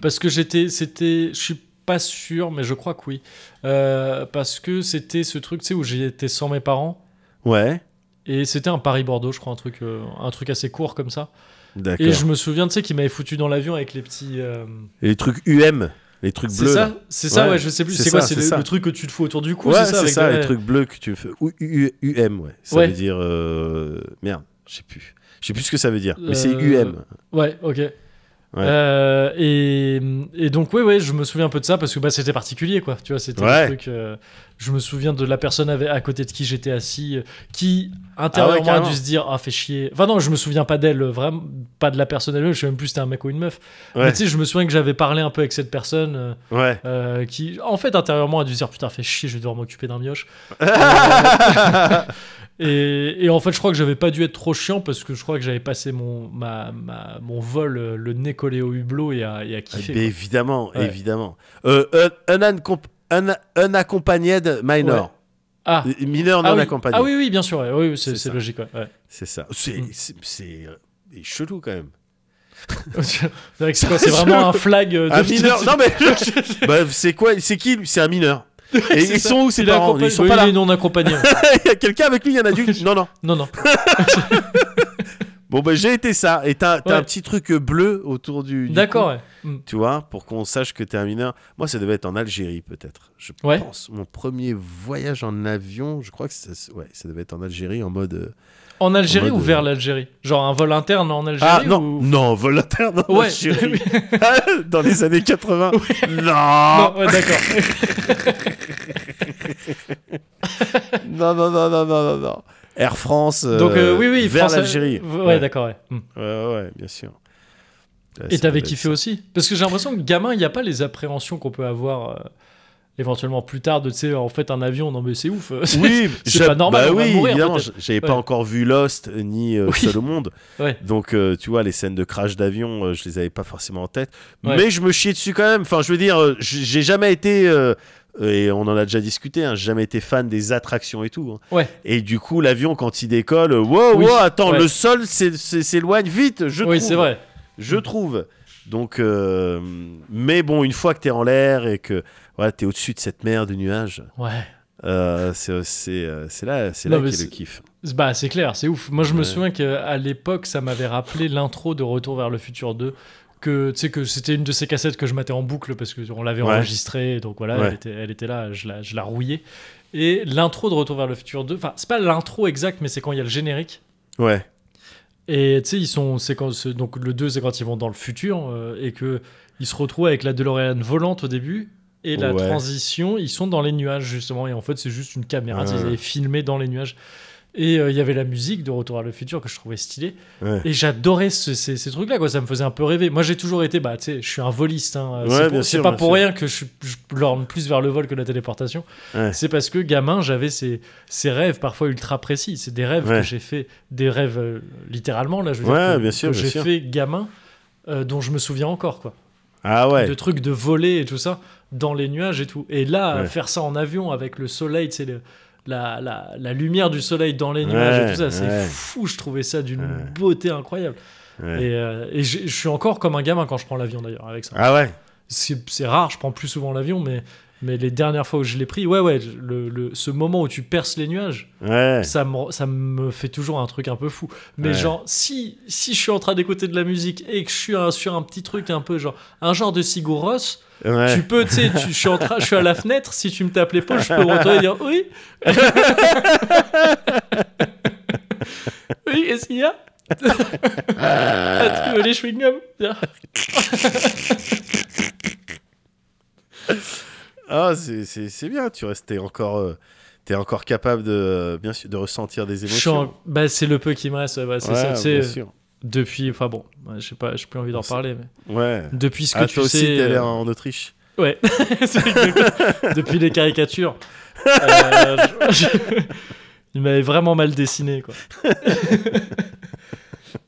Speaker 1: parce que j'étais, c'était, je suis pas sûr, mais je crois que oui, Euh, parce que c'était ce truc, tu sais, où j'étais sans mes parents.
Speaker 2: Ouais,
Speaker 1: Et c'était un Paris-Bordeaux, je crois, un truc, euh, un truc assez court comme ça.
Speaker 2: d'accord.
Speaker 1: Et je me souviens, tu sais, qu'il m'avait foutu dans l'avion avec les petits. euh,
Speaker 2: Et Les trucs UM, les trucs
Speaker 1: C'est
Speaker 2: bleus.
Speaker 1: ça,
Speaker 2: là.
Speaker 1: c'est ça,
Speaker 2: Ouais,
Speaker 1: ouais, je sais plus.
Speaker 2: c'est
Speaker 1: C'est quoi,
Speaker 2: ça,
Speaker 1: c'est
Speaker 2: c'est
Speaker 1: le,
Speaker 2: ça.
Speaker 1: le truc que tu te fous autour du cou, c'est
Speaker 2: ouais,
Speaker 1: ça,
Speaker 2: c'est
Speaker 1: avec
Speaker 2: ça,
Speaker 1: des-
Speaker 2: les trucs bleus que tu fais. Ou U- U- UM, ouais. Ça
Speaker 1: Ouais.
Speaker 2: veut dire. euh, Merde, je sais plus. Je sais plus ce que ça veut dire, mais
Speaker 1: Euh,
Speaker 2: c'est UM.
Speaker 1: Ouais, ok. Euh, et, et donc, ouais, ouais, je me souviens un peu de ça parce que bah, c'était particulier, quoi. Tu vois, c'était
Speaker 2: Ouais.
Speaker 1: un truc. euh, je me souviens de la personne avec- à côté de qui j'étais assis, euh, qui intérieurement a
Speaker 2: Ah carrément.
Speaker 1: dû se dire, ah, fait chier. Enfin, non, je me souviens pas d'elle, euh, vraiment, pas de la personne elle-même. Je sais même plus si c'était un mec ou une meuf.
Speaker 2: Ouais,
Speaker 1: Mais tu sais, je me souviens que j'avais parlé un peu avec cette personne. euh,
Speaker 2: ouais.
Speaker 1: Euh, qui en fait intérieurement a dû se dire putain fait chier je vais devoir m'occuper d'un mioche Euh, et, et en fait je crois que j'avais pas dû être trop chiant parce que je crois que j'avais passé mon, ma, ma- mon vol euh, le nez collé au hublot et à, et à
Speaker 2: Ah,
Speaker 1: kiffer
Speaker 2: ben
Speaker 1: quoi.
Speaker 2: évidemment,
Speaker 1: Ouais.
Speaker 2: évidemment. Euh, un, un, uncomp- un, un accompagné minor. Euh,
Speaker 1: ah,
Speaker 2: Mineur non
Speaker 1: ah, oui.
Speaker 2: accompagné.
Speaker 1: Ah oui oui bien sûr ouais, oui, oui, c'est
Speaker 2: C'est
Speaker 1: c'est
Speaker 2: ça.
Speaker 1: logique ouais, ouais.
Speaker 2: C'est ça. C'est,
Speaker 1: Mm.
Speaker 2: c'est, c'est- c'est chelou quand même.
Speaker 1: c'est vrai que c'est quoi, c'est vraiment un flag euh, de
Speaker 2: Un mineur. Ah, Non mais bah, c'est quoi C'est qui lui C'est un mineur. Et
Speaker 1: c'est
Speaker 2: ils
Speaker 1: ça.
Speaker 2: sont où ses
Speaker 1: Il est
Speaker 2: parents
Speaker 1: accompagné-
Speaker 2: Ils sont
Speaker 1: oui,
Speaker 2: pas là.
Speaker 1: il est non accompagné
Speaker 2: Il y a quelqu'un avec lui, il y a un adulte. Non non.
Speaker 1: non non
Speaker 2: Bon bah j'ai été ça. Et t'as, t'as
Speaker 1: Ouais.
Speaker 2: un petit truc euh, bleu autour du. du
Speaker 1: d'accord
Speaker 2: cou,
Speaker 1: ouais. Mm.
Speaker 2: Tu vois, pour qu'on sache que t'es un mineur. Moi, ça devait être en Algérie, peut-être. Je
Speaker 1: Ouais.
Speaker 2: pense. Mon premier voyage en avion, je crois que ça, ouais, ça devait être en Algérie, en mode. euh,
Speaker 1: en Algérie
Speaker 2: mode,
Speaker 1: ou
Speaker 2: euh,
Speaker 1: vers l'Algérie genre un vol interne en Algérie
Speaker 2: Ah non,
Speaker 1: ou-
Speaker 2: non, volontaire dans
Speaker 1: Ouais.
Speaker 2: l'Algérie. dans les années 80. Non.
Speaker 1: Non, ouais, d'accord.
Speaker 2: non, non, non, non, non, non, non. Air France euh,
Speaker 1: Donc euh, oui, oui,
Speaker 2: vers
Speaker 1: France-
Speaker 2: l'Algérie.
Speaker 1: Ouais, d'accord. ouais. Mm.
Speaker 2: ouais, Bah, ouais, ouais, bien sûr. Ouais,
Speaker 1: Et
Speaker 2: ça
Speaker 1: t'avais
Speaker 2: doit
Speaker 1: kiffé aussi Parce que j'ai l'impression que gamin, il n'y a pas les appréhensions qu'on peut avoir euh, éventuellement plus tard de, tu sais, en fait, un avion, non mais c'est ouf. euh,
Speaker 2: être- Oui,
Speaker 1: c'est
Speaker 2: j'a-
Speaker 1: pas normal,
Speaker 2: bah
Speaker 1: on va
Speaker 2: oui,
Speaker 1: mourir,
Speaker 2: évidemment,
Speaker 1: peut-être.
Speaker 2: j'avais
Speaker 1: Ouais.
Speaker 2: pas encore vu Lost euh, ni euh,
Speaker 1: Oui.
Speaker 2: Seul au monde.
Speaker 1: Ouais.
Speaker 2: Donc euh, tu vois les scènes de crash d'avion, euh, je les avais pas forcément en tête,
Speaker 1: Ouais.
Speaker 2: mais je me chiais dessus quand même. Enfin, je veux dire, euh, j- j'ai jamais été euh, et on en a déjà discuté, hein, j'ai jamais été fan des attractions et tout. hein.
Speaker 1: Ouais.
Speaker 2: Et du coup, l'avion quand il décolle, euh, wow,
Speaker 1: Oui,
Speaker 2: wow, attends,
Speaker 1: ouais.
Speaker 2: le sol s'é- s'é- s'éloigne vite, je
Speaker 1: oui,
Speaker 2: trouve.
Speaker 1: c'est vrai.
Speaker 2: je trouve. Donc, euh, mais bon, une fois que t'es en l'air et que voilà, t'es au-dessus de cette mer de nuages,
Speaker 1: Ouais.
Speaker 2: Euh, c'est- c'est euh, c'est là, c'est
Speaker 1: Non,
Speaker 2: là
Speaker 1: mais
Speaker 2: qu'est le
Speaker 1: c'est-
Speaker 2: kiff.
Speaker 1: C'est- Bah, c'est clair, c'est ouf. Moi, je me
Speaker 2: Ouais.
Speaker 1: souviens qu'à l'époque, ça m'avait rappelé l'intro de Retour vers le futur 2. Que, tu sais, que c'était une de ces cassettes que je matais en boucle parce qu'on l'avait
Speaker 2: Ouais.
Speaker 1: enregistrée, donc voilà,
Speaker 2: Ouais.
Speaker 1: elle, était, elle était là, je la, je la rouillais. Et l'intro de Retour vers le futur 2, enfin, c'est pas l'intro exacte, mais c'est quand il y a le générique.
Speaker 2: Ouais,
Speaker 1: Et tu sais, ils sont. c'est quand- c'est- donc le 2, c'est quand ils vont dans le futur euh, et que ils se retrouvent avec la DeLorean volante au début. Et la
Speaker 2: Ouais.
Speaker 1: transition, ils sont dans les nuages, justement. Et en fait, c'est juste une caméra. tu sais, Ils
Speaker 2: Ouais.
Speaker 1: avaient filmé dans les nuages. Et euh, il y avait la musique de Retour à le futur que je trouvais stylée.
Speaker 2: ouais.
Speaker 1: Et j'adorais ce- ces, ces trucs-là, quoi. Ça me faisait un peu rêver. Moi, j'ai toujours été. Bah, tu sais, je suis un voliste. hein.
Speaker 2: Ouais,
Speaker 1: C'est pour-
Speaker 2: bien
Speaker 1: c'est
Speaker 2: sûr,
Speaker 1: pas
Speaker 2: bien
Speaker 1: pour
Speaker 2: sûr.
Speaker 1: rien que je, suis- je lorne plus vers le vol que la téléportation.
Speaker 2: Ouais.
Speaker 1: C'est parce que gamin, j'avais ces, ces rêves parfois ultra précis. C'est des rêves
Speaker 2: Ouais.
Speaker 1: que j'ai fait, des rêves euh, littéralement là. Je veux
Speaker 2: Ouais,
Speaker 1: dire, que,
Speaker 2: bien sûr,
Speaker 1: que
Speaker 2: bien
Speaker 1: j'ai
Speaker 2: sûr.
Speaker 1: fait gamin, euh, dont je me souviens encore quoi.
Speaker 2: Ah ouais.
Speaker 1: De trucs de voler et tout ça dans les nuages et tout. Et là,
Speaker 2: Ouais.
Speaker 1: faire ça en avion avec le soleil, c'est la, la, la lumière du soleil dans les nuages et
Speaker 2: Ouais,
Speaker 1: tout ça, c'est
Speaker 2: ouais.
Speaker 1: fou. Je trouvais ça d'une
Speaker 2: Ouais.
Speaker 1: beauté incroyable.
Speaker 2: Ouais.
Speaker 1: Et, euh, et j'ai- je suis encore comme un gamin quand je prends l'avion d'ailleurs avec ça.
Speaker 2: Ah ouais.
Speaker 1: C'est c'est rare, je prends plus souvent l'avion, mais, mais les dernières fois où je l'ai pris, ouais, ouais, le, le- ce moment où tu perces les nuages,
Speaker 2: Ouais.
Speaker 1: ça, me, ça me fait toujours un truc un peu fou. Mais
Speaker 2: Ouais.
Speaker 1: genre, si, si je suis en train d'écouter de la musique et que je suis un- sur un petit truc un peu genre, un genre de Sigur Rós,
Speaker 2: Ouais.
Speaker 1: tu peux, tu sais, tu- je suis en train- je suis à la fenêtre, si tu me tapes l'épaule, je peux me retourner et dire oui. oui, qu'est-ce qu'il y a ah, Tu veux les chewing-gums Tiens.
Speaker 2: Ah, c'est- c'est c'est bien. Tu restes t'es encore, euh, t'es encore capable de, euh, bien sûr, de ressentir des
Speaker 1: Je suis en-
Speaker 2: émotions.
Speaker 1: bah, c'est le peu qui me reste, ouais, bah, c'est
Speaker 2: Ouais,
Speaker 1: ça, tu sais,
Speaker 2: bien sûr.
Speaker 1: depuis, enfin bon, ouais, je sais pas, j'ai plus envie d'en
Speaker 2: C'est-
Speaker 1: parler, mais
Speaker 2: Ouais.
Speaker 1: depuis ce que
Speaker 2: Ah,
Speaker 1: tu
Speaker 2: toi aussi,
Speaker 1: sais,
Speaker 2: t'es allé
Speaker 1: euh,
Speaker 2: en Autriche.
Speaker 1: ouais, C'est vrai que depuis, depuis les caricatures, euh, je- je- il m'avait vraiment mal dessiné, quoi.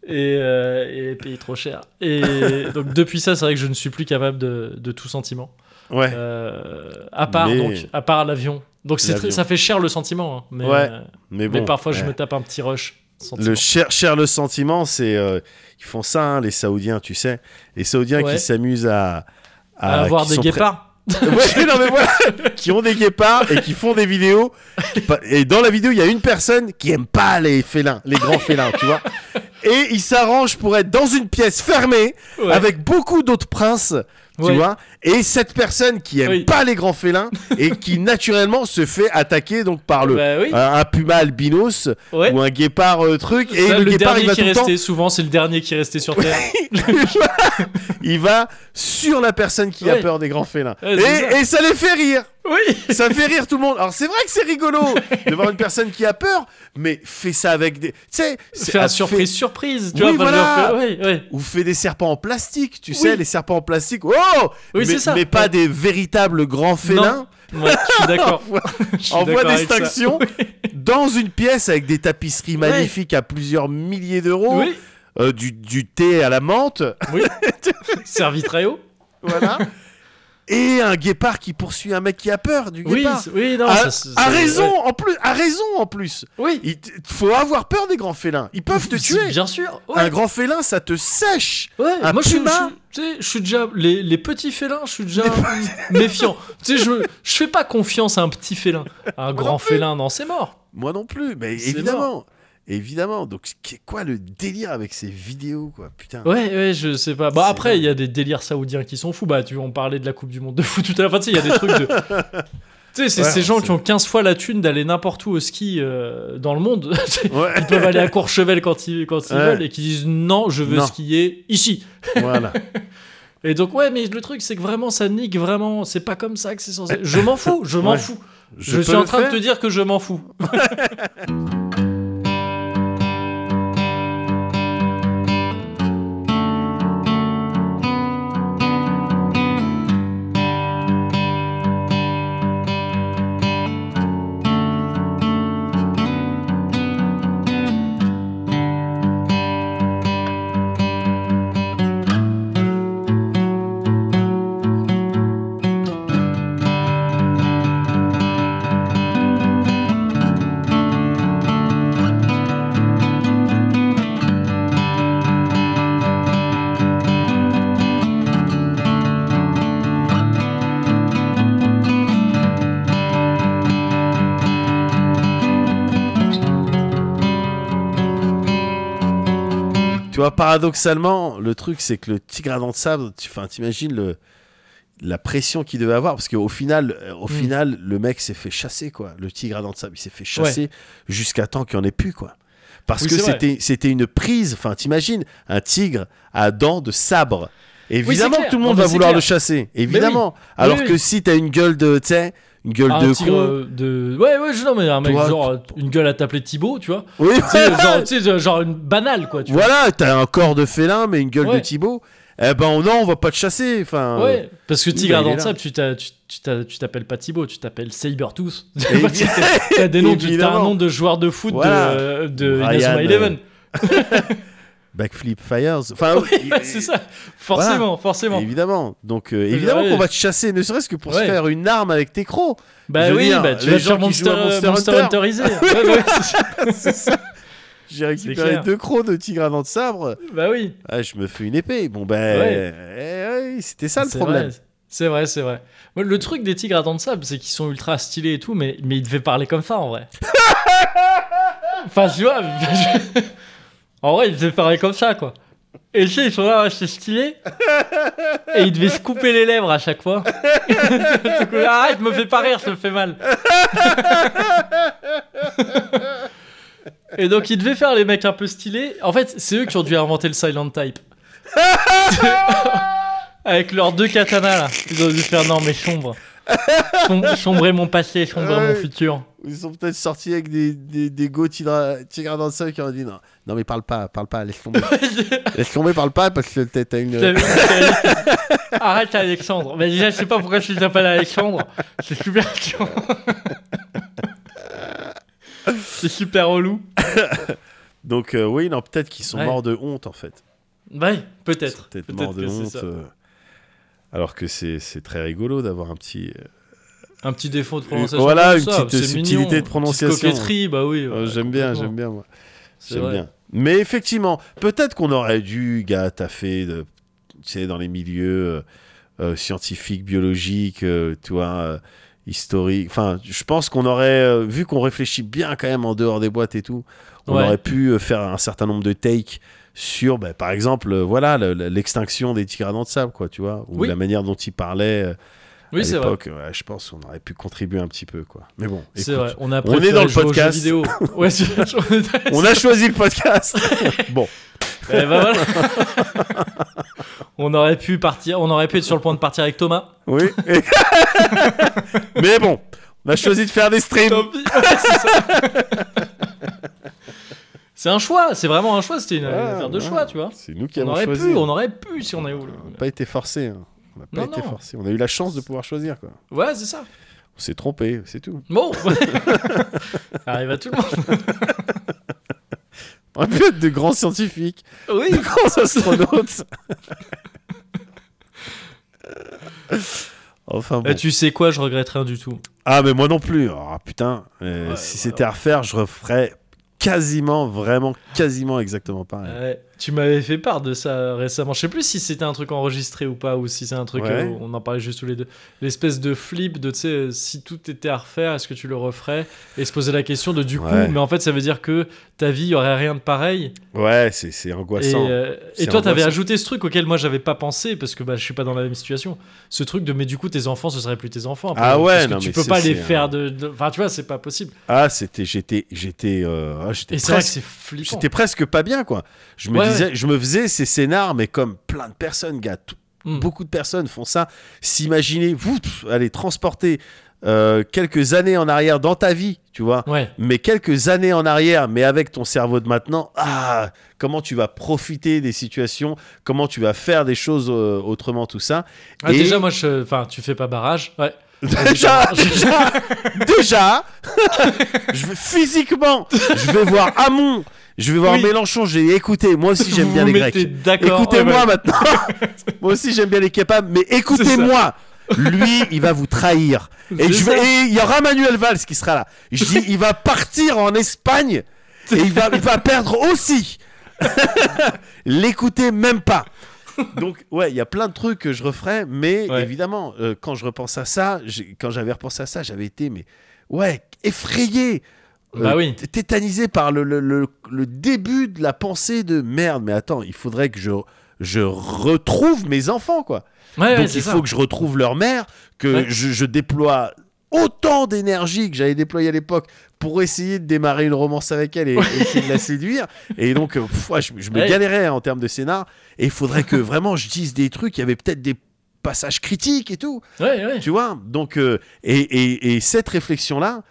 Speaker 1: et, euh, et payé trop cher. Et donc depuis ça, c'est vrai que je ne suis plus capable de, de tout sentiment,
Speaker 2: Ouais.
Speaker 1: Euh, à part
Speaker 2: Mais-
Speaker 1: donc, à part l'avion. Donc c'est
Speaker 2: L'avion.
Speaker 1: très- ça fait cher le sentiment, hein, mais,
Speaker 2: Ouais,
Speaker 1: euh,
Speaker 2: mais bon.
Speaker 1: mais parfois je
Speaker 2: ouais.
Speaker 1: me tape un petit rush. sentiment.
Speaker 2: Le cher, cher le sentiment, c'est euh, ils font ça, hein, les Saoudiens, tu sais, les Saoudiens
Speaker 1: Ouais.
Speaker 2: qui s'amusent à,
Speaker 1: à avoir
Speaker 2: Ah, qui
Speaker 1: des
Speaker 2: sont prêts-
Speaker 1: guépards.
Speaker 2: Ouais, non, mais voilà, qui ont des guépards et qui font des vidéos. Et dans la vidéo, il y a une personne qui aime pas les félins, les grands félins, tu vois. Et ils s'arrangent pour être dans une pièce fermée
Speaker 1: Ouais.
Speaker 2: avec beaucoup d'autres princes, tu
Speaker 1: Ouais.
Speaker 2: vois. Et cette personne qui aime
Speaker 1: Oui.
Speaker 2: pas les grands félins et qui naturellement se fait attaquer donc par le
Speaker 1: Bah oui.
Speaker 2: un, un puma albinos
Speaker 1: Ouais.
Speaker 2: ou un guépard euh, truc et
Speaker 1: Ça,
Speaker 2: le, guépard
Speaker 1: dernier
Speaker 2: il va
Speaker 1: qui
Speaker 2: tout le temps
Speaker 1: restait, souvent c'est le dernier qui restait sur terre.
Speaker 2: il va sur la personne qui
Speaker 1: Ouais.
Speaker 2: a peur des grands félins
Speaker 1: Ouais, c'est ça.
Speaker 2: et, et ça les fait rire
Speaker 1: oui.
Speaker 2: ça fait rire tout le monde alors c'est vrai que c'est rigolo de voir une personne qui a peur mais fais ça avec des tu sais c'est-
Speaker 1: Faire
Speaker 2: ah,
Speaker 1: surprise, surprise. Tu
Speaker 2: Oui,
Speaker 1: vois, pas
Speaker 2: voilà.
Speaker 1: leur faire- ouais, ouais.
Speaker 2: fais- ou fais des serpents en plastique tu
Speaker 1: Oui.
Speaker 2: sais les serpents en plastique oh
Speaker 1: Oui, c'est
Speaker 2: mais,
Speaker 1: ça.
Speaker 2: mais pas des véritables grands félins
Speaker 1: Ouais, je suis d'accord. Je suis
Speaker 2: en voie
Speaker 1: d'accord avec ça.
Speaker 2: d'extinction dans une pièce avec des tapisseries
Speaker 1: Ouais.
Speaker 2: magnifiques à plusieurs milliers d'euros
Speaker 1: Oui,
Speaker 2: euh, du, du thé à la menthe
Speaker 1: oui. Servi très haut.
Speaker 2: Voilà. Et un guépard qui poursuit un mec qui a peur du
Speaker 1: Oui,
Speaker 2: guépard.
Speaker 1: c'est- oui, non.
Speaker 2: à,
Speaker 1: ça, c'est-
Speaker 2: à
Speaker 1: c'est-
Speaker 2: raison
Speaker 1: ouais.
Speaker 2: en plus, à raison en plus.
Speaker 1: Oui.
Speaker 2: Il t- faut avoir peur des grands félins. Ils peuvent te
Speaker 1: Si,
Speaker 2: tuer.
Speaker 1: Bien sûr. Ouais.
Speaker 2: Un grand félin, ça te sèche.
Speaker 1: Ouais,
Speaker 2: un
Speaker 1: moi je suis,
Speaker 2: puma.
Speaker 1: je suis- tu sais, je suis déjà les, les petits félins, je suis déjà méfiant. tu sais, je je fais pas confiance à un petit félin, à un
Speaker 2: Moi
Speaker 1: grand
Speaker 2: non plus.
Speaker 1: félin, non, c'est mort.
Speaker 2: Moi non plus, mais
Speaker 1: C'est
Speaker 2: évidemment, évidemment. Donc qu'est- quoi le délire avec ces vidéos, quoi, putain.
Speaker 1: Ouais, ouais, je sais pas. Bah
Speaker 2: C'est
Speaker 1: après, il y a des délires saoudiens qui sont fous. Bah, tu on parlait de la Coupe du Monde de foot tout à l'heure. Enfin, tu sais, il y a des trucs de. Tu sais, c'est
Speaker 2: Ouais,
Speaker 1: ces gens
Speaker 2: c'est-
Speaker 1: qui ont 15 fois la thune d'aller n'importe où au ski euh, dans le monde.
Speaker 2: Ouais.
Speaker 1: ils peuvent aller à Courchevel quand ils, quand ils
Speaker 2: Ouais.
Speaker 1: veulent et qui disent non, je veux
Speaker 2: Non.
Speaker 1: skier ici.
Speaker 2: voilà.
Speaker 1: Et donc, ouais, mais le truc, c'est que vraiment, ça nique vraiment. C'est pas comme ça que c'est censé. Je m'en fous, je m'en
Speaker 2: Ouais.
Speaker 1: fous.
Speaker 2: Je,
Speaker 1: Je,
Speaker 2: peux
Speaker 1: suis en
Speaker 2: le
Speaker 1: train
Speaker 2: faire
Speaker 1: de te dire que je m'en fous.
Speaker 2: Tu vois, paradoxalement, le truc, c'est que le petit gradant de sable, tu enfin, t'imagines le, la pression qu'il devait avoir, parce qu'au final, euh, au
Speaker 1: Mm.
Speaker 2: final, le mec s'est fait chasser, quoi. Le petit gradant de sable, il s'est fait chasser jusqu'à temps qu'il n'y en ait plus, quoi. Parce
Speaker 1: Oui,
Speaker 2: que
Speaker 1: c'est vrai.
Speaker 2: c'était c'était une prise, enfin, t'imagines, un tigre à dents de sabre. Évidemment que
Speaker 1: clair.
Speaker 2: tout le
Speaker 1: Non,
Speaker 2: monde
Speaker 1: mais
Speaker 2: va
Speaker 1: c'est
Speaker 2: vouloir
Speaker 1: clair.
Speaker 2: le chasser, évidemment. Alors
Speaker 1: Oui, oui.
Speaker 2: que si t'as une gueule de, tu sais, une gueule
Speaker 1: Un
Speaker 2: de
Speaker 1: tir,
Speaker 2: con.
Speaker 1: euh, de... Ouais, ouais, je... non, mais un mec,
Speaker 2: Toi,
Speaker 1: genre, une gueule à t'appeler Thibaut, tu vois.
Speaker 2: Oui,
Speaker 1: Tu sais, genre, tu sais, genre une banale, quoi, tu vois.
Speaker 2: Voilà, t'as un corps de félin, mais une gueule de
Speaker 1: Ouais.
Speaker 2: Thibaut. Eh ben non, on va pas te chasser. Enfin, euh,
Speaker 1: Ouais, parce que
Speaker 2: oui,
Speaker 1: Tigre
Speaker 2: bah, il est
Speaker 1: dans le
Speaker 2: là.
Speaker 1: sable, tu t'as- tu- tu t'as- tu t'appelles pas Thibaut, tu t'appelles Sabertooth.
Speaker 2: Et-
Speaker 1: T'as des noms, tu- t'as un
Speaker 2: Évidemment.
Speaker 1: nom de joueur de foot
Speaker 2: Voilà.
Speaker 1: de, de
Speaker 2: Brian,
Speaker 1: Inazuma
Speaker 2: euh,
Speaker 1: Eleven.
Speaker 2: Backflip Fires. Enfin, oui,
Speaker 1: Ouais, c'est ça, forcément, forcément.
Speaker 2: Évidemment. Donc, euh, évidemment
Speaker 1: ouais.
Speaker 2: qu'on va te chasser, ne serait-ce que pour se
Speaker 1: Ouais.
Speaker 2: faire une arme avec tes crocs.
Speaker 1: Bah
Speaker 2: je veux
Speaker 1: oui,
Speaker 2: dire,
Speaker 1: bah, tu vas
Speaker 2: les
Speaker 1: te
Speaker 2: gens
Speaker 1: faire
Speaker 2: qui jouent
Speaker 1: Monster,
Speaker 2: à Monster
Speaker 1: Monster
Speaker 2: Hunter.
Speaker 1: Hunterisé. Ouais, ouais, c'est ça.
Speaker 2: C'est ça. J'ai récupéré
Speaker 1: clair.
Speaker 2: deux crocs de tigre à dents de sabre.
Speaker 1: bah oui.
Speaker 2: Ah, je me fais une épée. Bon, ben.
Speaker 1: Ouais.
Speaker 2: eh, ouais, C'était ça le
Speaker 1: C'est
Speaker 2: problème.
Speaker 1: vrai, C'est vrai, c'est vrai. Moi, Le truc des tigres à dents de sable, c'est qu'ils sont ultra stylés et tout, mais, mais ils devaient parler comme ça en vrai. enfin, tu vois, je- en vrai, ils devaient parler comme ça quoi. Et tu sais, ils sont là, ouais, c'est stylé. Et ils devaient se couper les lèvres à chaque fois. Du coup, Arrête, me fais pas rire, ça me fait mal. Et donc, ils devaient faire les mecs un peu stylés. En fait, c'est eux qui ont dû inventer le silent type. Avec leurs deux katanas là. Ils ont dû faire non mais sombre. Som- sombrer mon passé, sombrer
Speaker 2: Ouais.
Speaker 1: mon futur.
Speaker 2: Ils sont peut-être sortis avec des, des, des go tigre à tigre à dents de sabre qui ont dit non, non, mais parle pas, parle pas, laisse tomber. laisse tomber, parle pas parce que t'as t'as une.
Speaker 1: J'avais une série. Arrête Alexandre. Mais déjà je sais pas pourquoi tu t'appelles Alexandre. C'est super chiant. C'est super relou.
Speaker 2: Donc, euh, oui, non, peut-être qu'ils sont
Speaker 1: Ouais.
Speaker 2: morts de honte en fait.
Speaker 1: Ouais,
Speaker 2: Ils sont
Speaker 1: peut-être.
Speaker 2: Peut-être
Speaker 1: Peut-être
Speaker 2: morts de
Speaker 1: que c'est
Speaker 2: honte.
Speaker 1: ça.
Speaker 2: euh, alors que c'est c'est très rigolo d'avoir un petit.
Speaker 1: Un petit défaut de prononciation.
Speaker 2: Euh, Voilà,
Speaker 1: comme
Speaker 2: une
Speaker 1: ça,
Speaker 2: petite euh,
Speaker 1: c'est
Speaker 2: subtilité
Speaker 1: mignon.
Speaker 2: de prononciation.
Speaker 1: Petite coquetterie, bah oui.
Speaker 2: Euh,
Speaker 1: ouais,
Speaker 2: j'aime bien,
Speaker 1: complètement.
Speaker 2: j'aime bien moi.
Speaker 1: C'est
Speaker 2: J'aime
Speaker 1: vrai.
Speaker 2: bien. Mais effectivement, peut-être qu'on aurait dû, gars, taffer de, tu sais, dans les milieux euh, euh, scientifiques, biologiques, euh, tu vois, euh, historiques. Enfin, je pense qu'on aurait, euh, vu qu'on réfléchit bien quand même en dehors des boîtes et tout, on
Speaker 1: Ouais.
Speaker 2: aurait pu euh, faire un certain nombre de takes sur, bah, par exemple, euh, voilà, le- le- l'extinction des tigres à dents de sable, quoi, tu vois, ou
Speaker 1: Oui.
Speaker 2: la manière dont ils parlaient euh, à
Speaker 1: Oui, c'est vrai.
Speaker 2: l'époque. Ouais, je pense qu'on aurait pu contribuer un petit peu, quoi. Mais bon,
Speaker 1: C'est
Speaker 2: écoute,
Speaker 1: vrai, on a
Speaker 2: on est dans le podcast.
Speaker 1: vidéo. Ouais, c'est
Speaker 2: on a choisi le podcast. bon.
Speaker 1: Eh ben voilà. on aurait pu partir, on aurait pu être sur le point de partir avec Thomas.
Speaker 2: Oui. Et- Mais bon, on a choisi de faire des streams.
Speaker 1: Tant pis. Ouais, c'est ça. C'est un choix, c'est vraiment un choix, c'était une une
Speaker 2: Ouais,
Speaker 1: affaire de
Speaker 2: ouais.
Speaker 1: choix, tu vois.
Speaker 2: C'est nous qui
Speaker 1: On
Speaker 2: avons
Speaker 1: aurait
Speaker 2: choisi.
Speaker 1: pu, on aurait pu si on avait voulu.
Speaker 2: On n'a pas été forcé. hein. On n'a pas
Speaker 1: Non,
Speaker 2: été
Speaker 1: non.
Speaker 2: forcé. On a eu la chance de pouvoir choisir. Quoi.
Speaker 1: Ouais, c'est ça.
Speaker 2: On s'est trompé, c'est tout.
Speaker 1: Bon, arrive à tout le monde.
Speaker 2: On aurait pu être de grands scientifiques,
Speaker 1: Oui,
Speaker 2: de grands astronautes. enfin bon.
Speaker 1: Et Euh, tu sais quoi, je regrette rien du tout.
Speaker 2: Ah, mais moi non plus. Ah putain, euh,
Speaker 1: Ouais,
Speaker 2: si
Speaker 1: ouais,
Speaker 2: c'était à refaire, je referais quasiment, vraiment, quasiment exactement pareil.
Speaker 1: Ouais, Euh, tu m'avais fait part de ça récemment. Je sais plus si c'était un truc enregistré ou pas, ou si c'est un truc.
Speaker 2: Ouais.
Speaker 1: euh, on en parlait juste tous les deux. L'espèce de flip de, tu sais, euh, si tout était à refaire, est-ce que tu le referais Et se poser la question de du coup,
Speaker 2: Ouais.
Speaker 1: mais en fait, ça veut dire que ta vie, il y aurait rien de pareil.
Speaker 2: Ouais, c'est c'est
Speaker 1: Et,
Speaker 2: angoissant.
Speaker 1: euh, et
Speaker 2: Bah, C'est
Speaker 1: toi, t'avais
Speaker 2: angoissant.
Speaker 1: ajouté ce truc auquel moi, j'avais pas pensé, parce que bah, je suis pas dans la même situation. Ce truc de, mais du coup, tes enfants, ce seraient plus tes enfants.
Speaker 2: Ah
Speaker 1: parce
Speaker 2: ouais,
Speaker 1: que
Speaker 2: non,
Speaker 1: Tu
Speaker 2: mais
Speaker 1: peux
Speaker 2: c'est-
Speaker 1: pas les
Speaker 2: c'est un-
Speaker 1: faire de. de- Enfin, tu vois, c'est pas possible.
Speaker 2: Ah, c'était, j'étais, j'étais, euh, ah, j'étais
Speaker 1: Et c'est vrai que
Speaker 2: presque,
Speaker 1: c'est flippant.
Speaker 2: j'étais presque pas bien quoi. Je
Speaker 1: Ouais,
Speaker 2: me disais, je me faisais ces scénars, mais comme plein de personnes, gars, tout-
Speaker 1: Mm.
Speaker 2: beaucoup de personnes font ça. S'imaginer, vous, pff, allez transporter euh, quelques années en arrière dans ta vie, tu vois.
Speaker 1: Ouais,
Speaker 2: Mais quelques années en arrière, mais avec ton cerveau de maintenant, ah, comment tu vas profiter des situations, comment tu vas faire des choses euh, autrement, tout ça.
Speaker 1: Ah,
Speaker 2: Et-
Speaker 1: déjà, moi, je... enfin, tu fais pas barrage. Ouais.
Speaker 2: Déjà, déjà, déjà, je vais physiquement, je vais voir Hamon, je vais voir
Speaker 1: Oui.
Speaker 2: Mélenchon, j'ai écouté, moi aussi j'aime
Speaker 1: Vous
Speaker 2: bien
Speaker 1: vous
Speaker 2: les
Speaker 1: mettez
Speaker 2: Grecs.
Speaker 1: D'accord.
Speaker 2: Écoutez-moi
Speaker 1: Ouais, ouais.
Speaker 2: maintenant, bah. moi aussi j'aime bien les capables, mais écoutez-moi, lui il va vous trahir. Et
Speaker 1: C'est
Speaker 2: je vais-
Speaker 1: ça.
Speaker 2: et il y aura Manuel Valls qui sera là. Je dis, il va partir en Espagne et il va, il va perdre aussi. L'écoutez même pas. Donc, ouais, il y a plein de trucs que je referais, mais
Speaker 1: Ouais.
Speaker 2: évidemment, euh, quand je repense à ça, j'ai- quand j'avais repensé à ça, j'avais été, mais ouais, effrayé. Euh,
Speaker 1: Bah oui.
Speaker 2: t- tétanisé par le, le- le- le début de la pensée de merde, mais attends, il faudrait que je, je retrouve mes enfants, quoi.
Speaker 1: Ouais, ouais,
Speaker 2: Donc
Speaker 1: c'est
Speaker 2: il
Speaker 1: ça.
Speaker 2: faut que je retrouve leur mère, que
Speaker 1: Ouais.
Speaker 2: je, je déploie autant d'énergie que j'avais déployé à l'époque pour essayer de démarrer une romance avec elle et, et essayer de la séduire. Et donc, euh, pff, ouais, je, je me
Speaker 1: Ouais.
Speaker 2: galérais en termes de scénar. Et il faudrait que vraiment je dise des trucs, il y avait peut-être des passages critiques et tout.
Speaker 1: Ouais, ouais.
Speaker 2: Tu vois Donc, euh, et, et- et cette réflexion-là,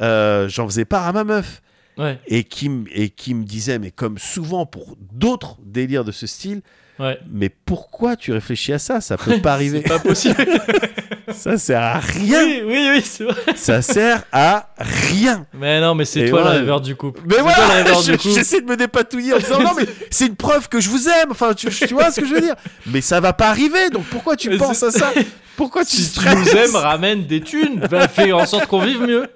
Speaker 2: euh, j'en faisais part à ma meuf
Speaker 1: Ouais,
Speaker 2: et qui, m- et qui me disait, mais comme souvent pour d'autres délires de ce style,
Speaker 1: ouais.
Speaker 2: mais pourquoi tu réfléchis à ça Ça peut pas arriver.
Speaker 1: C'est pas possible.
Speaker 2: Ça sert à rien.
Speaker 1: oui, oui, oui, c'est vrai.
Speaker 2: Ça sert à rien.
Speaker 1: Mais non, mais c'est
Speaker 2: Et
Speaker 1: toi le
Speaker 2: ouais.
Speaker 1: rêveur du couple.
Speaker 2: Mais
Speaker 1: C'est toi le
Speaker 2: voilà,
Speaker 1: rêveur
Speaker 2: je-
Speaker 1: du couple.
Speaker 2: j'essaie de me dépatouiller en disant non mais c'est une preuve que je vous aime. Enfin, tu, tu vois ce que je veux dire Mais ça va pas arriver. Donc pourquoi tu
Speaker 1: Mais
Speaker 2: penses à ça Pourquoi tu
Speaker 1: Si tu
Speaker 2: stresses
Speaker 1: nous aimes, ramène des thunes. Va fais en sorte qu'on vive mieux.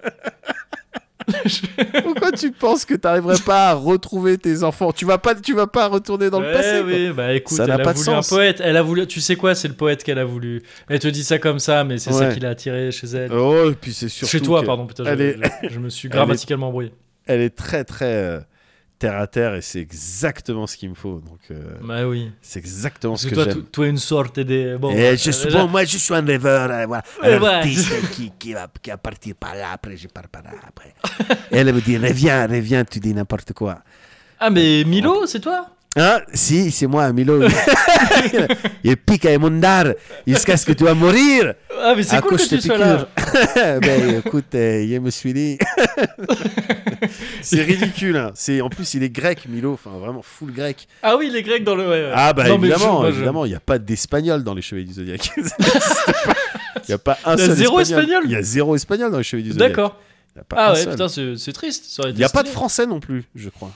Speaker 2: Pourquoi tu penses que t'arriverais pas à retrouver tes enfants Tu vas pas, tu vas pas retourner dans
Speaker 1: Ouais,
Speaker 2: le passé. quoi.
Speaker 1: oui, bah écoute,
Speaker 2: Ça
Speaker 1: elle
Speaker 2: n'a
Speaker 1: a
Speaker 2: pas de
Speaker 1: voulu
Speaker 2: sens.
Speaker 1: un poète. Elle a voulu. Tu sais quoi, c'est le poète qu'elle a voulu. Elle te dit ça comme ça, mais c'est ça
Speaker 2: Ouais.
Speaker 1: qui l'a attiré chez elle.
Speaker 2: Oh, et puis c'est surtout
Speaker 1: chez toi,
Speaker 2: que
Speaker 1: pardon. Putain, je,
Speaker 2: elle est-
Speaker 1: je- je me suis grammaticalement embrouillé.
Speaker 2: Elle est très très euh, terre à terre et c'est exactement ce qu'il me faut. Donc euh,
Speaker 1: Bah oui.
Speaker 2: c'est exactement
Speaker 1: Parce
Speaker 2: ce
Speaker 1: que
Speaker 2: que
Speaker 1: toi, tu-
Speaker 2: j'aime.
Speaker 1: toi, une sorte de. Bon,
Speaker 2: Et
Speaker 1: euh,
Speaker 2: je suis,
Speaker 1: déjà-
Speaker 2: bon, moi, je suis un rêveur, euh, voilà,
Speaker 1: Ouais,
Speaker 2: un
Speaker 1: ouais.
Speaker 2: artiste qui, qui va, qui va partir par là, après je pars par là, après. Elle me dit, reviens, reviens, tu dis n'importe quoi.
Speaker 1: Ah, mais Milo, c'est toi
Speaker 2: Hein Si, c'est moi, Milo. Il pique à Mondar jusqu'à ce que tu vas mourir
Speaker 1: Ah, mais c'est
Speaker 2: à
Speaker 1: cool
Speaker 2: cause
Speaker 1: que
Speaker 2: de
Speaker 1: tu sois là.
Speaker 2: piqûres. ben écoute, euh, je me suis dit... c'est ridicule, hein. C'est, en plus, il est grec, Milo, enfin vraiment full grec.
Speaker 1: Ah oui, les Grecs dans le. ouais, ouais.
Speaker 2: Ah bah
Speaker 1: Non, mais je-
Speaker 2: évidemment,
Speaker 1: moi, je-
Speaker 2: évidemment, il n'y a pas d'espagnol dans les Chevaliers du Zodiac. Ça n'existe pas. Il n'y a pas un
Speaker 1: Il y a
Speaker 2: seul
Speaker 1: zéro Espagnol
Speaker 2: Il y a zéro espagnol dans les Chevaliers du Zodiac.
Speaker 1: D'accord.
Speaker 2: Il n'y a pas
Speaker 1: Ah
Speaker 2: un
Speaker 1: ouais,
Speaker 2: seul.
Speaker 1: putain, c'est c'est triste. ça aurait
Speaker 2: Il
Speaker 1: été
Speaker 2: n'y a pas de
Speaker 1: stylé.
Speaker 2: français non plus, je crois.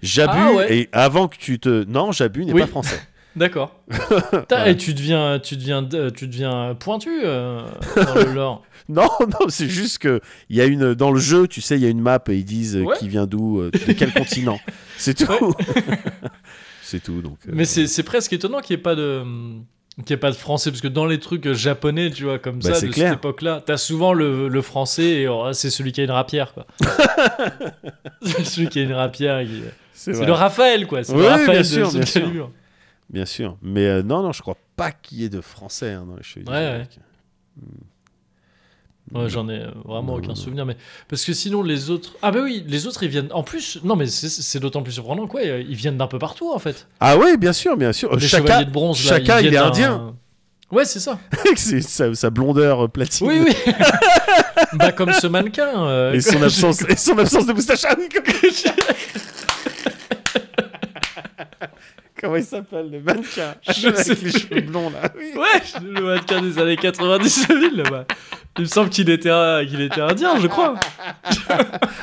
Speaker 2: Jabu
Speaker 1: Ah ouais.
Speaker 2: et avant que tu te non, Jabu n'est
Speaker 1: Oui.
Speaker 2: pas français.
Speaker 1: D'accord. Putain,
Speaker 2: Ouais.
Speaker 1: Et tu deviens, tu deviens, euh, tu deviens pointu euh, dans le lore.
Speaker 2: Non, non, c'est juste que il y a une dans le jeu, tu sais, il y a une map et ils disent euh,
Speaker 1: Ouais.
Speaker 2: qui vient d'où, euh, de quel continent. C'est tout. c'est tout donc. euh,
Speaker 1: Mais c'est c'est presque étonnant qu'il n'y ait pas de qu'il y ait pas de français parce que dans les trucs japonais tu vois comme
Speaker 2: Bah,
Speaker 1: ça
Speaker 2: c'est
Speaker 1: de
Speaker 2: clair.
Speaker 1: cette époque là t'as souvent le, le français et oh, c'est celui qui a une rapière quoi C'est celui qui a une rapière qui-
Speaker 2: c'est
Speaker 1: c'est
Speaker 2: vrai.
Speaker 1: le Raphaël quoi c'est
Speaker 2: Oui,
Speaker 1: le
Speaker 2: oui,
Speaker 1: Raphaël
Speaker 2: bien
Speaker 1: de
Speaker 2: sûr, bien
Speaker 1: Soul
Speaker 2: sûr.
Speaker 1: Calibur.
Speaker 2: Bien sûr. Mais euh, non, non, je crois pas qu'il y ait de français hein, dans les Chevaliers
Speaker 1: Ouais,
Speaker 2: du Zodiac.
Speaker 1: Ouais, j'en ai euh, vraiment
Speaker 2: Non,
Speaker 1: aucun
Speaker 2: non.
Speaker 1: souvenir, mais parce que sinon les autres, ah bah oui, les autres ils viennent. En plus, non mais c'est- c'est d'autant plus surprenant quoi, ils viennent d'un peu partout en fait.
Speaker 2: Ah oui, bien sûr, bien sûr.
Speaker 1: les
Speaker 2: Chacun-
Speaker 1: chevaliers de bronze, là,
Speaker 2: Chaka,
Speaker 1: ils
Speaker 2: il est
Speaker 1: viennent d'un-
Speaker 2: indien.
Speaker 1: Ouais, c'est ça.
Speaker 2: C'est sa, sa blondeur euh, platine.
Speaker 1: Oui, oui. bah comme ce mannequin. euh,
Speaker 2: Et son, absence, et son absence de moustache. Ah oui, comme- Comment il s'appelle, le mannequin
Speaker 1: Je
Speaker 2: Avec
Speaker 1: sais
Speaker 2: les
Speaker 1: plus.
Speaker 2: cheveux blonds, là. Oui.
Speaker 1: Ouais, le mannequin des années 90 2000 là-bas. Il me semble qu'il était, euh, qu'il était indien, je crois.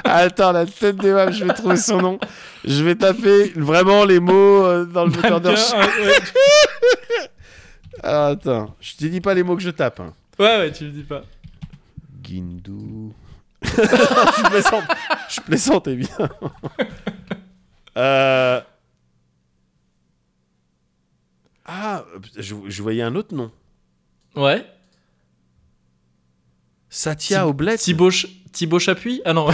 Speaker 2: Attends, la tête des maps, je vais trouver son nom. Je vais taper vraiment les mots euh, dans le moteur de
Speaker 1: Mannequin,
Speaker 2: recherche.
Speaker 1: ouais, ouais.
Speaker 2: Ah, attends, je te dis pas les mots que je tape. hein.
Speaker 1: Ouais, ouais, tu le dis pas.
Speaker 2: Guindou. je plaisante. Je plaisante, évidemment. Euh... Ah, je, je voyais un autre nom.
Speaker 1: Ouais.
Speaker 2: Satya
Speaker 1: Thi-
Speaker 2: Oblette.
Speaker 1: Thibaut, Ch- Thibaut Chapuis Ah non.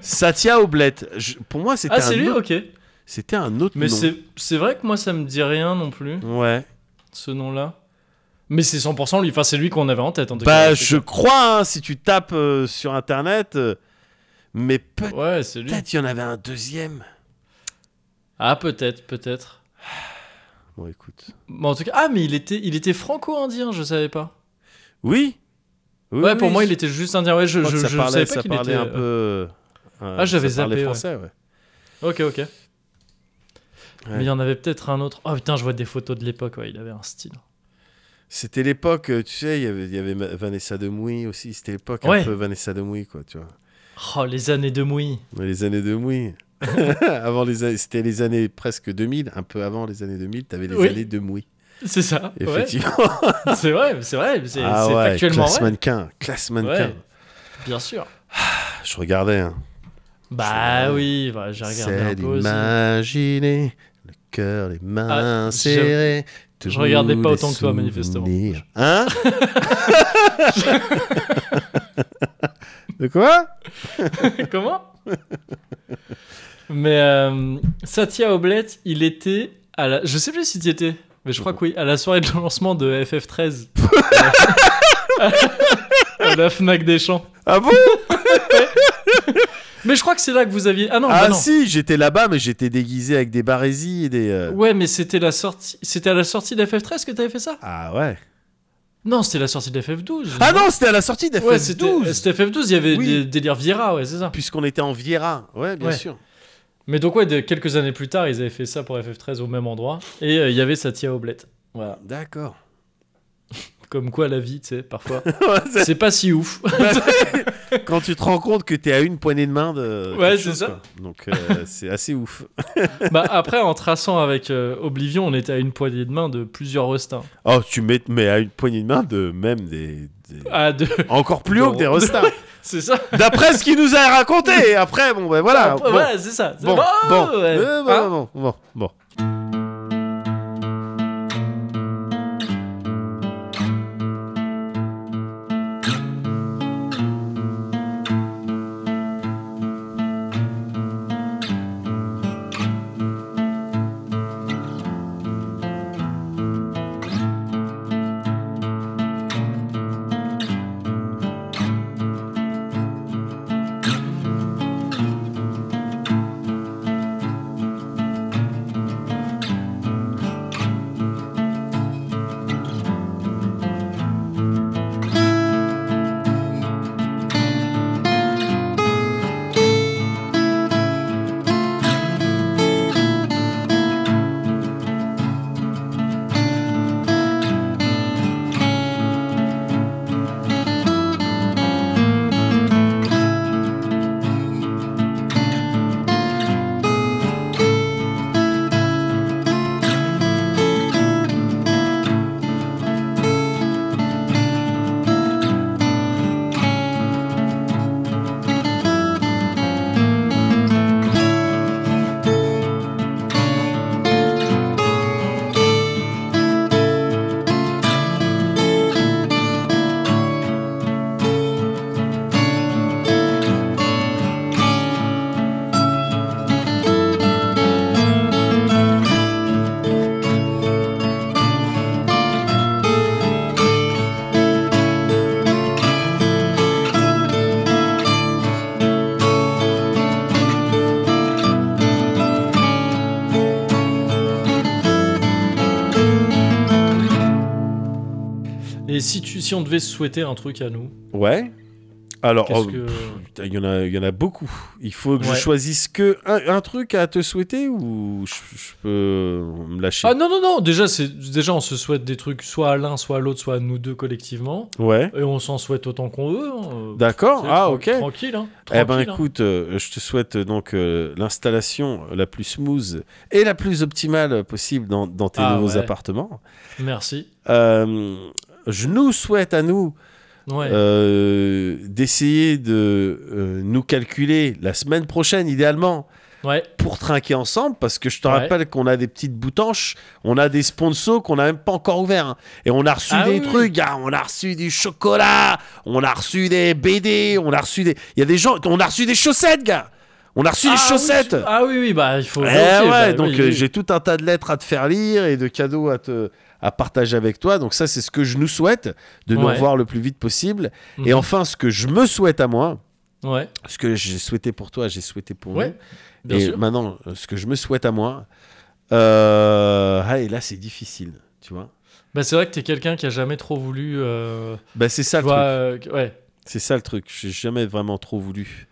Speaker 2: Satya Oblette. Je- pour moi, c'était
Speaker 1: ah,
Speaker 2: un,
Speaker 1: c'est lui
Speaker 2: autre-
Speaker 1: Ok.
Speaker 2: c'était un autre
Speaker 1: Mais
Speaker 2: nom.
Speaker 1: c'est c'est vrai que moi, ça me dit rien non plus,
Speaker 2: Ouais.
Speaker 1: ce nom-là. Mais c'est 100% lui. Enfin, c'est lui qu'on avait en tête en tout cas.
Speaker 2: Bah, je crois, hein, si tu tapes euh, sur Internet. euh, mais peut-être
Speaker 1: Ouais, c'est lui.
Speaker 2: il y en avait un deuxième.
Speaker 1: Ah, peut-être, peut-être.
Speaker 2: Bon, écoute.
Speaker 1: Bon, en tout cas, ah, mais il était, il était franco-indien, je savais pas.
Speaker 2: Oui. Oui,
Speaker 1: ouais,
Speaker 2: oui,
Speaker 1: pour moi,
Speaker 2: je-
Speaker 1: il était juste indien. Ouais, je,
Speaker 2: Je, crois
Speaker 1: je,
Speaker 2: que ça
Speaker 1: je
Speaker 2: parlait,
Speaker 1: savais pas
Speaker 2: ça
Speaker 1: qu'il
Speaker 2: parlait
Speaker 1: était.
Speaker 2: un peu. euh, euh,
Speaker 1: Ah, j'avais
Speaker 2: ça parlait
Speaker 1: zappé, ouais.
Speaker 2: français, ouais.
Speaker 1: Ok, ok. Mais il y en avait peut-être un autre. Oh putain, je vois des photos de l'époque. Ouais, il avait un style.
Speaker 2: C'était l'époque, euh, tu sais, il y avait, il y avait Ma- Vanessa Demouy aussi. C'était l'époque
Speaker 1: Ouais.
Speaker 2: un peu Vanessa Demouy, quoi, tu vois.
Speaker 1: Oh, les années de mouille.
Speaker 2: Les années Demouy. avant les années, c'était les années presque 2000, un peu avant les années 2000, t'avais les
Speaker 1: Oui.
Speaker 2: années Demouy.
Speaker 1: C'est ça. Ouais.
Speaker 2: Effectivement.
Speaker 1: C'est vrai, c'est vrai. C'est
Speaker 2: ah
Speaker 1: c'est
Speaker 2: ouais,
Speaker 1: factuellement
Speaker 2: classe
Speaker 1: vrai.
Speaker 2: mannequin, classe mannequin.
Speaker 1: Ouais. Bien sûr.
Speaker 2: Ah, Je regardais. Hein.
Speaker 1: Bah
Speaker 2: Je-
Speaker 1: oui, bah, j'ai regardé un
Speaker 2: C'est
Speaker 1: peu aussi.
Speaker 2: d'imaginer le cœur, les mains
Speaker 1: Ah, je-
Speaker 2: serrées.
Speaker 1: je
Speaker 2: tous
Speaker 1: regardais pas
Speaker 2: les Hein?
Speaker 1: autant que toi, manifestement.
Speaker 2: souvenirs. Hein De quoi
Speaker 1: Comment Mais euh, Satya Oblett, il était à la. Je sais plus si tu étais, mais je crois que oui, à la soirée de lancement de FF13. à la Fnac des Champs.
Speaker 2: Ah bon
Speaker 1: Mais je crois que c'est là que vous aviez. Ah non, bah
Speaker 2: Ah
Speaker 1: non.
Speaker 2: si, j'étais là-bas, mais j'étais déguisé avec des barésies et des... euh,
Speaker 1: Ouais, mais c'était la sortie. C'était à la sortie d'FF13 que t'avais fait ça
Speaker 2: Ah ouais.
Speaker 1: Non, c'était la sortie d'FF12.
Speaker 2: Ah non, c'était à la sortie d'FF12
Speaker 1: Ouais, c'était euh, c'était FF12, il y avait
Speaker 2: Oui.
Speaker 1: des délires Viera, ouais, c'est ça.
Speaker 2: Puisqu'on était en Viera, ouais, bien
Speaker 1: Ouais.
Speaker 2: sûr.
Speaker 1: Mais donc, ouais, de- quelques années plus tard, ils avaient fait ça pour FF13 au même endroit. Et euh, il y avait Satya Oblett. Voilà.
Speaker 2: D'accord.
Speaker 1: Comme quoi la vie, tu sais, parfois, c'est pas si ouf.
Speaker 2: Quand tu te rends compte que t'es à une poignée de main de...
Speaker 1: Ouais,
Speaker 2: quelque
Speaker 1: c'est
Speaker 2: chose,
Speaker 1: ça.
Speaker 2: quoi. Donc euh, c'est assez ouf.
Speaker 1: bah, après, en traçant avec euh, Oblivion, on était à une poignée de main de plusieurs restins.
Speaker 2: Oh, tu mets mais à une poignée de main de même des... des-
Speaker 1: Ah, de...
Speaker 2: Encore plus haut que des restarts.
Speaker 1: c'est ça
Speaker 2: D'après ce qu'il nous a raconté. Et après, bon, ben voilà.
Speaker 1: Après,
Speaker 2: bon.
Speaker 1: Voilà, c'est ça. C'est-
Speaker 2: Bon,
Speaker 1: Oh,
Speaker 2: bon,
Speaker 1: ouais.
Speaker 2: Euh, bon,
Speaker 1: Hein
Speaker 2: bon, bon, bon.
Speaker 1: Hein Et si, tu, si on devait souhaiter un truc à nous,
Speaker 2: Ouais. Alors,
Speaker 1: qu'est-ce
Speaker 2: oh,
Speaker 1: que.
Speaker 2: putain, il y en a, il y en a beaucoup. Il faut que
Speaker 1: Ouais.
Speaker 2: je choisisse que un, un truc à te souhaiter ou je, je peux me lâcher.
Speaker 1: Ah non, non, non, déjà, c'est- déjà on se souhaite des trucs soit à l'un, soit à l'autre, soit à nous deux collectivement.
Speaker 2: Ouais.
Speaker 1: Et on s'en souhaite autant qu'on veut. hein. Euh,
Speaker 2: D'accord.
Speaker 1: tu sais,
Speaker 2: Ah,
Speaker 1: tran-
Speaker 2: ok.
Speaker 1: Tranquille, hein.
Speaker 2: Eh ben,
Speaker 1: Tranquille, hein.
Speaker 2: écoute, euh, je te souhaite euh, donc euh, l'installation la plus smooth et la plus optimale possible dans, dans tes
Speaker 1: Ah,
Speaker 2: nouveaux
Speaker 1: ouais.
Speaker 2: appartements.
Speaker 1: Merci.
Speaker 2: Euh, je nous souhaite à nous
Speaker 1: Ouais.
Speaker 2: euh, d'essayer de euh, nous calculer la semaine prochaine, idéalement,
Speaker 1: ouais.
Speaker 2: pour trinquer ensemble parce que je te
Speaker 1: Ouais.
Speaker 2: rappelle qu'on a des petites boutanches, on a des sponsors qu'on n'a même pas encore ouverts hein. et on a reçu
Speaker 1: Ah
Speaker 2: des
Speaker 1: oui.
Speaker 2: trucs, ah, on a reçu du chocolat, on a reçu des BD, on a reçu des, il y a des gens, on a reçu des chaussettes, gars, on a reçu
Speaker 1: Ah
Speaker 2: des
Speaker 1: oui,
Speaker 2: chaussettes.
Speaker 1: tu- Ah oui, oui, bah il faut.
Speaker 2: Eh
Speaker 1: ok,
Speaker 2: ouais,
Speaker 1: bah,
Speaker 2: donc
Speaker 1: oui,
Speaker 2: euh,
Speaker 1: oui.
Speaker 2: j'ai tout un tas de lettres à te faire lire et de cadeaux à te à partager avec toi. Donc ça, c'est ce que je nous souhaite de nous
Speaker 1: Ouais.
Speaker 2: revoir le plus vite possible. Et
Speaker 1: Mhm.
Speaker 2: enfin, ce que je me souhaite à moi,
Speaker 1: Ouais,
Speaker 2: ce que j'ai souhaité pour toi, j'ai souhaité pour nous
Speaker 1: ouais, bien
Speaker 2: et
Speaker 1: sûr.
Speaker 2: maintenant, euh, ce que je me souhaite à moi, euh, ah, et là c'est difficile, tu vois.
Speaker 1: Bah c'est vrai que t'es quelqu'un qui a jamais trop voulu. euh,
Speaker 2: Bah c'est ça
Speaker 1: tu
Speaker 2: le
Speaker 1: vois,
Speaker 2: truc.
Speaker 1: euh, que- ouais,
Speaker 2: C'est ça le truc. J'ai jamais vraiment trop voulu.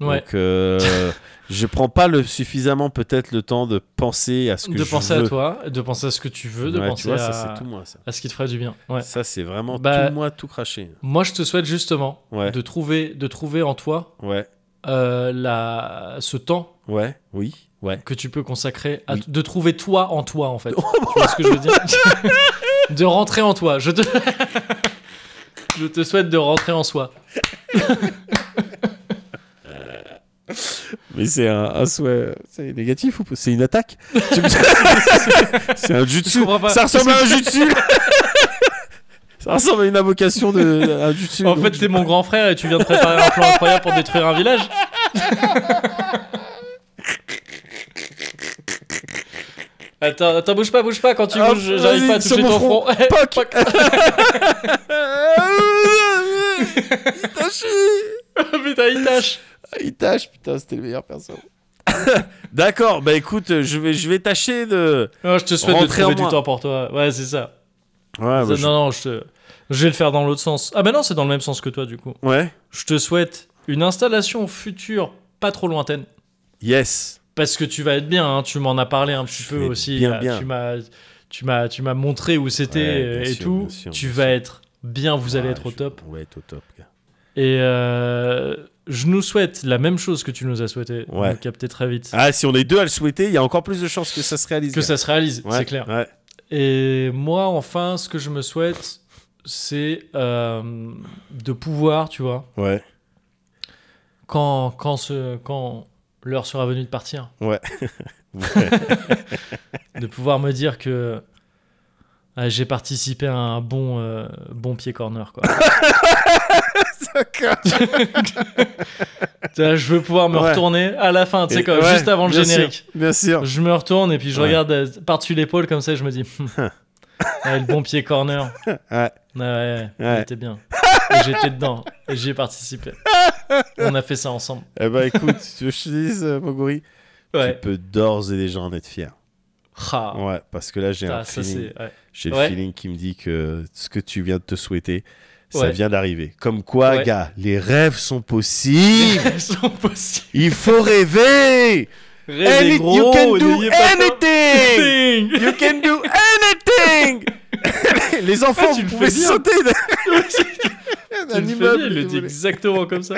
Speaker 1: ouais.
Speaker 2: Donc euh, je prends pas le suffisamment peut-être le temps de penser à ce que
Speaker 1: de
Speaker 2: je
Speaker 1: penser
Speaker 2: veux.
Speaker 1: à toi, de penser à ce que tu veux, de
Speaker 2: Ouais,
Speaker 1: penser
Speaker 2: tu vois,
Speaker 1: à,
Speaker 2: ça c'est tout moi ça.
Speaker 1: à ce qui te ferait du bien. Ouais.
Speaker 2: Ça c'est vraiment
Speaker 1: Bah-
Speaker 2: tout moi tout craché.
Speaker 1: Moi, je te souhaite justement
Speaker 2: Ouais.
Speaker 1: de trouver, de trouver en toi
Speaker 2: Ouais.
Speaker 1: euh, la, ce temps
Speaker 2: Ouais. Oui. Ouais.
Speaker 1: que tu peux consacrer à
Speaker 2: Oui.
Speaker 1: de trouver toi en toi en fait. tu vois ce que je veux dire De rentrer en toi. Je te Je te souhaite de rentrer en soi.
Speaker 2: Mais c'est un, un souhait, c'est négatif ou pas c'est une attaque Tu me- C'est un jutsu.
Speaker 1: comprends pas.
Speaker 2: Ça ressemble à un jutsu. Ça ressemble à une invocation de. à du dessus,
Speaker 1: En
Speaker 2: donc
Speaker 1: fait,
Speaker 2: je-
Speaker 1: t'es mon grand frère et tu viens de préparer un plan incroyable pour détruire un village. Attends, attends, bouge pas, bouge pas. Quand tu
Speaker 2: Ah,
Speaker 1: bouges, j'arrive
Speaker 2: vas-y,
Speaker 1: pas à
Speaker 2: sur
Speaker 1: toucher ton
Speaker 2: mon front.
Speaker 1: front.
Speaker 2: Poc
Speaker 1: Poc.
Speaker 2: Itachi
Speaker 1: Putain, il tâche.
Speaker 2: Itachi, putain, c'était le meilleur perso. D'accord, bah écoute, je vais, je vais tâcher de.
Speaker 1: Non, je te souhaite
Speaker 2: Rentrez
Speaker 1: de
Speaker 2: en
Speaker 1: trouver du
Speaker 2: moi.
Speaker 1: temps pour toi. Ouais, c'est ça.
Speaker 2: Ouais, bah,
Speaker 1: Ça,
Speaker 2: je-
Speaker 1: Non, non, je, te- je vais le faire dans l'autre sens. Ah bah non, c'est dans le même sens que toi, du coup.
Speaker 2: ouais.
Speaker 1: Je te souhaite une installation future pas trop lointaine.
Speaker 2: Yes.
Speaker 1: Parce que tu vas être bien, hein, tu m'en as parlé un petit
Speaker 2: Je
Speaker 1: peu
Speaker 2: vais
Speaker 1: aussi.
Speaker 2: bien,
Speaker 1: là,
Speaker 2: bien.
Speaker 1: Tu m'as, tu m'as, tu m'as montré où c'était
Speaker 2: Ouais, bien
Speaker 1: euh, et
Speaker 2: sûr,
Speaker 1: tout.
Speaker 2: bien sûr,
Speaker 1: tu
Speaker 2: bien
Speaker 1: vas
Speaker 2: sûr.
Speaker 1: être bien, vous allez
Speaker 2: Ouais,
Speaker 1: être au
Speaker 2: Ah, je-
Speaker 1: top.
Speaker 2: On va être au top, gars.
Speaker 1: Et euh, je nous souhaite la même chose que tu nous as souhaité.
Speaker 2: Ouais.
Speaker 1: Ouais. capter très vite.
Speaker 2: Ah, si on est deux à le souhaiter, il y a encore plus de chances que ça se réalise.
Speaker 1: que
Speaker 2: gars.
Speaker 1: ça se réalise,
Speaker 2: Ouais,
Speaker 1: c'est clair.
Speaker 2: ouais.
Speaker 1: Et moi, enfin, ce que je me souhaite, c'est euh, de pouvoir, tu vois,
Speaker 2: Ouais.
Speaker 1: quand, quand, ce, quand l'heure sera venue de partir,
Speaker 2: Ouais.
Speaker 1: de pouvoir me dire que ah, j'ai participé à un bon, euh, bon pied corner. Quoi. Tu vois, je veux pouvoir me
Speaker 2: Ouais.
Speaker 1: retourner à la fin, tu sais,
Speaker 2: Et-
Speaker 1: comme
Speaker 2: ouais,
Speaker 1: juste avant le
Speaker 2: bien sûr,
Speaker 1: générique.
Speaker 2: bien sûr.
Speaker 1: Je me retourne et puis je
Speaker 2: Ouais.
Speaker 1: regarde euh, par-dessus l'épaule comme ça et je me dis Hum, ouais, le bon pied corner.
Speaker 2: Ouais.
Speaker 1: Ouais, ouais,
Speaker 2: Ouais.
Speaker 1: il était bien. Et J'étais dedans et j'y ai participé. On a fait ça ensemble.
Speaker 2: Eh bah écoute, si tu veux que je te dise, euh, Moguri,
Speaker 1: Ouais.
Speaker 2: tu peux d'ores et déjà en être fier.
Speaker 1: Ah,
Speaker 2: Ouais, parce que là, j'ai
Speaker 1: putain,
Speaker 2: un
Speaker 1: ça,
Speaker 2: feeling.
Speaker 1: c'est- ouais.
Speaker 2: J'ai
Speaker 1: Ouais.
Speaker 2: le feeling qui me dit que ce que tu viens de te souhaiter, ça
Speaker 1: Ouais.
Speaker 2: vient d'arriver. Comme quoi,
Speaker 1: Ouais.
Speaker 2: gars, les rêves sont possibles.
Speaker 1: Elles sont possibles.
Speaker 2: Il faut rêver.
Speaker 1: Rêvez
Speaker 2: Any-
Speaker 1: gros,
Speaker 2: you can do
Speaker 1: n'ayez pas peur.
Speaker 2: anything.
Speaker 1: Ding.
Speaker 2: You can do anything. les enfants,
Speaker 1: Ah, tu
Speaker 2: vous
Speaker 1: le
Speaker 2: pouvez
Speaker 1: fais bien.
Speaker 2: sauter d'un-
Speaker 1: Tu
Speaker 2: d'un
Speaker 1: le fais
Speaker 2: immeuble.
Speaker 1: bien, il le
Speaker 2: si vous
Speaker 1: dit
Speaker 2: voulez.
Speaker 1: exactement comme ça.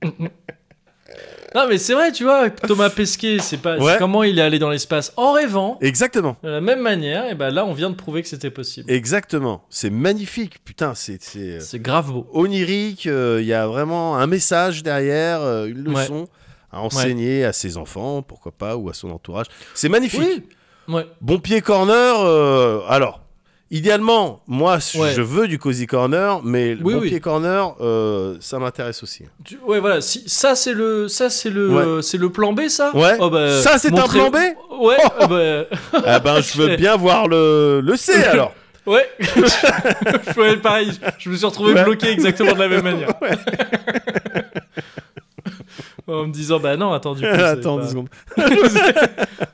Speaker 1: non mais c'est vrai, tu vois, Thomas Pesquet, c'est pas c'est
Speaker 2: Ouais.
Speaker 1: comment il est allé dans l'espace en rêvant.
Speaker 2: Exactement.
Speaker 1: De la même manière, et ben là on vient de prouver que c'était possible.
Speaker 2: Exactement. C'est magnifique. Putain, c'est. c'est, euh,
Speaker 1: C'est grave beau.
Speaker 2: onirique, euh, il y a vraiment un message derrière, euh, une
Speaker 1: Ouais.
Speaker 2: leçon à enseigner à ses enfants, pourquoi pas, ou à son entourage. C'est magnifique.
Speaker 1: Oui. Ouais.
Speaker 2: Bon pied corner, euh, alors, idéalement, moi, je-
Speaker 1: Ouais.
Speaker 2: je veux du cozy corner, mais le
Speaker 1: Oui,
Speaker 2: bon
Speaker 1: oui.
Speaker 2: pied corner, euh, ça m'intéresse aussi.
Speaker 1: Tu- ouais voilà, si, ça c'est le ça c'est le
Speaker 2: Ouais.
Speaker 1: euh, c'est le plan B ça
Speaker 2: Ouais.
Speaker 1: Oh, bah,
Speaker 2: Ça, c'est un
Speaker 1: montrez-
Speaker 2: plan B
Speaker 1: Ouais. oh, bah,
Speaker 2: ah ben, je veux bien voir le, le C, alors.
Speaker 1: ouais. ouais, pareil, je me suis retrouvé
Speaker 2: Ouais.
Speaker 1: bloqué exactement de la même manière. en me disant bah non, attends du coup, c'est
Speaker 2: Attends
Speaker 1: pas-
Speaker 2: deux secondes.